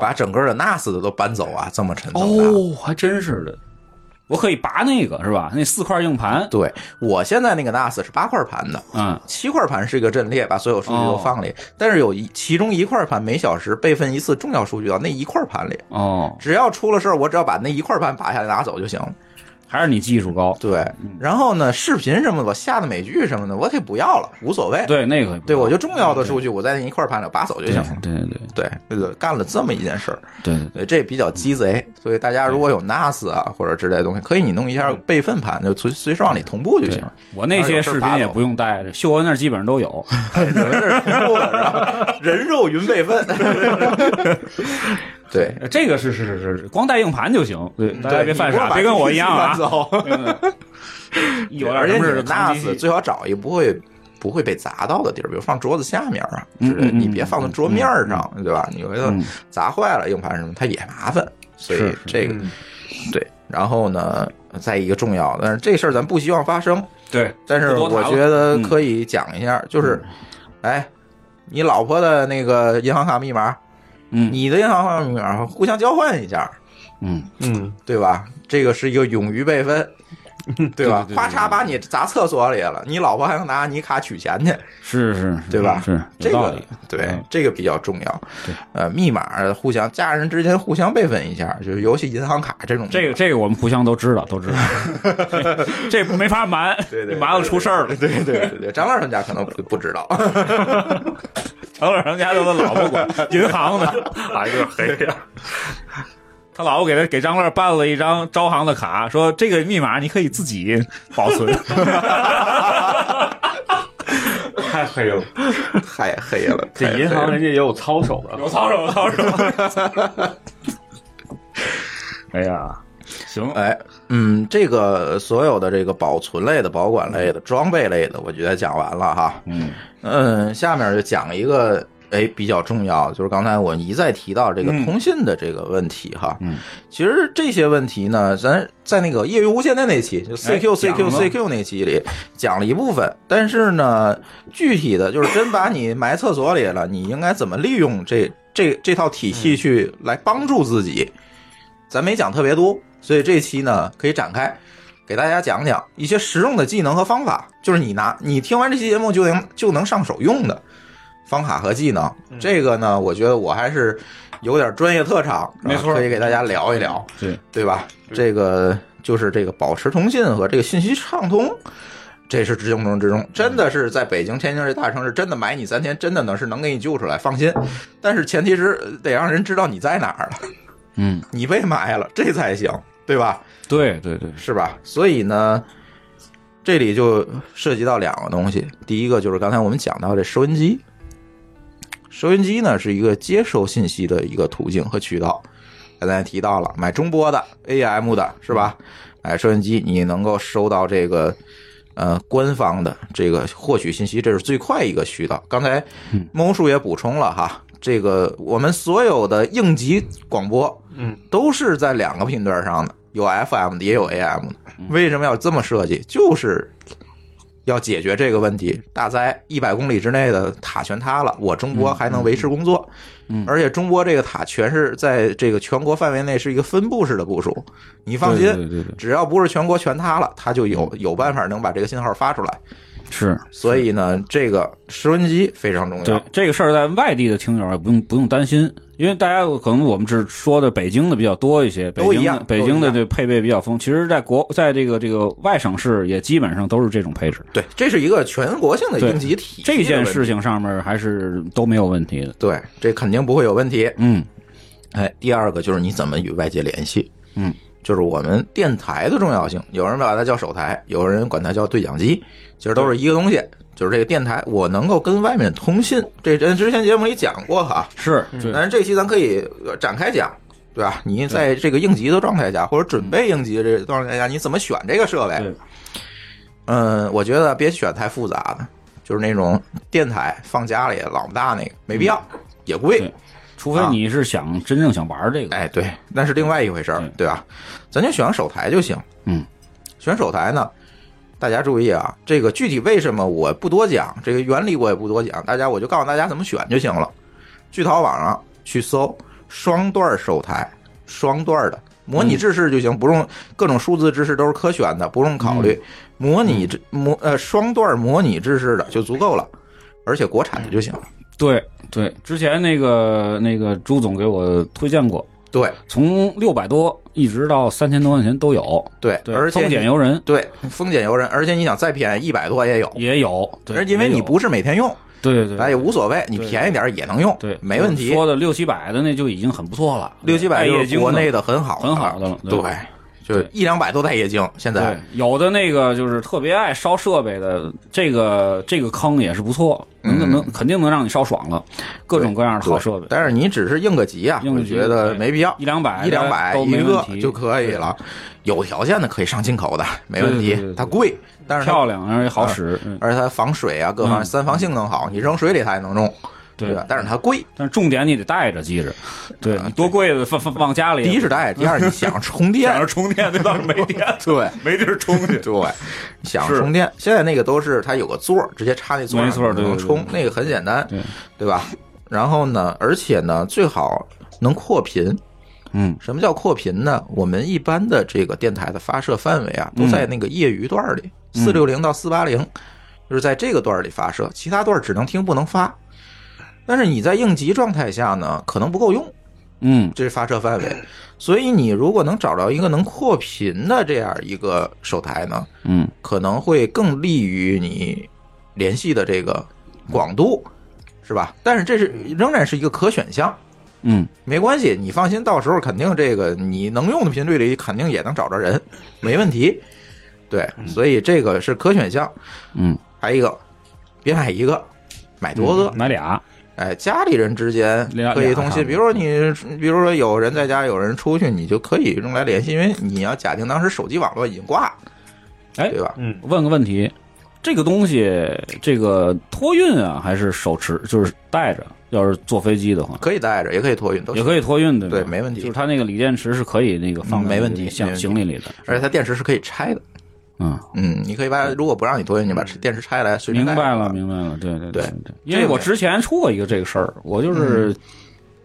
S3: 把整个的 NAS 的都搬走啊，这么沉重的。
S4: 哦，还真是的。我可以拔那个是吧？那四块硬盘，
S3: 对我现在那个 NAS 是八块盘的，
S4: 嗯，
S3: 七块盘是一个阵列，把所有数据都放
S4: 哦
S3: 里，但是有一其中一块盘每小时备份一次重要数据到那一块盘里，
S4: 哦，
S3: 只要出了事儿，我只要把那一块盘拔下来拿走就行了。
S4: 还是你技术高，
S3: 对。
S4: 嗯
S3: 然后呢，视频什么的，我下的美剧什么的，我可以不要了，无所谓。
S4: 对，那个
S3: 对我就重要的数据，我在那一块盘里拔走就行了。
S4: 对对
S3: 对对，干了这么一件事儿，
S4: 对
S3: 对，这比较鸡贼。
S4: 嗯
S3: 所以大家如果有 NAS 啊或者之类的东西，可以你弄一下
S4: 嗯
S3: 备份盘，就随随时往里同步就行。
S4: 我那些视频也不用带着，秀恩那儿基本上都 有。
S3: 人肉云备份，对，
S4: 这个是是是是，光带硬盘就行。对，大家别犯
S3: 你不
S4: 傻，
S3: 要把
S4: 别跟我一样啊
S3: 这。个信息搬走
S4: 有点
S3: 而且
S4: 什
S3: 你
S4: 么事
S3: 的
S4: 儿扛机器
S3: NAS 最好找一个不会不会被砸到的地儿，比如放桌子下面啊之
S4: 嗯
S3: 类的，你别放在桌面上，对吧？你回头砸坏了硬盘什么，它也麻烦。所以
S4: 是
S3: 这个对，然后呢，再一个重要的，但是这事儿咱不希望发生，
S4: 对，
S3: 但是我觉得可以讲一下，就是，哎，你老婆的那个银行卡密码，
S4: 嗯，
S3: 你的银行卡密码互相交换一下，
S4: 嗯
S5: 嗯，
S3: 对吧？这个是一个勇于备份，对吧？
S4: 对对对
S3: 咔嚓把你砸厕所里了，你老婆还能拿你卡取钱去，
S4: 是是，
S3: 对吧？
S4: 是
S3: 这
S4: 有道
S3: 个
S4: 理。
S3: 对这个比较重要。呃，密码互相家人之间互相备份一下，就是尤其银行卡这种。
S4: 这个这个我们互相都知道，都知道， 这这没法瞒，
S3: 对对，
S4: 瞒了出事儿了。
S3: 对对对对，张乐他们家可能不不知道，
S4: 张乐他们家都老不管 银行的，
S6: 挨个黑呀。
S4: 他老婆给他给张乐办了一张招行的卡，说这个密码你可以自己保 存。
S5: 太黑了，
S3: 太黑了。
S5: 这银行
S7: 呃
S5: 人家也有操守的，
S4: 有操守，有操守。哎呀，行，
S3: 哎，嗯，这个所有的这个保存类的、保管类的、装备类的，我觉得讲完了哈。
S4: 嗯
S3: 嗯，下面就讲一个，哎，比较重要，就是刚才我一再提到这个
S4: 嗯
S3: 通信的这个问题哈。嗯，其实这些问题呢，咱在那个业余无线电那期，就
S4: 哎
S3: CQ
S4: 讲了
S3: CQ CQ 那期里讲了一部分，但是呢，具体的就是真把你埋厕所里了，你应该怎么利用这这这套体系
S4: 嗯
S3: 去来帮助自己？咱没讲特别多，所以这期呢可以展开给大家讲讲一些实用的技能和方法，就是你拿你听完这期节目就能就能上手用的方法和技能。
S4: 嗯
S3: 这个呢，我觉得我还是有点专业特长，啊
S4: 没错嗯
S3: 可以给大家聊一聊，
S4: 对
S3: 对吧？这个就是这个保持通信和这个信息畅通。这是执行中之中，真的是在北京、天津这大城市，真的买你三天，真的呢是能给你救出来，放心。但是前提是呃得让人知道你在哪儿了。
S4: 嗯，
S3: 你被埋了，这才行，对吧？
S4: 对对对，
S3: 是吧？所以呢，这里就涉及到两个东西，第一个就是刚才我们讲到这收音机，收音机呢是一个接收信息的一个途径和渠道，刚才提到了买中波的 AM 的是吧？哎，收音机你能够收到这个。呃，官方的这个获取信息，这是最快一个渠道。刚才
S4: 嗯
S3: 猫叔也补充了哈，这个我们所有的应急广播，
S5: 嗯，
S3: 都是在两个频段上的，有 FM 的也有 AM 的。
S4: 嗯
S3: 为什么要这么设计？就是要解决这个问题。大灾一百公里之内的塔全塌了，我中波还能维持工作，
S4: 嗯
S3: 而且中波这个塔全是在这个全国范围内是一个分布式的部署，你放心，
S4: 对对对对
S3: 只要不是全国全塌了，它就有有办法能把这个信号发出来。
S4: 是。
S3: 所以呢，这个收音机非常重
S4: 对
S3: 要。
S4: 这个事儿，在外地的听友也不用不用担心，因为大家可能我们只说的北京的比较多一些，北
S3: 都一
S4: 京
S3: 样
S4: 的北京的这配备比较丰。其实，在国在这个这个外省市也基本上都是这种配置。
S3: 对，这是一个全国性的
S4: 对
S3: 应急体系的
S4: 这件
S3: 问题
S4: 事情上面还是都没有问题的。
S3: 对，这肯定不会有问题。
S4: 嗯，
S3: 哎，第二个就是你怎么与外界联系。
S4: 嗯，
S3: 就是我们电台的重要性，有人把它叫手台，有人管它叫对讲机，其实都是一个东西。就是这个电台，我能够跟外面通信，这咱之前节目里讲过哈。
S4: 是，
S3: 但是这期咱可以呃展开讲，对吧？你在这个应急的状态下，或者准备应急的这个状态下，你怎么选这个设备？嗯，我觉得别选太复杂的，就是那种电台放家里老大那个，没必要，也贵。
S4: 除非你是想、真正想玩这个，
S3: 啊哎，对，那是另外一回事儿，对吧？咱就选手台就行。
S4: 嗯，
S3: 选手台呢，大家注意啊，这个具体为什么我不多讲，这个原理我也不多讲，大家我就告诉大家怎么选就行了。去淘宝上去搜双段手台，双段的模拟制式就行，不用各种数字制式都是可选的，不用考虑。模拟制模呃双段模拟制式的就足够了，而且国产的就行。
S4: 对对，之前那个那个朱总给我推荐过，
S3: 对，
S4: 从六百多一直到三千多块钱都有，
S3: 对，
S4: 对
S3: 而且
S4: 丰
S3: 你
S4: 俭由人，
S3: 对，丰俭由人，而且你想再便宜一百多也有，
S4: 也有，对
S3: 而因为
S4: 也有
S3: 你不是每天用，
S4: 对对
S3: 哎
S4: 对，
S3: 也无所谓，你便宜点儿也能用，
S4: 对，
S3: 没问题。
S4: 说的六七百的那就已经很不错了，
S3: 六七百
S4: 带
S3: 就
S4: 液
S3: 是
S4: 晶
S3: 国内的很好
S4: 很好的了，
S3: 对，就
S4: 对
S3: 一两百都带液晶，现在
S4: 对，有的那个就是特别爱烧设备的，这个这个坑也是不错，能
S3: 嗯
S4: 能肯定能让你烧爽了，各种各样的好设备。
S3: 但是你只是应个急啊，
S4: 应
S3: 我
S4: 个急
S3: 觉得没必要，
S4: 一两百
S3: 一两百
S4: 都没
S3: 一
S4: 问
S3: 个
S4: 题
S3: 就可以了。有条件的可以上进口的，没问
S4: 对
S3: 题
S4: 对对对，
S3: 它贵，但是它
S4: 漂亮，而且好使，嗯
S3: 而且它防水啊，各方面
S4: 嗯
S3: 三防性能好，你扔水里它也能用，
S4: 对
S3: 对吧？但是它贵，
S4: 但是重点你得带着，记着，对，你多贵的放放放家里，
S3: 嗯第一是带，第二你想充 电，
S4: 想着充电，这倒是没电，
S3: 对，
S4: 没地儿充去，
S3: 对，想充电。现在那个都是它有个座儿，直接插那座
S4: 没
S3: 儿
S4: 错
S3: 上就
S4: 对对
S3: 能
S4: 对
S3: 充，那个很简单，对吧？然后呢，而且呢，最好能扩频，嗯，什么叫扩频呢？我们一般的这个电台的发射范围啊，都在那个业余段里，
S4: 嗯
S3: 四六零到四八零，就是在这个段里发射，其他段只能听不能发。但是你在应急状态下呢，可能不够用，
S4: 嗯，
S3: 这是发射范围。所以你如果能找到一个能扩频的这样一个手台呢，
S4: 嗯，
S3: 可能会更利于你联系的这个广度，是吧？但是这是仍然是一个可选项。
S4: 嗯，
S3: 没关系，你放心，到时候肯定这个你能用的频率里肯定也能找着人，没问题。对，所以这个是可选项。
S4: 嗯，
S3: 还一个，别买一个，买多个，
S4: 买俩。
S3: 哎，家里人之间可以通信，比如说你，比如说有人在家，有人出去，你就可以用来联系，因为你要假定当时手机网络已经挂了，
S4: 哎，
S3: 对吧？
S5: 嗯，
S4: 问个问题，这个东西，这个托运啊，还是手持，就是带着？要是坐飞机的话，
S3: 可以带着，也可以托运，都
S4: 也可以托运的，
S3: 对，没问题。嗯
S4: 就是它那个锂电池是可以那个放
S3: 没问题，
S4: 像行李里的，
S3: 而且它电池是可以拆的。
S4: 嗯
S3: 嗯，你可以把如果不让你托运，你把电池拆来，随
S4: 明
S3: 便带
S4: 白了，明白了，对对
S3: 对，
S4: 因为我之前出过一个这个事儿，我就是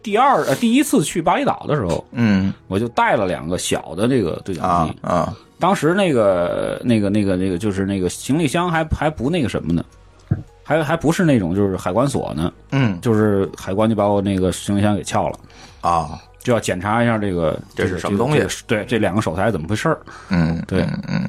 S4: 第二呃第一次去巴厘岛的时候，
S3: 嗯，
S4: 我就带了两个小的这个对讲机
S3: 啊，
S4: 当时那个那个那个那个就是那个行李箱还还不那个什么呢，还还不是那种就是海关锁呢，
S3: 嗯，
S4: 就是海关就把我那个行李箱给撬了
S3: 啊。
S4: 就要检查一下这个
S3: 这是什么东西
S4: 这个这个对，这两个手台怎么回事儿？
S3: 嗯，
S4: 对，
S3: 嗯，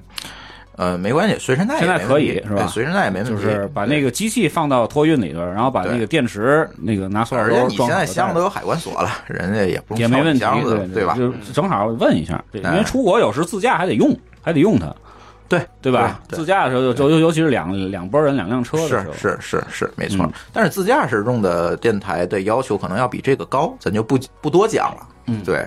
S3: 呃，没关系，随身带也
S4: 现在
S3: 没
S4: 可
S3: 问
S4: 以
S3: 题
S4: 是吧？
S3: 对随身带也没问
S4: 就
S3: 题。
S4: 是把那个机器放到托运里边，然后把那个电池那个拿塑料
S3: 而且
S4: 兜
S3: 你
S4: 装
S3: 现
S4: 好
S3: 在
S4: 了
S3: 箱
S4: 带
S3: 都有海关锁了，人家也不
S4: 也
S3: 用
S4: 没
S3: 撬
S4: 问
S3: 你
S4: 题，
S3: 箱子，
S4: 对
S3: 吧？
S4: 就正好问一下，对因
S3: 嗯
S4: 为出国有时自驾还得用，还得用它，
S3: 对
S4: 对吧？
S3: 对对
S4: 自驾的时候，就尤尤其是两两拨人、两辆车的时
S3: 是
S4: 候，嗯
S3: 是是是，没错。但是自驾时用的电台的要求可能要比这个高，咱就不不多讲了。
S4: 嗯
S3: 对，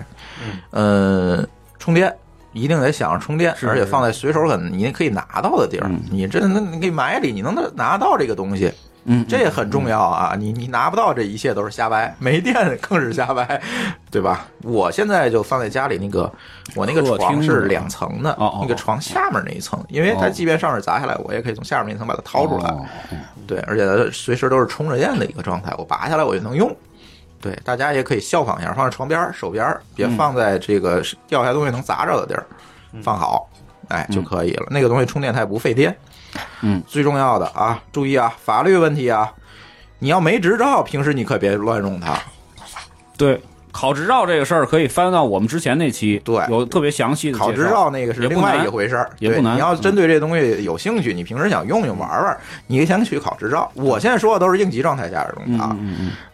S3: 嗯、充电一定得想着充电，
S4: 是嗯
S3: 而且
S4: 是
S3: 放在随手可你可以拿到的地儿。你这那你给埋里，你能拿到这个东西。
S4: 嗯，
S3: 这也很重要啊！你你拿不到，这一切都是瞎掰，没电 更是瞎掰，对吧？我现在就放在家里那个，我那个
S4: 客
S3: 床
S4: 厅
S3: 是
S4: 是吧
S3: 两层的，
S4: 哦哦
S3: 那个床下面那一层，因为它
S4: 哦
S3: 即便上面砸下来，我也可以从下面那层把它掏出来。
S4: 哦
S3: 对，而且它随时都是充着电的一个状态，我拔下来我就能用。对，大家也可以效仿一下，放在床边儿、手边儿，别
S4: 嗯
S3: 放在这个掉下来东西能砸着的地儿，放好，哎就可以了。那个东西充电它也不费电。
S4: 嗯，
S3: 最重要的啊，注意啊，法律问题啊，你要没执照，平时你可别乱用它。
S4: 对。考执照这个事儿可以翻到我们之前那期，
S3: 对，
S4: 有特别详细的介绍。
S3: 考执照那个是
S4: 也不
S3: 另外
S4: 难
S3: 一回事儿，
S4: 也不
S3: 对
S4: 难。嗯
S3: 你要针对这东西有兴趣，你平时想用用玩玩，你先去考执照。我现在说的都是应急状态下的东西啊。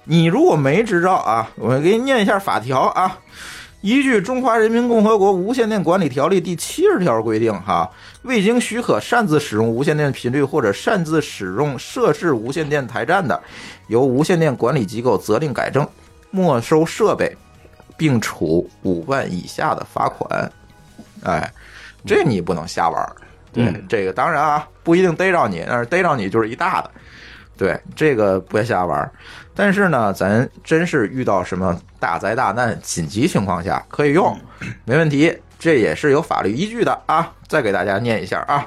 S3: 你如果没执照啊，我给你念一下法条啊。依据《中华人民共和国无线电管理条例》第七十条规定，哈，未经许可擅自使用无线电频率或者擅自使用设置无线电台站的，由无线电管理机构责令改正，没收设备，并处五万以下的罚款。哎，这你不能瞎玩儿。对，这个当然啊，不一定逮着你，但是逮着你就是一大的。对，这个别瞎玩儿。但是呢，咱真是遇到什么大灾大难、紧急情况下可以用，没问题，这也是有法律依据的啊。再给大家念一下啊。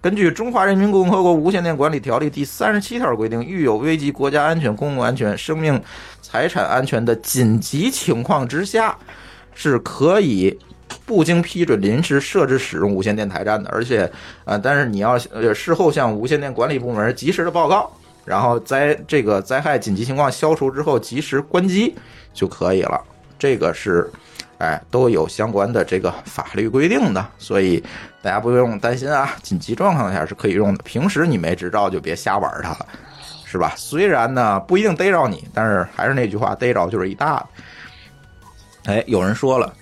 S3: 根据《中华人民共和国无线电管理条例》第三十七条规定，遇有危及国家安全、公共安全、生命财产安全的紧急情况之下，是可以不经批准临时设置使用无线电台站的，而且，呃，但是你要呃事后向无线电管理部门及时的报告，然后灾这个灾害紧急情况消除之后及时关机就可以了。这个是，哎，都有相关的这个法律规定的，所以大家不用担心啊，紧急状况下是可以用的。平时你没执照就别瞎玩它了，是吧？虽然呢不一定逮着你，但是还是那句话，逮着就是一大的。哎，有人说了，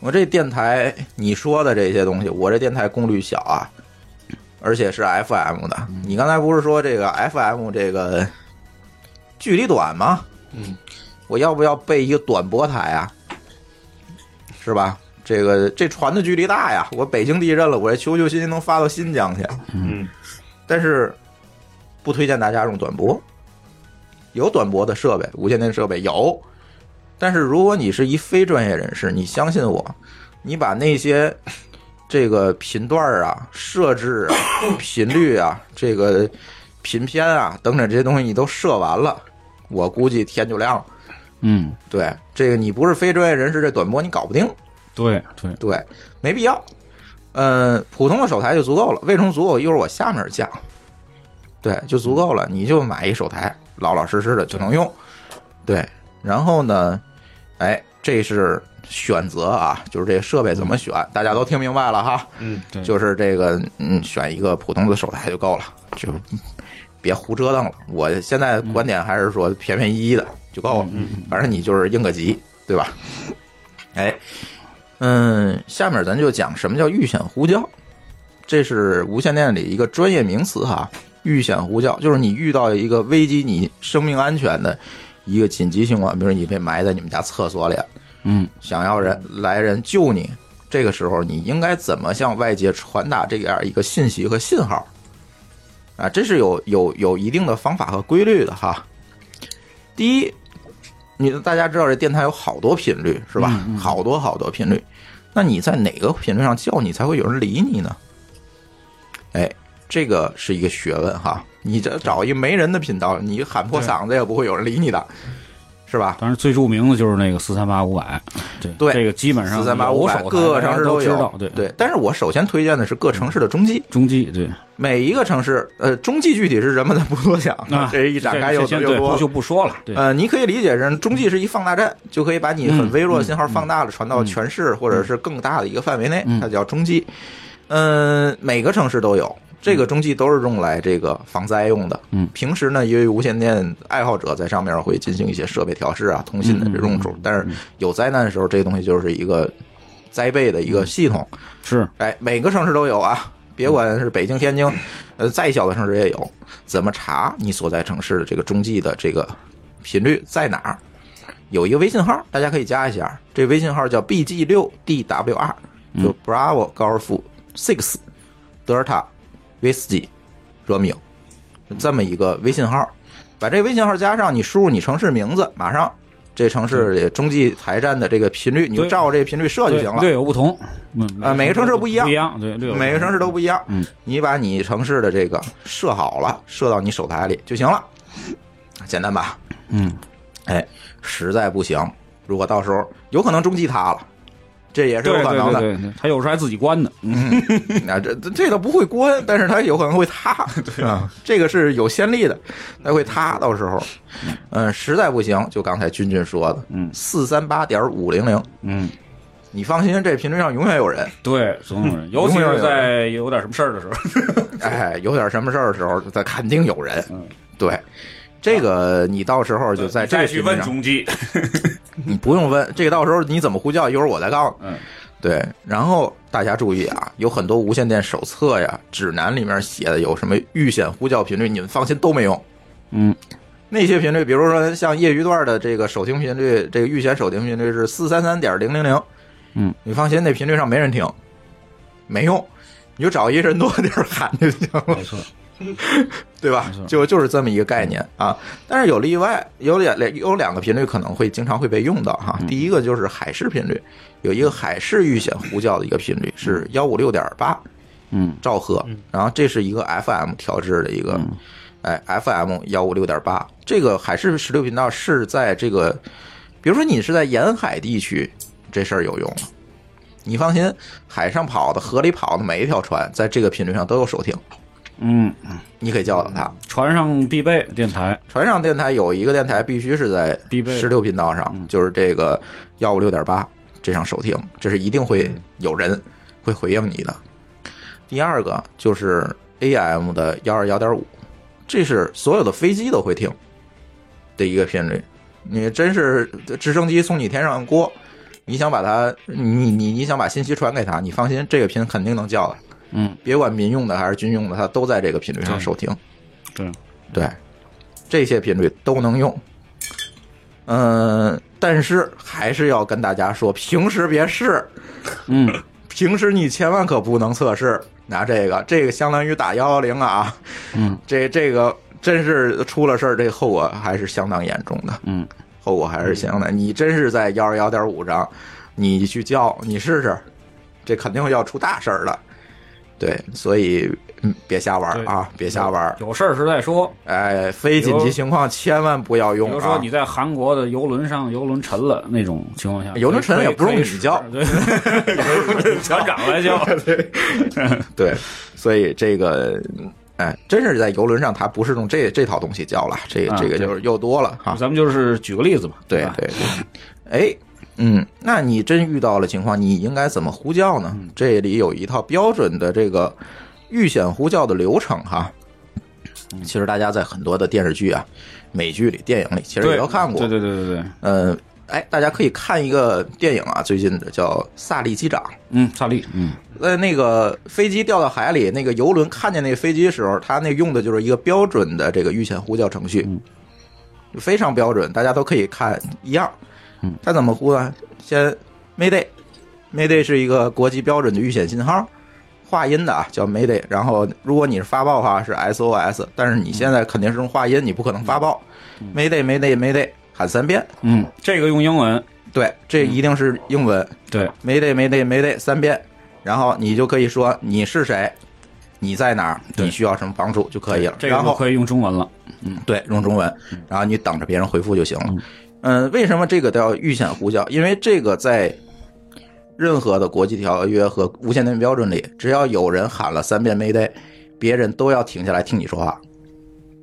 S3: 我这电台你说的这些东西，我这电台功率小啊，而且是 FM 的。你刚才不是说这个 FM 这个距离短吗？
S5: 嗯，
S3: 我要不要备一个短波台啊？是吧？这个这传的距离大呀，我北京地震了，我这求求心能发到新疆去。
S5: 嗯，
S3: 但是不推荐大家用短波。有短波的设备，无线电设备有，但是如果你是一非专业人士，你相信我，你把那些这个频段儿啊、设置啊、频率啊、这个频偏啊等等这些东西你都设完了，我估计天就亮了。
S4: 嗯，
S3: 对，这个你不是非专业人士，这短波你搞不定。
S4: 对
S5: 嗯
S4: 对
S3: 对，没必要。呃，普通的手台就足够了。为什么足够？一会儿我下面讲。对，就足够了。你就买一手台，老老实实的就能用。对，然后呢，哎，这是选择啊，就是这个设备怎么选，大家都听明白了哈。
S5: 嗯，对，
S3: 就是这个，嗯，选一个普通的手台就够了，就别胡折腾了。我现在
S5: 嗯
S3: 观点还是说便便宜宜的就够了，反正你就是应个急，对吧？哎，嗯，下面咱就讲什么叫预显呼叫，这是无线电里一个专业名词哈。预显呼叫就是你遇到一个危及你生命安全的一个紧急情况，比如你被埋在你们家厕所里，啊
S4: 嗯，
S3: 想要人来人救你，这个时候你应该怎么向外界传达这样一个信息和信号？啊，这是有有有一定的方法和规律的哈。第一，你大家知道这电台有好多频率是吧？好多好多频率，那你在哪个频率上叫你才会有人理你呢？哎，这个是一个学问哈。你这找一没人的频道，你喊破嗓子也不会有人理你的，是吧？
S4: 当然最著名的就是那个四三八五百，对
S3: 对，
S4: 这个基本上
S3: 四三八五
S4: 五
S3: 百各城市
S4: 都
S3: 都
S4: 知道
S3: 有，，
S4: 对
S3: 对。但是我首先推荐的是各城市的中继，
S4: 中继对，
S3: 每一个城市，呃，中继具体是什么咱不多讲，
S4: 啊
S3: 这哎一展开
S4: 这
S3: 又
S4: 个先
S3: 又
S4: 对
S3: 多了
S4: 就不说了，
S9: 嗯
S4: 对，
S3: 呃，你可以理解成中继是一放大站，就可以把你很微弱的信号放大了，传到全市或者是更大的一个范围内，
S4: 嗯
S3: 它叫中继。嗯，每个城市都有。这个中继都是用来这个防灾用的。
S4: 嗯，
S3: 平时呢，因为无线电爱好者在上面会进行一些设备调试啊、通信的这种
S4: 嗯
S3: 种，但是有灾难的时候，这个东西就是一个灾备的一个系统。
S4: 是，
S3: 哎，每个城市都有啊，别管是北京、天津，呃，再小的城市也有。怎么查你所在城市的这个中继的这个频率在哪儿？有一个微信号，大家可以加一下，这微信号叫 BG 六 DWR，就 Bravo 高尔夫 Six Delta Whiskey Romeo 这么一个微信号，把这个微信号加上，你输入你城市名字，马上。这城市里中继台站的这个频率，你就
S4: 对
S3: 照这个频率设就行了。
S4: 略有不同，
S9: 嗯
S3: 啊，每个城市不一样，
S4: 不一样，对，略有不同
S3: 每个城市都不一样。
S4: 嗯，
S3: 你把你城市的这个设好了，设到你手台里就行了，简单吧？
S4: 嗯，
S3: 哎，实在不行，如果到时候有可能中继塌了，这也是有
S4: 对
S3: 可能的。
S4: 对对对，他有时候还自己关的，
S3: 嗯，那这这这倒不会关，但是它有可能会塌，对啊，这个是有先例的，它会塌到时候，嗯，实在不行，就刚才君君说的，
S4: 嗯，
S3: 四三八点五零零，
S4: 嗯，
S3: 你放心，这频率上永远有人，
S4: 对，
S9: 嗯
S4: 总有人，尤其
S3: 永远有
S4: 是
S3: 人
S4: 在有点什么事儿的时候，
S3: 哎，有点什么事儿的时候，他肯定有人，对，这个你到时候就在这个
S6: 再
S3: 频
S6: 去
S3: 率
S6: 问
S3: 上
S6: 中继，
S3: 你不用问，这个到时候你怎么呼叫，一会儿我再告诉你。
S4: 嗯，
S3: 对。然后大家注意啊，有很多无线电手册呀、指南里面写的有什么预显呼叫频率，你们放心都没用。
S4: 嗯，
S3: 那些频率，比如说像业余段的这个手听频率，这个预显手听频率是四三三点零零零。
S4: 嗯，
S3: 你放心，那频率上没人听，没用，你就找一人多的地儿喊就行了。没
S4: 错。
S3: 对吧？就就是这么一个概念
S4: 嗯
S3: 啊。但是有例外，有两有两个频率可能会经常会被用到哈。第一个就是海事频率，有一个海事预显呼叫的一个频率是幺五六点八
S4: 嗯
S3: 兆赫，然后这是一个 FM 调制的一个，哎，FM 幺五六点八。这个海事十六频道是在这个，比如说你是在沿海地区，这事儿有用了。你放心，海上跑的、河里跑的每一条船，在这个频率上都有收听，
S4: 嗯，
S3: 你可以叫到它。
S4: 船上必备电台，
S3: 船上电台有一个电台必须是在十六频道
S4: 嗯
S3: 上，就是这个幺五六点八这上收听，这是一定会有人会回应你的。第二个就是 AM 的幺二幺点五，这是所有的飞机都会听的一个频率。你真是直升机从你天上过，你想把它，你你你想把信息传给他，你放心，这个频肯定能叫的。
S4: 嗯，
S3: 别管民用的还是军用的，它都在这个频率上收听。
S4: 对，
S3: 对，这些频率都能用。嗯、但是还是要跟大家说，平时别试。
S4: 嗯，
S3: 平时你千万可不能测试拿这个，这个相当于打幺幺零啊。
S4: 嗯，
S3: 这这个真是出了事儿，这个后果还是相当严重的。
S4: 嗯，
S3: 后果还是相当。你真是在幺二幺点五上，你去叫，你试试，这肯定要出大事儿了。对，所以嗯，别瞎玩儿啊，别瞎玩儿。
S9: 有事儿时再说。
S3: 哎，非紧急情况千万不要用
S9: 比
S3: 啊。
S9: 如说你在韩国的游轮上，游轮沉了那种情况下，
S3: 啊游轮沉了也不用你叫，
S9: 对， 船长来叫。
S3: 对，所以这个，哎，真是在游轮上，它不是用这这套东西教了，这个
S9: 啊
S3: 这个
S9: 对
S3: 就是又多了哈。
S9: 咱们就是举个例子嘛，
S3: 对对对，哎。嗯，那你真遇到了情况，你应该怎么呼叫
S9: 嗯
S3: 呢？这里有一套标准的这个预先呼叫的流程哈。
S9: 嗯
S3: 其实大家在很多的电视剧啊、美剧里、电影里，其实也都看过。
S9: 对对对对对，
S3: 呃，哎，大家可以看一个电影啊，最近的叫《萨利机长》。
S9: 嗯，萨利，嗯，
S3: 在呃那个飞机掉到海里，那个游轮看见那个飞机的时候，它那用的就是一个标准的这个预先呼叫程序，非常标准，大家都可以看一样。它怎么呼呢？先 Mayday，Mayday 是一个国际标准的预险信号，话音的啊，叫 Mayday。然后如果你是发报的话是 SOS，但是你现在肯定是用话音，你不可能发报。Mayday，Mayday，Mayday，喊三遍。
S9: 嗯，这个用英文。
S3: 对，这一定是英文。
S9: 对
S3: ，Mayday Mayday Mayday 三遍，然后你就可以说你是谁，你在哪儿，你需要什么帮助就可以了。
S9: 这
S3: 然
S9: 个
S3: 后
S9: 就嗯可以用中文了。嗯，
S3: 对，用中文，然后你等着别人回复就行了。嗯，为什么这个叫预先呼叫？因为这个在任何的国际条约和无线电标准里，只要有人喊了三遍 Mayday，别人都要停下来听你说话。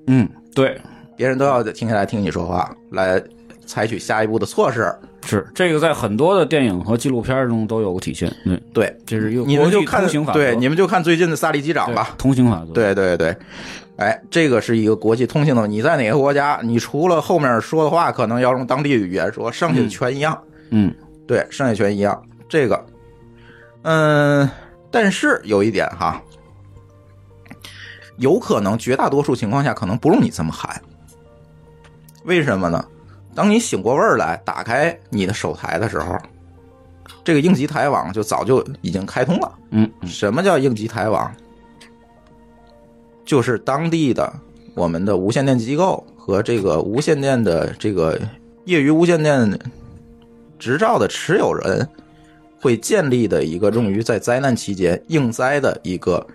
S9: 嗯，对，
S3: 别人都要停下来听你说话，来采取下一步的措施。
S9: 是这个在很多的电影和纪录片中都有个体现。对
S3: 对，
S9: 这是一个
S3: 你们
S9: 国
S3: 就
S9: 际
S3: 看
S9: 通行法则
S3: 对，你们就看最近的萨利机长吧，
S9: 通行法则。
S3: 对对对，哎，这个是一个国际通行的。你在哪个国家，你除了后面说的话可能要用当地语言说，剩下的全一样。
S9: 嗯，
S3: 对，剩下全一样。这个，嗯，但是有一点哈，有可能绝大多数情况下可能不用你这么喊，为什么呢？当你醒过味儿来，打开你的手台的时候，这个应急台网就早就已经开通了。
S9: 嗯，
S3: 什么叫应急台网？就是当地的我们的无线电机构和这个无线电的这个业余无线电执照的持有人会建立的一个用于在灾难期间应灾的一个，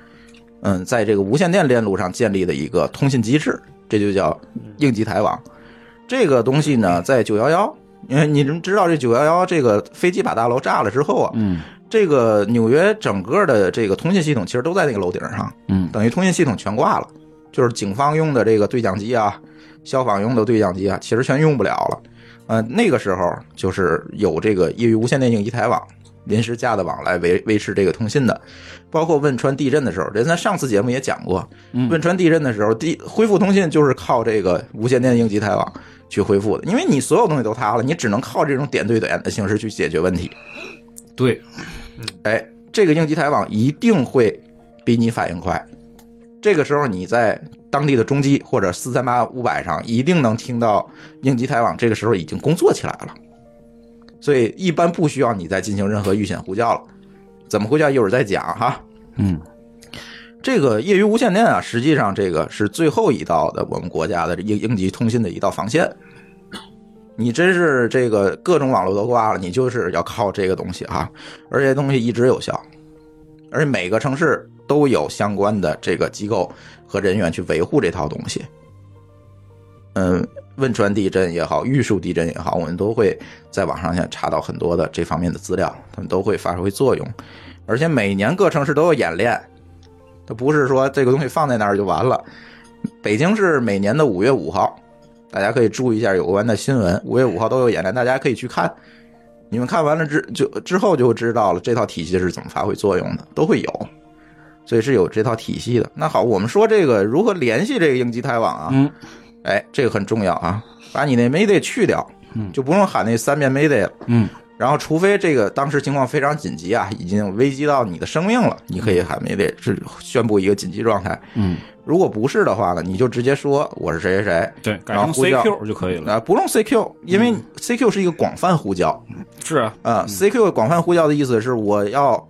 S3: 嗯，在这个无线电链路上建立的一个通信机制，这就叫应急台网。这个东西呢，在九幺幺，因为你们知道这九幺幺这个飞机把大楼炸了之后啊，
S9: 嗯，
S3: 这个纽约整个的这个通信系统其实都在那个楼顶上，
S9: 嗯，
S3: 等于通信系统全挂了，就是警方用的这个对讲机啊，消防用的对讲机啊，其实全用不了了。呃，那个时候就是有这个业余无线电应急台网临时架的网来维维持这个通信的，包括汶川地震的时候，人咱上次节目也讲过，汶川地震的时候，地恢复通信就是靠这个无线电应急台网去恢复的，因为你所有东西都塌了，你只能靠这种点对点的形式去解决问题。
S9: 对，
S3: 哎，这个应急台网一定会比你反应快。这个时候你在当地的中机或者四三八五百上，一定能听到应急台网这个时候已经工作起来了，所以一般不需要你再进行任何预险呼叫了。怎么呼叫一会儿再讲哈。
S9: 嗯，
S3: 这个业余无线电啊，实际上这个是最后一道的我们国家的应应急通信的一道防线。你真是这个各种网络都挂了，你就是要靠这个东西哈、而且这东西一直有效，而且每个城市都有相关的这个机构和人员去维护这套东西。嗯，汶川地震也好，玉树地震也好，我们都会在网上先查到很多的这方面的资料，他们都会发挥作用，而且每年各城市都有演练，它不是说这个东西放在那儿就完了。北京是每年的五月五号，大家可以注意一下有关的新闻，五月五号都有演练，大家可以去看。你们看完了之就之后就知道了这套体系是怎么发挥作用的，都会有，所以是有这套体系的。那好，我们说这个如何联系这个应急台网啊？
S9: 嗯，
S3: 哎，这个很重要啊，把你那 Mayday 去掉，就不用喊那三遍 Mayday 了。
S9: 嗯，
S3: 然后除非这个当时情况非常紧急啊，已经危及到你的生命了，你可以喊 Mayday，是宣布一个紧急状态。
S9: 嗯，
S3: 如果不是的话呢，你就直接说我是谁谁谁，
S9: 对，改
S3: 然
S9: 成
S3: 后呼叫
S9: CQ 就可以了。
S3: 啊，不用 CQ，因为
S9: 嗯
S3: CQ 是一个广泛呼叫。
S9: 是啊，
S3: 啊，CQ 广泛呼叫的意思是我要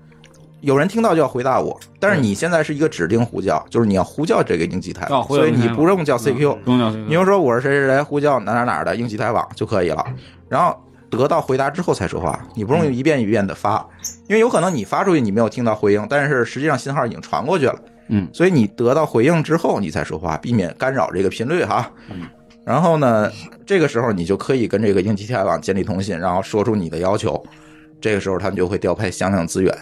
S3: 有人听到就要回答我，但是你现在是一个指定呼叫，就是你要呼叫这个应急台，
S9: 哦呼叫
S3: 所以
S9: 应急
S3: 你
S9: 台嗯
S3: 不用叫 CQ，
S9: 不用叫
S4: 嗯
S9: CQ
S3: 啊你就说我是谁谁谁呼叫哪哪哪儿的应急台网就可以了，然后得到回答之后才说话，你不用一遍一遍的发，因为有可能你发出去你没有听到回应，但是实际上信号已经传过去了。嗯，所以你得到回应之后，你才说话，避免干扰这个频率哈。然后呢，这个时候你就可以跟这个应急天网建立通信，然后说出你的要求。这个时候他们就会调配相应资源。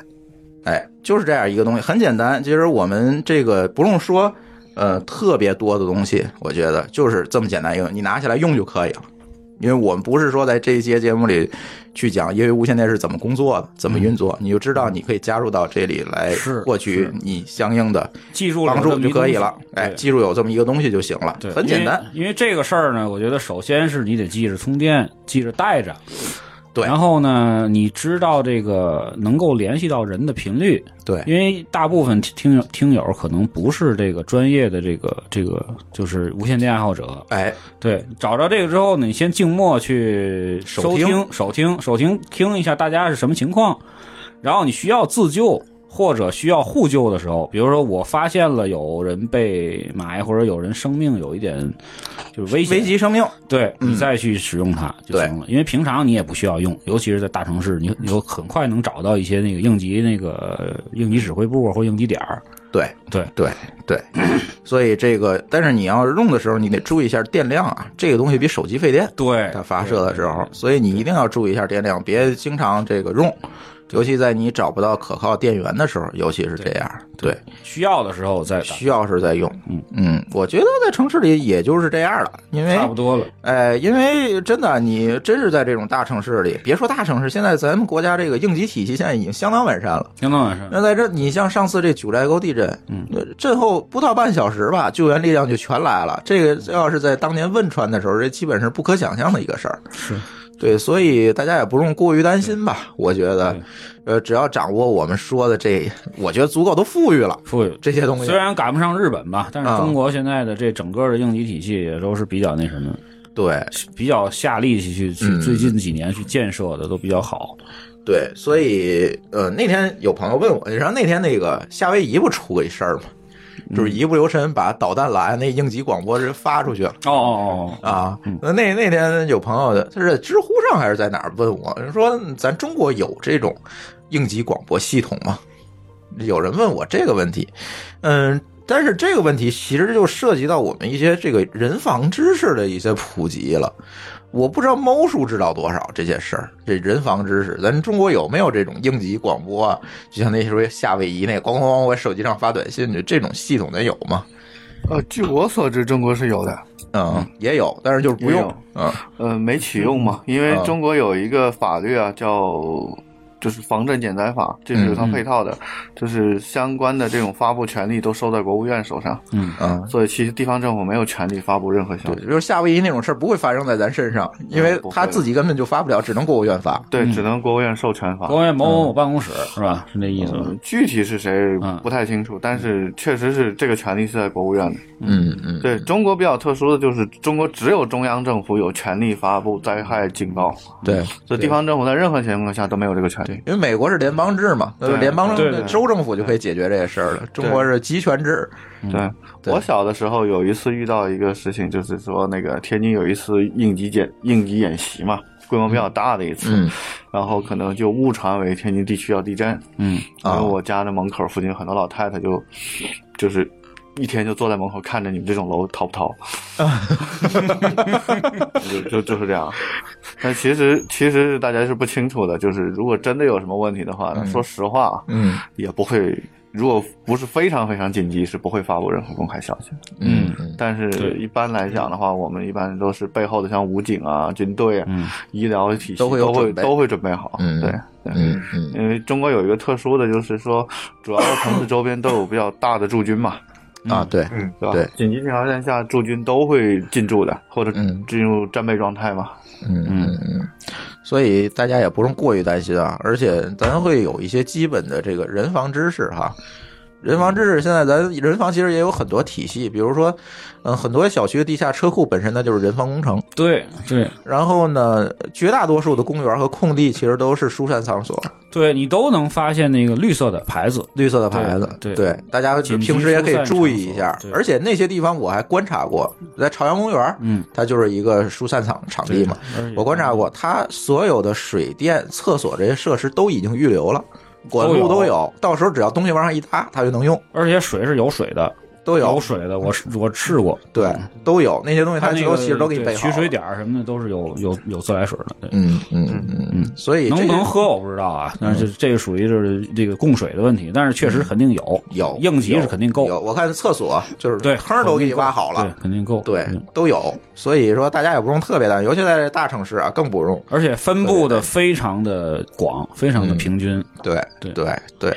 S3: 哎，就是这样一个东西，很简单。其实我们这个不用说，呃，特别多的东西，我觉得就是这么简单一个，你拿起来用就可以了。因为我们不是说在这一节节目里去讲因为无线电是怎么工作的、怎么运作，
S4: 嗯
S3: 你就知道你可以加入到这里来获取你相应的
S4: 技术
S3: 帮助就可以了。哎，
S4: 对
S3: 技术有这么一个东西就行了，很简单。
S4: 因为因为这个事儿呢，我觉得首先是你得记着充电，记着带着。
S3: 对，
S4: 然后呢，你知道这个能够联系到人的频率，
S3: 对，
S4: 因为大部分听友听友可能不是这个专业的这个这个就是无线电爱好者，
S3: 哎，
S4: 对，找着这个之后呢，你先静默去收
S3: 听
S4: 收听收听听一下大家是什么情况，然后你需要自救或者需要互救的时候，比如说我发现了有人被埋或者有人生命有一点就是危险
S3: 危及生命，
S4: 对
S3: 嗯
S4: 你再去使用它就行了，因为平常你也不需要用，尤其是在大城市，你你有很快能找到一些那个应急那个应急指挥部啊或应急点儿。
S3: 对
S4: 对
S3: 对对，所以这个，但是你要是用的时候，你得注意一下电量啊，这个东西比手机费电。
S4: 对，
S3: 它发射的时候，所以你一定要注意一下电量，别经常这个用，尤其在你找不到可靠电源的时候，尤其是这样。对，
S4: 需要的时候再
S3: 需要时再用。
S4: 嗯
S3: 嗯，我觉得在城市里也就是这样了，因为
S4: 差不多了。
S3: 哎，因为真的，你真是在这种大城市里，别说大城市，现在咱们国家这个应急体系现在已经相当完善了。
S4: 相当完善。
S3: 那在这，你像上次这九寨沟地震，嗯，震后不到半小时吧，救援力量就全来了。这个要是在当年汶川的时候，这基本是不可想象的一个事儿。
S4: 是，
S3: 对，所以大家也不用过于担心吧。我觉得，呃，只要掌握我们说的这，我觉得足够都富裕了。
S4: 富裕
S3: 这些嗯东西，
S4: 虽然赶不上日本吧，但是中国现在的这整个的应急体系也都是比较那什么，
S3: 对，
S4: 比较下力气去去
S3: 嗯
S4: 最近几年去建设的都比较好。
S3: 对，所以呃，那天有朋友问我，然后那天那个夏威夷不出过一事儿吗？
S4: 嗯
S3: 就是一不留神把导弹栏那应急广播是发出去了。
S4: 哦哦
S3: 哦啊！那那那天有朋友他是在知乎上还是在哪儿问我说，咱中国有这种应急广播系统吗？有人问我这个问题，嗯，但是这个问题其实就涉及到我们一些这个人防知识的一些普及了。我不知道猫叔知道多少这件事儿，这人防知识，咱中国有没有这种应急广播啊？就像那时候夏威夷那个咣咣咣，我手机上发短信，就这种系统咱有吗？
S7: 呃，据我所知，中国是有的。
S3: 嗯，也有，但是就是不用。嗯，
S7: 呃，没启用嘛，因为
S4: 啊
S3: 嗯
S7: 中国有一个法律啊，叫就是《防震减灾法》，这是有套
S4: 嗯
S7: 配套的，就是相关的这种发布权利都收在国务院手上。
S4: 嗯
S3: 嗯，
S7: 所以其实地方政府没有权利发布任何消息
S3: 比。如夏威夷那种事儿不会发生在咱身上，因为他自己根本就嗯发不了，只能国务院发。
S7: 对，只能国务院授
S3: 哦
S7: 权发。
S4: 国务院某某
S3: 嗯
S4: 某办公室是吧？是那意思
S7: 吗？具体是谁不太清楚，但是确实是这个权利是在国务院的。
S3: 嗯嗯，
S7: 对中国比较特殊的就是，中国只有中央政府有权利发布灾害警报，
S3: 对，
S7: 所以地方政府在任何情况下都没有这个权利。
S3: 因为美国是联邦制嘛，那
S7: 对
S3: 联邦
S7: 对对
S3: 州政府就可以解决这些事儿了。中国是集权制。
S7: 对我小的时候有一次遇到一个事情，就是说那个天津有一次应急演应急演习嘛，规模比较大的一次，
S3: 嗯
S7: 然后可能就误传为天津地区要地震，
S4: 嗯，
S7: 然后我家的门口附近很多老太太就就是一天就坐在门口看着你们这种楼逃不逃，就就就是这样。但其实其实大家是不清楚的，就是如果真的有什么问题的话，
S3: 嗯
S7: 说实话，啊
S3: 嗯，
S7: 也不会。如果不是非常非常紧急，是不会发布任何公开消息的。
S3: 嗯，
S7: 但是一般来讲的话，我们一般都是背后的像武警啊、军队、啊、医疗体系
S3: 都会有
S7: 都会
S3: 准备
S7: 都会准备好。
S3: 嗯
S7: 对，
S3: 嗯嗯，
S7: 因为中国有一个特殊的，就是说主要的城市周边都有比较大的驻军嘛。
S3: 啊，对，
S7: 嗯，对吧？
S3: 对
S7: 紧急情况下，驻军都会进驻的，或者进入战备状态嘛。
S3: 嗯嗯嗯，所以大家也不用过于担心啊，而且咱会有一些基本的这个人防知识哈。人防知识现在咱人防其实也有很多体系，比如说，嗯，很多小区的地下车库本身它就是人防工程。
S4: 对对，
S3: 然后呢，绝大多数的公园和空地其实都是疏散场所，
S4: 对你都能发现那个绿色的牌子，
S3: 绿色的牌子。
S4: 对
S3: 大家
S4: 紧急
S3: 平时也可以
S4: 疏散
S3: 注意一下
S4: 场所。对
S3: 而且那些地方我还观察过，在朝阳公园，
S4: 嗯，
S3: 它就是一个疏散场场地嘛。我观察过，它所有的水电、厕所这些设施都已经预留了，管路都有，到时候只要东西往上一搭，它就能用。
S4: 而且水是有水的，
S3: 都有
S4: 有水的，我我试过，
S3: 对，都有那些东西，它
S4: 那
S3: 自
S4: 个
S3: 由其实都给你
S4: 对
S3: 备好
S4: 取
S3: 了。
S4: 水点儿什么的都是有有有自来水的。对
S3: 嗯嗯嗯嗯，所以
S4: 能
S3: 这嗯
S4: 不能
S3: 就
S4: 喝我不知道啊，但是这个属于就是这个供水的问题，但是确实肯定有
S3: 嗯有
S4: 应急是肯定够。
S3: 有，我看厕所就是
S4: 对
S3: 坑儿都给你挖好了，
S4: 肯定够，嗯
S3: 对，都有。所以说大家也不用特别担心，尤其在这大城市啊，更不用。
S4: 而且分布的非常的广，非
S3: 嗯
S4: 常的平均。
S3: 对对对对，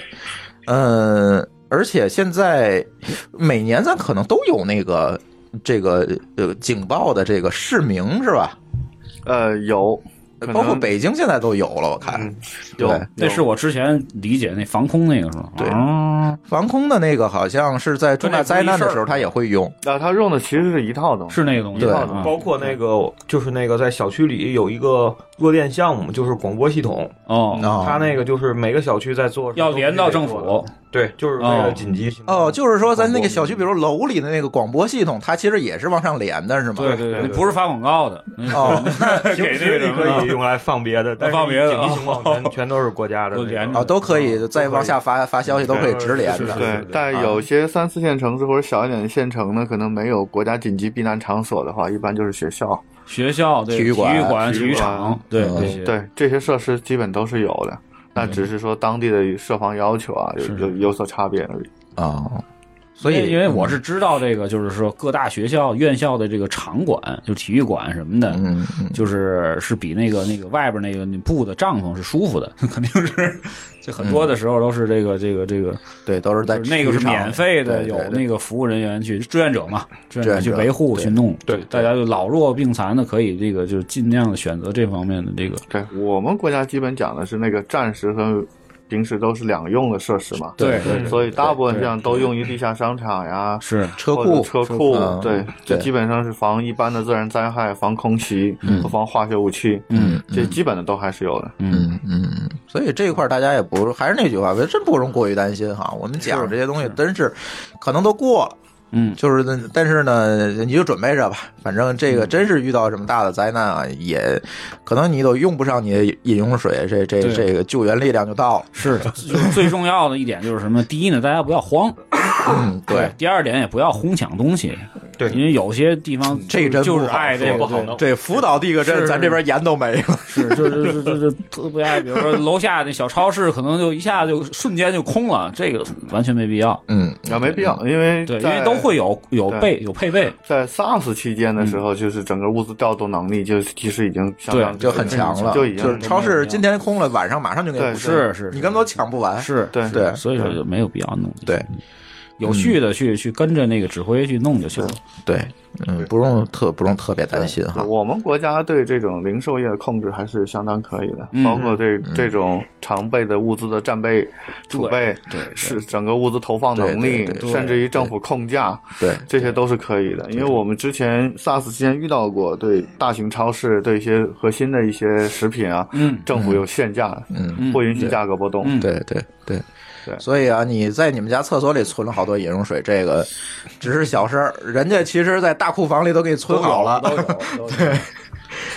S3: 嗯，而且现在每年咱可能都有那个这个呃警报的这个市名是吧？
S7: 呃，有，
S3: 包括北京现在都有了，我看、对
S4: 那是我之前理解那防空那个是啊吗？对，
S3: 防空的那个好像是在重大灾难的时候，它也会用。
S7: 那它用的其实是一套东西，
S4: 是那个东啊
S5: 对，哦包括那个就是那个在小区里有一个弱电项目，就是广播系统。
S4: 哦
S3: 嗯
S5: 它那个就是每个小区在做，
S4: 要连到政
S5: 府。对，就是为了紧急。
S3: 哦，就是说咱那个小区，比如楼里的那个广播系统，它其实也是往上连的，是吗？
S4: 对对对，不是发广告的
S3: 哦，
S5: 平时你可以用来放别的，但是
S4: 放别的
S5: 紧急情况全全都是国家的
S4: 连
S3: 啊，都可以再往下发发消息，都可以直连的。
S7: 对，但
S4: 啊
S7: 有些三四线城市或者小一点的县城呢，可能没有国家紧急避难场所的话，一般就是学校、
S4: 学校、对
S7: 体育
S4: 体育馆、体育
S7: 馆
S4: 场，对
S7: 嗯
S4: 这些
S7: 对这些设施基本都是有的，
S4: 嗯
S7: 那只是说当地的设防要求啊有有有所差别而已。
S3: 啊。所以嗯
S4: 因为因为我是知道这个，就是说各大学校院校的这个场馆，就体育馆什么的，
S3: 嗯
S4: 就是是比那个那个外边那个那布的帐篷是舒服的， 肯定是。就很多的时候都是这个这个这个，
S3: 对，都是在
S4: 那个是免费的，
S3: 体育
S4: 有
S3: 场对对对
S4: 那个服务人员去志愿者嘛，志愿
S3: 志
S4: 者
S3: 愿
S4: 去
S3: 者
S4: 维护去
S3: 对
S4: 弄，对，大家就老弱病残的可以这个就是尽量的选择这方面的这个，
S7: 对我们国家基本讲的是那个战时和平时都是两用的设施嘛，
S4: 对对对
S7: 所以大部分这样
S4: 对
S7: 都用于地下商场呀，
S4: 是
S3: 车
S7: 或者
S3: 库
S7: 车
S3: 车
S7: 库
S3: 库嗯，
S7: 对，这
S3: 对
S7: 基本上是防一般的自然灾害、防空袭和防化学武器，
S4: 嗯，
S7: 这基本的都还是有的，
S4: 嗯
S3: 嗯，所以这一块大家也不还是那句话，真不用过于担心哈。我们讲这些东西真是可能都过了。
S4: 嗯，
S3: 就是那，但是呢，你就准备着吧。反正这
S4: 嗯
S3: 个真是遇到什么大的灾难啊，也可能你都用不上你的饮用水，这这
S4: 对
S3: 这个救援力量就到了。
S4: 是，就是最重要的一点就是什么？第一呢，大家不要慌，嗯
S3: 嗯
S4: 哎
S3: 对；
S4: 第二点也不要哄抢东西，
S5: 对，
S4: 因为有些地方
S3: 这真
S4: 就
S3: 不
S4: 是
S3: 好
S4: 爱
S3: 说
S4: 这个，
S3: 对，福岛地个
S4: 是
S3: 震，咱这边盐都没了。
S4: 是就是就是就是特别爱，比如说楼下那小超市可能就一下就瞬间就空了，这个完全没必要。
S3: 嗯，
S7: 啊，没必要，因为
S4: 对，因
S7: 在
S4: 为都会有有备有配备，
S7: 在 SARS 期间
S3: 嗯
S7: 的时候，就是整个物资调度能力就其实已经相当
S3: 就很强了，
S7: 就已经
S3: 是超市今天空了，晚上马上就给你
S7: 对
S3: 补
S7: 是
S3: 上
S4: 是
S3: 你根本都抢不完。
S4: 是
S7: 对
S3: 哎对，
S4: 所以说就没有必要弄。
S3: 对，
S4: 有序的去去跟着那个指挥去弄就行了。
S3: 对，嗯，不用特不用特别担心哈。
S7: 我们国家对这种零售业的控制还是相当可以的，
S4: 嗯
S7: 包括对这种常备的物资的战备储备，
S4: 对，
S7: 是整个物资投放能
S3: 对
S7: 力
S3: 对，对
S7: 甚至于政府控价，
S3: 对，
S7: 这些都是可以的。因为我们之前 SARS 期间遇到过，对大型超市对一些核心的一些食品啊，
S4: 嗯
S7: 政府有限价，
S3: 嗯
S7: 不允许价格波动，
S3: 对嗯对对
S7: 对
S3: 所以啊，你在你们家厕所里存了好多饮用水，这个只是小事儿，人家其实，在大库房里都给你存好了。对嗯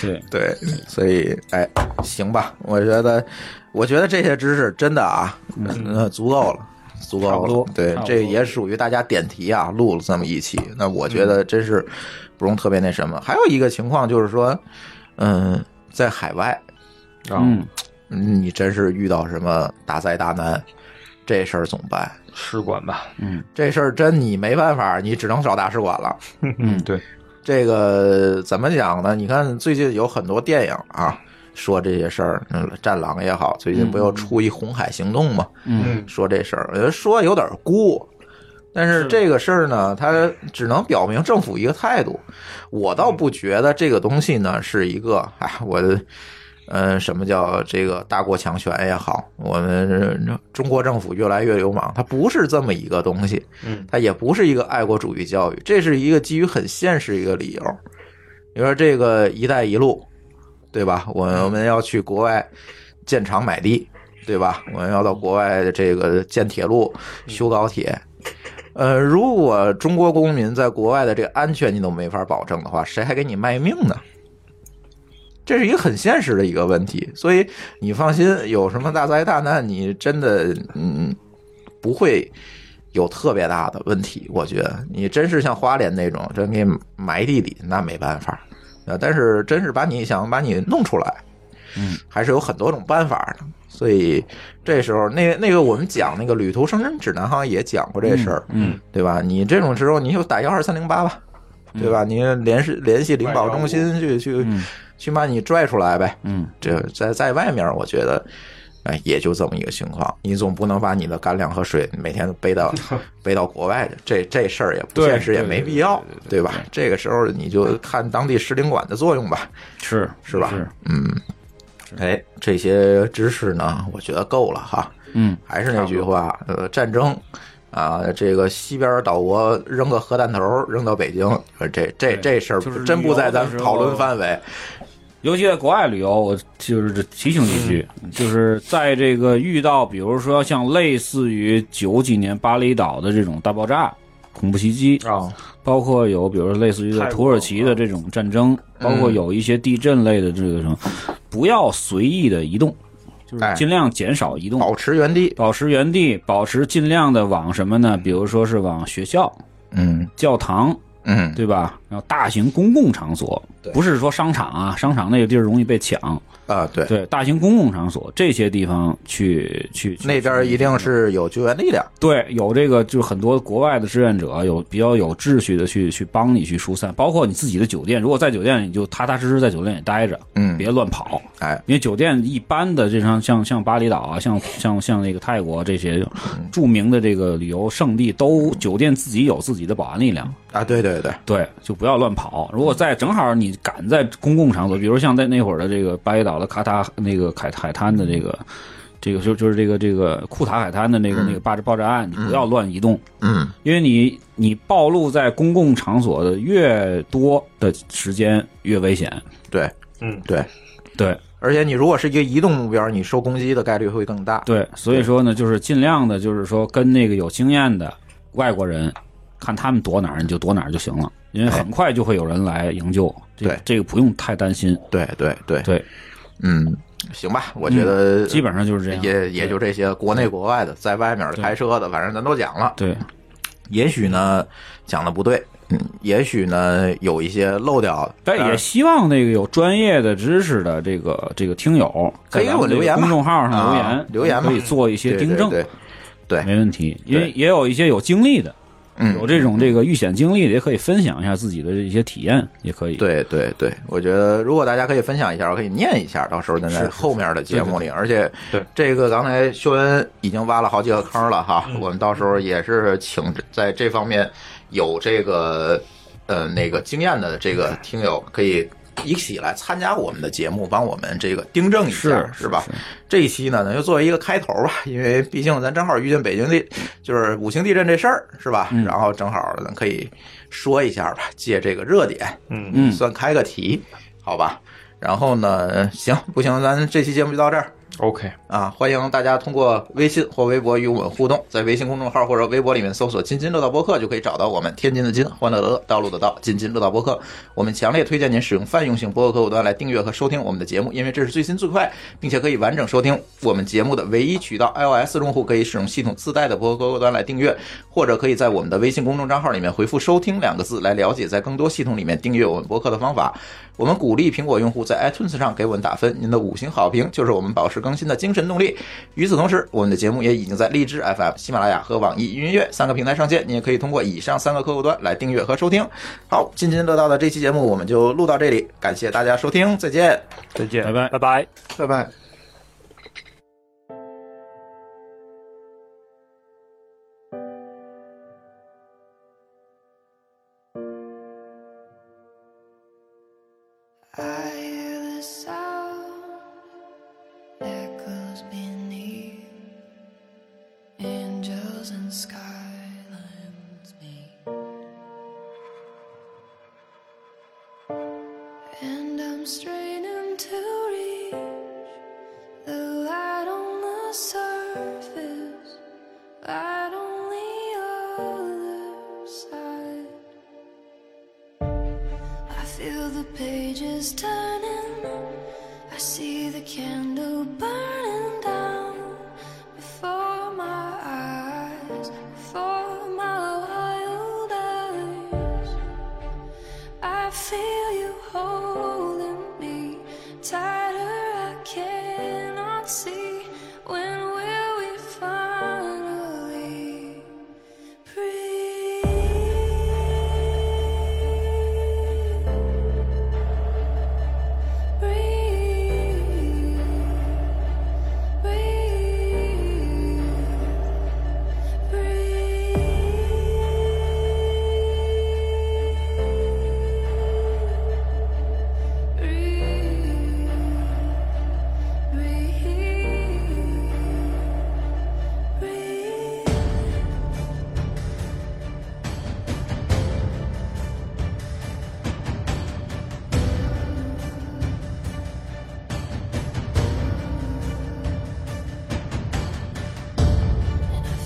S4: 对
S3: 对，所以哎，行吧，我觉得，我觉得这些知识真的啊，嗯，足够了。足够
S4: 差不多
S3: 了，对
S4: 差，不多
S3: 这也属于大家点题啊，录了这么一期。那我觉
S4: 嗯
S3: 得真是不用特别那什么。还有一个情况就是说，嗯，在海外，啊，
S4: 嗯
S3: 你真是遇到什么大灾大难，这事儿怎么办？
S5: 使馆吧，
S4: 嗯，
S3: 这事儿真你没办法，你只能找大使馆了。
S4: 嗯，
S5: 对，
S3: 这个怎么讲呢？你看最近有很多电影啊，说这些事儿，嗯，《战狼》也好，最近不又出一《红海行动》嘛，
S4: 嗯，
S3: 说这事儿，我觉得说有点孤。但是这个事儿呢，它只能表明政府一个态度。我倒不觉得这个东西呢是一个，哎，我的，嗯，什么叫这个大国强权也好，我们中国政府越来越流氓，它不是这么一个东西，
S5: 嗯，
S3: 它也不是一个爱国主义教育，这是一个基于很现实一个理由。你说这个“一带一路”，对吧？我们要去国外建厂买地，对吧？我们要到国外的这个建铁路、修高铁。呃，如果中国公民在国外的这个安全你都没法保证的话，谁还给你卖命呢？这是一个很现实的一个问题，所以你放心，有什么大灾大难，你真的嗯不会有特别大的问题。我觉得你真是像花莲那种真给埋地里，那没办法。呃，但是真是把你想把你弄出来，
S4: 嗯，
S3: 还是有很多种办法的。所以这时候，那那个我们讲那个旅途生存指南，好像也讲过这事儿，
S4: 嗯，
S3: 对吧？你这种时候，你就打幺二三零八吧，对吧？你联系联系灵宝中心去去去把你拽出来呗，
S4: 嗯，
S3: 这在在外面，我觉得。哎，也就这么一个情况，你总不能把你的干粮和水每天都背 到背到国外去，这这事儿也不
S4: 对
S3: 现实，也
S4: 对
S3: 没
S4: 对
S3: 必要，对吧？这个时候你就看当地石林馆的作用吧，
S4: 是
S3: 是吧？嗯，哎，这些知识呢，我觉得够了哈。
S4: 嗯，
S3: 还是那句话，呃，战争啊，这个西边岛国扔个核弹头扔到北京，呃这这这事儿
S4: 就是
S3: 真不在咱们讨论范围。围。
S4: 尤其在国外旅游，我就是提醒几句，
S3: 嗯
S4: 就是在这个遇到，比如说像类似于九几年巴厘岛的这种大爆炸、恐怖袭击
S3: 啊，
S4: 包括有比如说类似于在土耳其的这种战争，
S3: 嗯
S4: 包括有一些地震类的这个什么，不要随意的移动。就是尽量减少移动，
S3: 哎保持原地，
S4: 保持原地，保持尽量的往什么呢？比如说是往学校、
S3: 嗯
S4: 教堂，
S3: 嗯，
S4: 对吧？然后大型公共场所，不是说商场啊，商场那个地儿容易被抢
S3: 啊。对
S4: 对，大型公共场所这些地方去去
S3: 那边一定是有救援力量，
S4: 对，有这个就是很多国外的志愿者有比较有秩序的去去帮你去疏散，包括你自己的酒店，如果在酒店你就踏踏实实在酒店里待着，
S3: 嗯，
S4: 别乱跑，
S3: 哎，
S4: 因为酒店一般的这像像像巴厘岛啊，像像像那个泰国啊这些
S3: 嗯
S4: 著名的这个旅游胜地，都酒店自己有自己的保安力量
S3: 啊，对对对
S4: 对，就不要乱跑。如果在正好你赶在公共场所，比如像在那会儿的这个巴厘岛的卡塔那个海海滩的这个。这个就就是这个这个库塔海滩的那个那个爆炸爆炸案，你不要乱移动，
S3: 嗯，
S4: 因为你你暴露在公共场所的越多的时间越危险。
S3: 对，
S5: 嗯，
S3: 对，
S4: 对。
S3: 而且你如果是一个移动目标，你受攻击的概率会更大。
S4: 对，所以说呢，就是尽量的，就是说跟那个有经验的外国人，看他们躲哪儿你就躲哪儿就行了，因为很快就会有人来营救。这
S3: 对
S4: 这个不用太担心。
S3: 对对对
S4: 对，
S3: 嗯，行吧，我觉得、
S4: 嗯基本上就是这样
S3: 呃也也就这些，国内国外的，在外面的开车的，反正咱都讲了。
S4: 对，
S3: 也许呢讲的不对，嗯，也许呢有一些漏掉的，
S4: 但也希望那个有专业的知识的这个这个听友，
S3: 可以给我留言
S4: 在咱们这个
S3: 吧
S4: 公众号上留言，
S3: 啊留言吧
S4: 可以做一些订证，
S3: 对对
S4: 没问题。因为也有一些有经历的，
S3: 嗯
S4: 有这种这个遇险经历的，也可以分享一下自己的一些体验，也可以。
S3: 对对对，我觉得如果大家可以分享一下，我可以念一下，到时候咱
S4: 是
S3: 在
S4: 是
S3: 后面的节目里。
S4: 对对对
S3: 而且，
S4: 对
S3: 这个刚才修恩已经挖了好几个坑了哈，我们到时候也是请在这方面有这个呃那个经验的这个听友可以。一起来参加我们的节目，帮我们这个订正一下，是吧？这一期呢，咱就作为一个开头吧，因为毕竟咱正好遇见北京地，就是五星地震这事儿，是
S4: 嗯
S3: 吧？然后正好咱可以说一下吧，借这个热点，
S5: 嗯
S4: 嗯
S3: 算开个题，好吧？然后呢，呃行不行？咱这期节目就到这儿
S5: OK，
S3: 啊！欢迎大家通过微信或微博与我们互动，在微信公众号或者微博里面搜索“津津乐道播客”就可以找到我们。天津的津，欢乐的乐，道路的道，津津乐道播客。我们强烈推荐您使用泛用型播客客户端来订阅和收听我们的节目，因为这是最新最快，并且可以完整收听我们节目的唯一渠道。iOS 用户可以使用系统自带的播客客户端来订阅，或者可以在我们的微信公众账号里面回复“收听”两个字来了解在更多系统里面订阅我们播客的方法。我们鼓励苹果用户在 iTunes 上给我们打分，您的五星好评就是我们保持更新的精神动力。与此同时，我们的节目也已经在荔枝 FM、喜马拉雅和网易云音乐三个平台上线，你也可以通过以上三个客户端来订阅和收听。好，津津乐道的这期节目我们就录到这里，感谢大家收听，再见，
S5: 再见，
S4: 拜拜，
S6: 拜拜，
S3: 拜拜。
S8: I hear the sound echoes beneath angels and skylines meet, and I'm straining to reach the light on the surface, light on the other side. I feel the pages turning
S10: I see the candle burning down before my eyes, before my wild eyes. I feel you holding me tighter. I cannot see when will we finally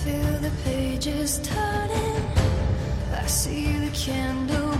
S10: Feel the pages turning. I see the candle